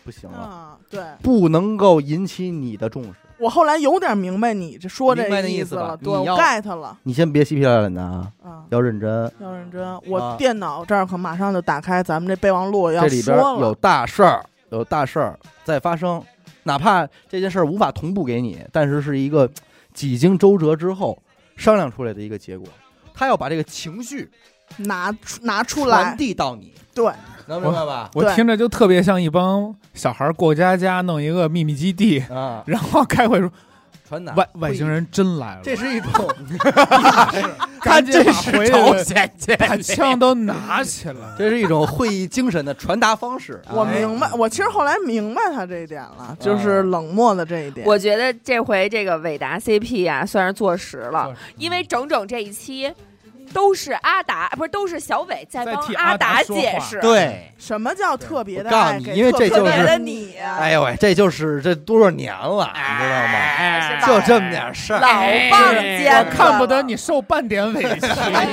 S1: 不行了，
S4: 啊，对
S1: 不能够引起你的重视。
S4: 我后来有点明白你这说这
S1: 明白那
S4: 意
S1: 意
S4: 思
S1: 思吧
S4: 了，
S1: 你
S4: 对我
S1: 要
S4: get 了
S1: 你先别嬉皮笑脸的啊，
S4: 啊。
S1: 要认真。
S4: 要认真，我
S1: 啊
S4: 电脑这儿可马上就打开咱们这备忘录，要
S1: 这里
S4: 说
S1: 边有
S4: 了，
S1: 大事儿，有大事儿在发生，哪怕这件事儿无法同步给你，但是是一个几经周折之后商量出来的一个结果。他要把这个情绪
S4: 拿出拿出
S1: 传
S4: 来，
S1: 递到你，
S4: 对，
S1: 能明白吧？
S2: 我
S4: 对
S2: 听着就特别像一帮小孩过家家弄一个秘密基地，
S1: 啊，
S2: 然后开会说
S1: 传达
S2: 外外星，人真来了，
S1: 这是一种
S2: 赶紧把回来的
S6: 显见
S2: 把枪都拿起来。
S1: 这是一种会议精神的传达方式。啊
S4: 我明白，我其实后来明白他这一点了，
S1: 啊
S4: 就是冷漠的这一点。
S3: 我觉得这回这个伟达 CP 啊，算是坐实了，因为整整这一期都是阿达，不是都是小伟在
S2: 在
S3: 帮
S2: 替
S3: 阿
S2: 阿达
S3: 达
S2: 说
S3: 解
S2: 话
S3: 释，
S6: 对，
S4: 什么叫特别的
S1: 我告诉
S4: 爱
S1: 你
S4: 给
S1: 因为
S4: 特
S1: 这
S4: 别
S1: 就
S3: 特别
S1: 是
S3: 的
S4: 的啊
S3: 你呀、
S1: 哎呦喂，这就是这多少年了，你知道吗？
S3: 哎
S1: 就这么点事儿，
S3: 老棒尖了，
S2: 哎我看不得你受半点委 屈，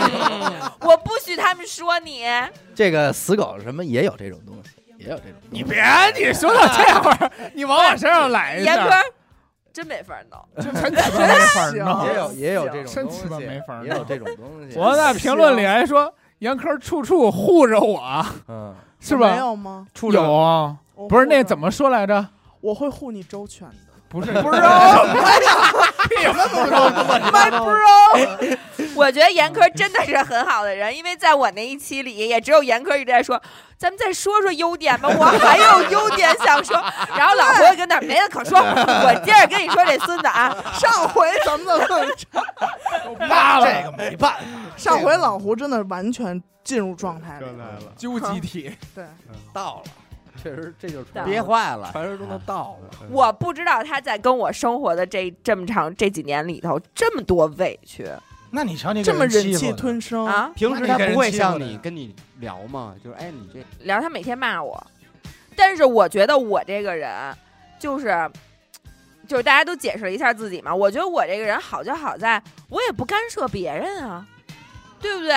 S3: 我不许他们说你。
S2: 哎
S1: 这个死狗什么也有这种东西，也有这种东西。
S2: 你别你说到这会儿，你往我身上来一
S3: 严
S2: 下
S3: 哥，真没法弄。
S2: 真他妈没法
S4: 行
S2: 弄。
S1: 也有也有这种
S2: 真
S1: 东西
S2: 鸡巴没法，弄
S1: 也有这种东西。
S2: 我在评论里还说杨科处处护着我，
S1: 嗯，
S2: 是
S4: 没
S2: 吧？
S4: 有吗？
S2: 处有啊，
S4: 我
S2: 不是
S4: 护
S2: 那
S4: 着
S2: 怎么说来着？
S4: 我会护你周全的。
S2: 不是
S5: 不知道
S4: My bro，
S3: 我觉得严科真的是很好的人，因为在我那一期里，也只有严科一直在说，咱们再说说优点吧，我还有优点想说。然后老胡也跟那儿没得可说，我接着跟你说这孙子啊，上回
S4: 咱们怎么
S2: 拉了
S5: 这个没办法，
S4: 上回老胡真的完全进入状态
S2: 这
S4: 了。
S2: 来了，究极体，
S4: 对，
S1: 到了，确实这就是传
S3: 别
S6: 憋坏了。啊
S1: 传说中的到了。嗯
S3: 我不知道他在跟我生活的这这么长这几年里头这么多委屈
S5: 那你瞧你给
S4: 这么
S5: 人
S4: 忍
S5: 欺
S4: 气
S5: 负的
S4: 吞声，
S3: 啊，
S6: 平时他不会像你
S5: 那
S6: 跟你聊嘛，就是哎，你这
S3: 然后他每天骂我，但是我觉得我这个人就是。就是大家都解释了一下自己嘛，我觉得我这个人好就好在，我也不干涉别人啊，对不对？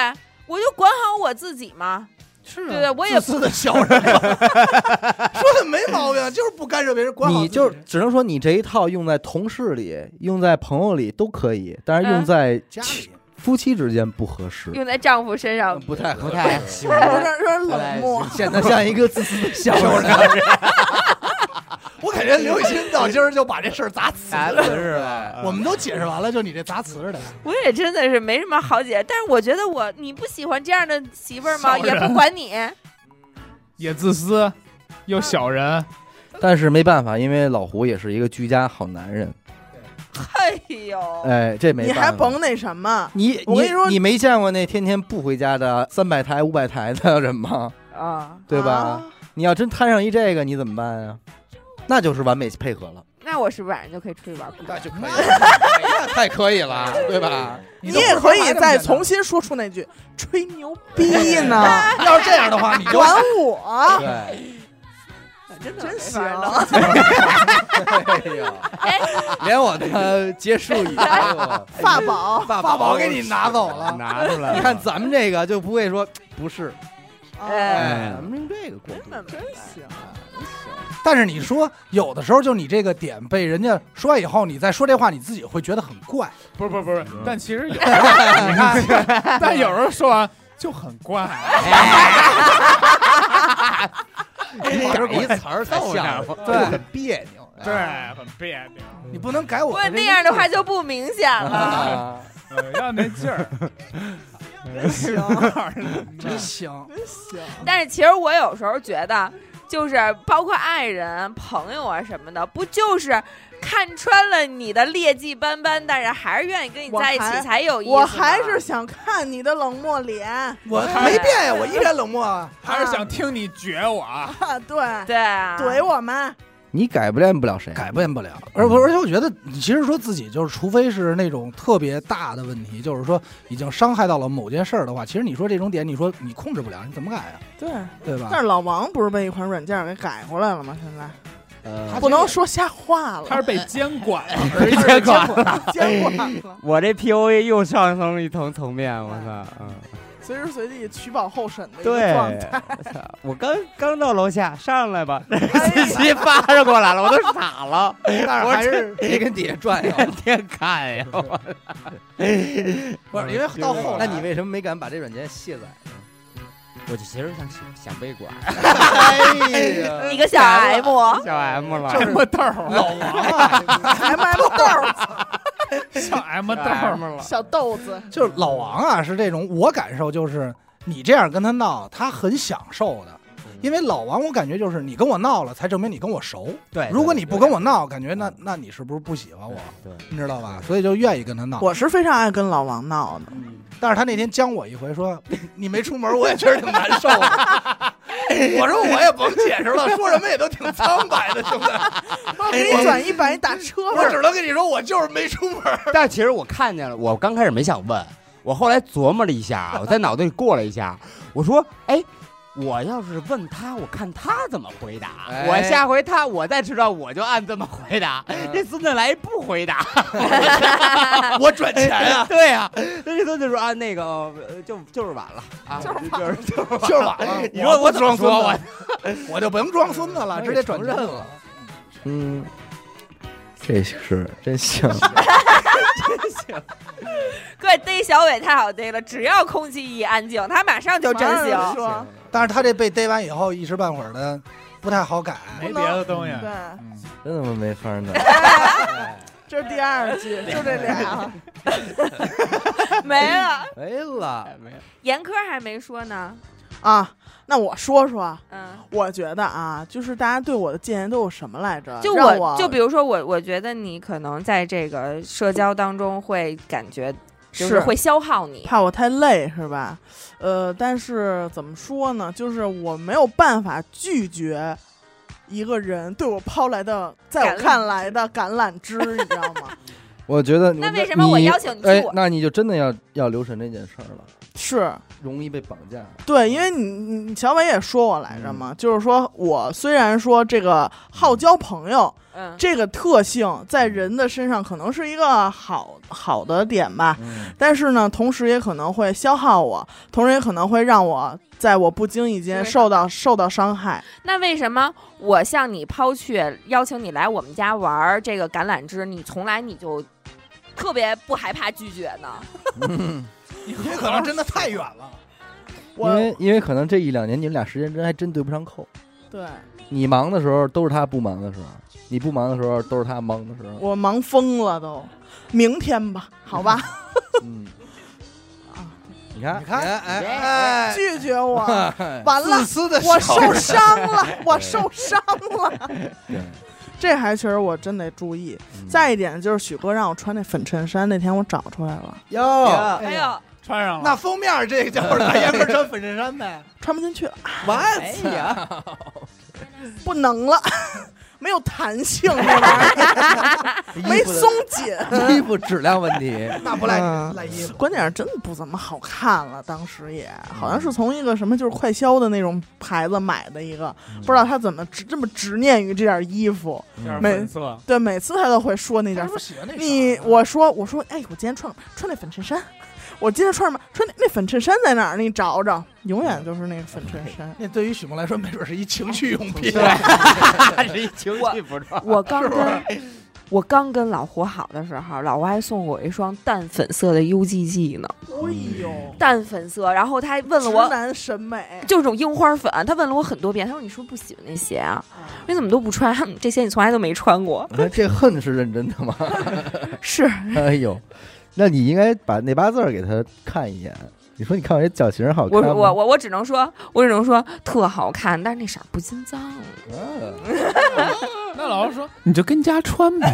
S3: 我就管好我自己嘛，
S5: 是
S3: 对
S5: 啊
S3: 不对？我也
S5: 自私的小人嘛，说的没毛病，就是不干涉别人，管好
S1: 你
S5: 自己
S1: 就只能说你这一套用在同事里、用在朋友里都可以，但是用
S3: 嗯
S1: 在
S5: 家里
S1: 夫妻之间不合适，
S3: 用在丈夫身上。
S1: 不太
S6: 不
S1: 合
S6: 太
S1: 适
S6: 行。
S4: 有点有点冷漠。
S1: 显得像一个自私的小人。
S5: 我感觉刘雨欣到今儿就把这事儿砸瓷
S6: 不
S5: 了。
S6: 是吧？
S5: 我们都解释完了，就你这砸瓷儿的，
S3: 我也真的是没什么好解，但是我觉得我你不喜欢这样的媳妇儿吗？
S2: 小
S3: 也
S2: 人
S3: 不管你，
S2: 也自私，又小人，
S1: 但是没办法，因为老胡也是一个居家好男人，
S3: 哎呦，
S1: 哎，这没
S4: 你
S1: 办法。
S4: 还甭那什么，
S1: 你
S4: 我跟你说
S1: 你没见过那天天不回家的三百台五百台的人吗？
S3: 啊，
S1: 对吧？
S4: 啊
S1: 你要真摊上一这个，你怎么办呀、那就是完美配合了，
S3: 那我是不是晚上就可以出去玩儿？
S1: 那就可以了，太可以 了，对吧？
S4: 你
S5: 都
S4: 也
S5: 不
S4: 可
S5: 是
S4: 以
S5: 孩子
S4: 再
S5: 们家
S4: 重
S5: 的
S4: 新说出那句“吹牛逼呢
S5: 要是这样的话，你”，就
S4: 管我。
S1: 对，
S3: 真的
S4: 真
S3: 没
S4: 行
S3: 法弄
S1: 哎呦，连我的结束语，哎呦
S4: 发宝
S1: 发
S5: 发宝给你拿走
S1: 啊
S5: 了。
S6: 拿出来
S1: 你看咱们这个就不会说不是，
S3: 哎
S1: 哎，咱们用这个过渡
S3: 真的没法
S4: 啊行，
S5: 但是你说有的时候就你这个点被人家说完以后，你再说这话，你自己会觉得很怪。
S2: 不是不是不是，但其 实有，你 看，但有时候说完就很怪，
S1: 你改一词儿太像了，
S5: 对
S1: 很别扭，
S2: 对，哎很别扭，
S5: 你不能改我
S3: 不
S5: 的
S3: 过
S5: 这个
S3: 那样的话就不明 显了。
S1: 啊，
S2: 呃要那劲 儿，
S5: 意思真行，
S4: 真行。
S3: 但是其实我有时候觉得，就是包括爱人、朋友啊什么的，不就是看穿了你的劣迹斑斑，但是还是愿意跟你在一
S4: 我还
S3: 起才有意思吗。
S4: 我还是想看你的冷漠脸
S5: 我没变呀，我依然冷漠啊。
S2: 还是想听你撅我 啊。
S4: 啊！对，
S3: 对啊，
S4: 怼我们，
S1: 你改变不了谁，
S5: 改变不了。而而且我觉得，你其实说自己就是，除非是那种特别大的问题，就是说已经伤害到了某件事儿的话，其实你说这种点，你说你控制不了，你怎么改啊？
S4: 对。
S5: 对吧
S4: 但？是老王不是被一款软件给改回来了吗？现在
S6: 呃
S4: 不能说瞎话
S2: 他是
S4: 了，
S2: 被监管了，
S6: 结果
S4: 监管了，
S6: 我这 P O A 又上升了一层层面，我操！嗯，
S4: 随时随地取保候审的一哎个
S6: 对
S4: 状态。，
S6: 我操！我刚刚到楼下，上来吧，
S4: 哎
S6: 司机发着过来了，我都傻了，
S5: 但是还是
S1: 别跟底下转悠。
S6: 天天看 呀！我
S5: 不是因为到后
S1: 那
S5: 来
S1: 你为什么没敢把这软件卸载？啊
S6: 我就其实想想被管，
S1: 哎呀，
S3: 你个小 M，
S6: 小 M 了，
S2: 这么逗儿啊，
S5: 老王啊，
S4: M M 豆
S2: 小 M
S6: 小
S2: 逗儿
S6: M 了，
S4: 小豆子，
S5: 就是老王啊，是这种我感受就是你这样跟他闹，他很享受的。因为老王，我感觉就是你跟我闹了，才证明你跟我熟。
S6: 对
S5: 如果你不跟我闹，感觉那
S6: 嗯
S5: 那你是不是不喜欢我？
S6: 对，
S5: 你知道吧？所以就愿意跟他闹。
S4: 我是非常爱跟老王闹 的。
S5: 但是他那天将我一回说，你没出门，我也觉得挺难受的。我说我也甭解释了，说什么也都挺苍白 的，兄弟。
S4: 我给你转一百，你打车 吧
S5: 我。只能跟你说，我就是没出门。
S6: 但其实我看见了，我刚开始没想问，我后来琢磨了一下，我在脑袋里过了一下，我说，哎。我要是问他，我看他怎么回答。
S1: 哎
S6: 我下回他我再迟到，我就按这么回答。
S1: 嗯
S6: 这孙子来不回答，
S5: 我转钱 啊，
S6: 对呀、那这孙子说啊，那个呃就就是晚了啊，就是就是
S5: 就是晚了。
S6: 你说我
S5: 不装孙
S6: 说我
S4: 嗯
S5: 子，我就甭装孙子了，直接转
S1: 承认了。嗯，这是真香。
S3: 哥逮小伟太好逮了，只要空气一安静，他马上就真
S4: 马上
S3: 行。
S4: 说
S5: 但是他这被逮完以后，一时半会儿的不太好改。
S2: 没别的东西。
S4: 对，
S2: 嗯
S1: 真他妈没法儿弄。
S4: 这是第二 句，就这俩。啊
S3: 没了，
S1: 没了，
S3: 严科还没说呢。
S4: 啊，那我说说，
S3: 嗯，
S4: 我觉得啊，就是大家对我的建议都有什么来着？
S3: 就
S4: 让
S3: 我
S4: 我
S3: 就比如说我，我觉得你可能在这个社交当中会感觉就是
S4: 是
S3: 会消耗你。
S4: 怕我太累是吧？呃，但是怎么说呢，就是我没有办法拒绝一个人对我抛来的，
S3: 橄
S4: 在我
S3: 榄
S4: 看来的橄榄枝，你知道吗？
S1: 我觉得
S3: 那为什么我邀请你去
S1: 哎
S3: 我，
S1: 那你就真的要要留神这件事儿了，
S4: 是
S1: 容易被绑架。
S4: 对，因为你你你小伟也说我来着嘛，就是说我虽然说这个好交朋友
S3: 嗯，
S4: 这个特性在人的身上可能是一个好好的点吧，
S1: 嗯，
S4: 但是呢，同时也可能会消耗我，同时也可能会让我在我不经意
S3: 对
S4: 间受到受到伤害。
S3: 那为什么我向你抛去邀请你来我们家玩儿这个橄榄枝，你从来你就特别不害怕拒绝呢？
S5: 因为可能真的太远了。
S1: 因
S4: 我
S1: 为因为可能这一两年你们俩时间真还真对不上扣。
S4: 对
S1: 你忙的时候都是他不忙的时候，你不忙的时候都是他忙的时候。
S4: 我忙疯了都，明天吧，好吧，
S1: 嗯，
S4: 啊
S1: 你看
S5: 你，看，哎哎，
S4: 拒绝我，完
S5: 自
S4: 了，
S5: 私的
S4: 我
S5: 小
S4: 受伤了，我受伤了。
S1: 对，
S4: 这还确实我真得注意。
S1: 嗯
S4: 再一点就是许哥让我穿那粉衬衫那天，我找出来了，
S1: 哟，
S5: 哎
S3: 哎
S5: 呀，
S3: 呦，
S2: 穿上
S5: 那
S2: 了，
S5: 封面这就是大烟 根穿粉衬衫呗。
S4: 穿不进去了，
S5: 完，
S6: 哎呀，
S4: 不能了， 没有弹性，这玩意儿没松紧。
S1: 衣服质量问题。
S5: 那不赖
S4: 嗯
S5: 赖衣服。
S4: 关键是真的不怎么好看了，当时也好
S5: 嗯
S4: 像是从一个什么就是快销的那种牌子买的一个，
S5: 嗯
S4: 不知道他怎么执这么执念于这件衣服。
S2: 就是
S4: 没
S2: 粉色。
S4: 对，每次他都会说那件
S5: 他
S4: 粉
S5: 不。喜欢那
S4: 你
S5: 色儿
S4: 我说我说哎，我今天穿穿那粉衬衫，我今天穿什么？穿那那粉衬衫在哪儿？你找找，永远就是那个粉衬衫。
S5: 那对于许梦来说，没准是一情趣用品。
S6: 是一情绪服装。
S3: 我刚跟我刚跟老胡好的时候，老胡还送我一双淡粉色的 UGG 呢，
S4: 哎
S6: 哦
S4: 呦，
S3: 淡粉色。然后他还问了
S4: 直
S3: 我，
S4: 男审美，
S3: 就是这种樱花粉，他问了我很多遍，他说你是不是不喜欢那鞋啊？
S6: 哦
S3: 你怎么都不穿？ 哼这些你从来都没穿过。
S1: 你看这恨是认真的吗？
S3: 是，
S1: 哎呦，那你应该把那八字儿给他看一眼。你说你看我这脚型好
S3: 我
S1: 看吗？
S3: 我我我只能说，我只能说特好看，但是那色儿不禁脏。啊
S1: 嗯
S2: 那老师说你就跟家穿 呗，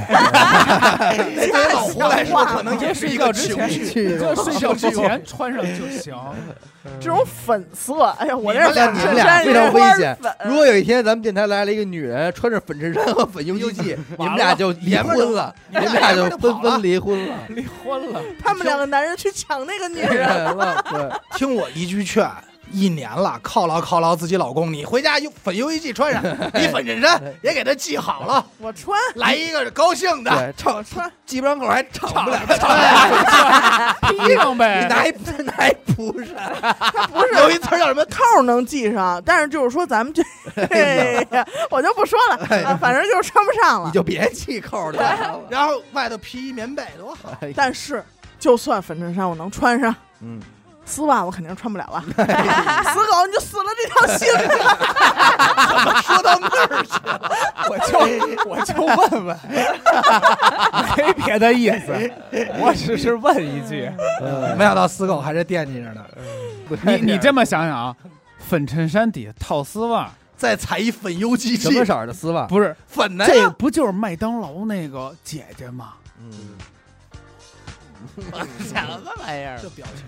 S5: 对于老胡来说，可能也是一 个情绪。
S1: 去
S2: 你就睡觉之前穿上就 行。嗯
S4: 这种粉色，哎呀，我这
S5: 你们俩
S4: 粉
S1: 你们
S4: 衬
S1: 俩
S4: 衫
S1: 非常危 险
S3: 花粉。
S1: 如果有一天咱们电台来了一个女人，穿着粉衬衫和粉 U G，你们俩就离婚了，你
S5: 们
S1: 们
S5: 俩
S1: 俩
S5: 就
S1: 就
S5: 跑了
S1: 纷纷离婚 了。
S2: 离婚了，
S4: 他们两个男人去抢那个 女人。
S1: 了， 对，
S5: 听我一句劝，一年了，犒劳犒劳自己老公，你回家用粉 U E G 穿上，你粉衬衫也给他系好了，
S4: 我穿，
S5: 来一个高 兴的，
S1: 对，唱
S4: 穿
S1: 鸡巴口还唱不了，
S2: 披上
S1: 你
S2: 呗。
S1: 拿一 拿一蒲扇，
S4: 不是
S5: 有一词儿叫什么？
S4: 套儿能系上，但是就是说 咱们这，哎呀我就不说了，啊反正就是穿不
S1: 哎
S4: 上
S1: 你
S4: 了。
S1: 就别系扣了。
S5: 然后外头披一棉被多好，
S4: 但是就算粉衬衫我能穿上，
S1: 嗯，哎
S4: 丝袜我肯定穿不了了。 死狗，你就死了这条心 吧。
S5: 说到那儿去了，
S2: 我就我就问问， 没别的意思，我只是问一句。
S1: 呃
S5: 没想到死狗还是惦记着呢，
S1: 嗯
S2: 你你这么想想啊，粉衬衫底下套丝袜，
S5: 再踩一粉 U G
S1: 什
S5: G，
S1: 么色儿的丝袜？
S2: 不是
S5: 粉呢？
S2: 这不就是麦当劳那个姐姐吗？
S1: 嗯，
S6: 什么玩意儿？
S5: 这表情，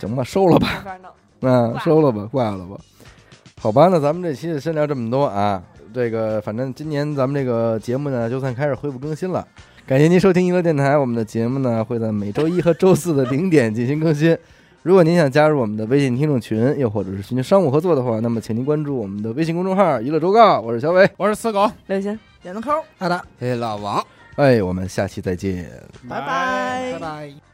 S1: 行吧，收了吧，
S3: 没法弄。
S1: 嗯，
S3: 挂
S1: 收了吧，挂了吧。好吧，那咱们这期就先聊这么多啊。这个反正今年咱们这个节目呢，就算开始恢复更新了。感谢您收听娱乐电台，我们的节目呢会在每周一和周四的零点进行更新。如果您想加入我们的微信听众群，又或者是寻求商务合作的话，那么请您关注我们的微信公众号“娱乐周告”，我是小伟。
S2: 我是死狗，
S3: 刘雨欣，
S4: 点个扣，
S5: 好的，
S6: 哎，老王。
S1: 哎，我们下期再见。
S4: 拜拜
S5: 拜。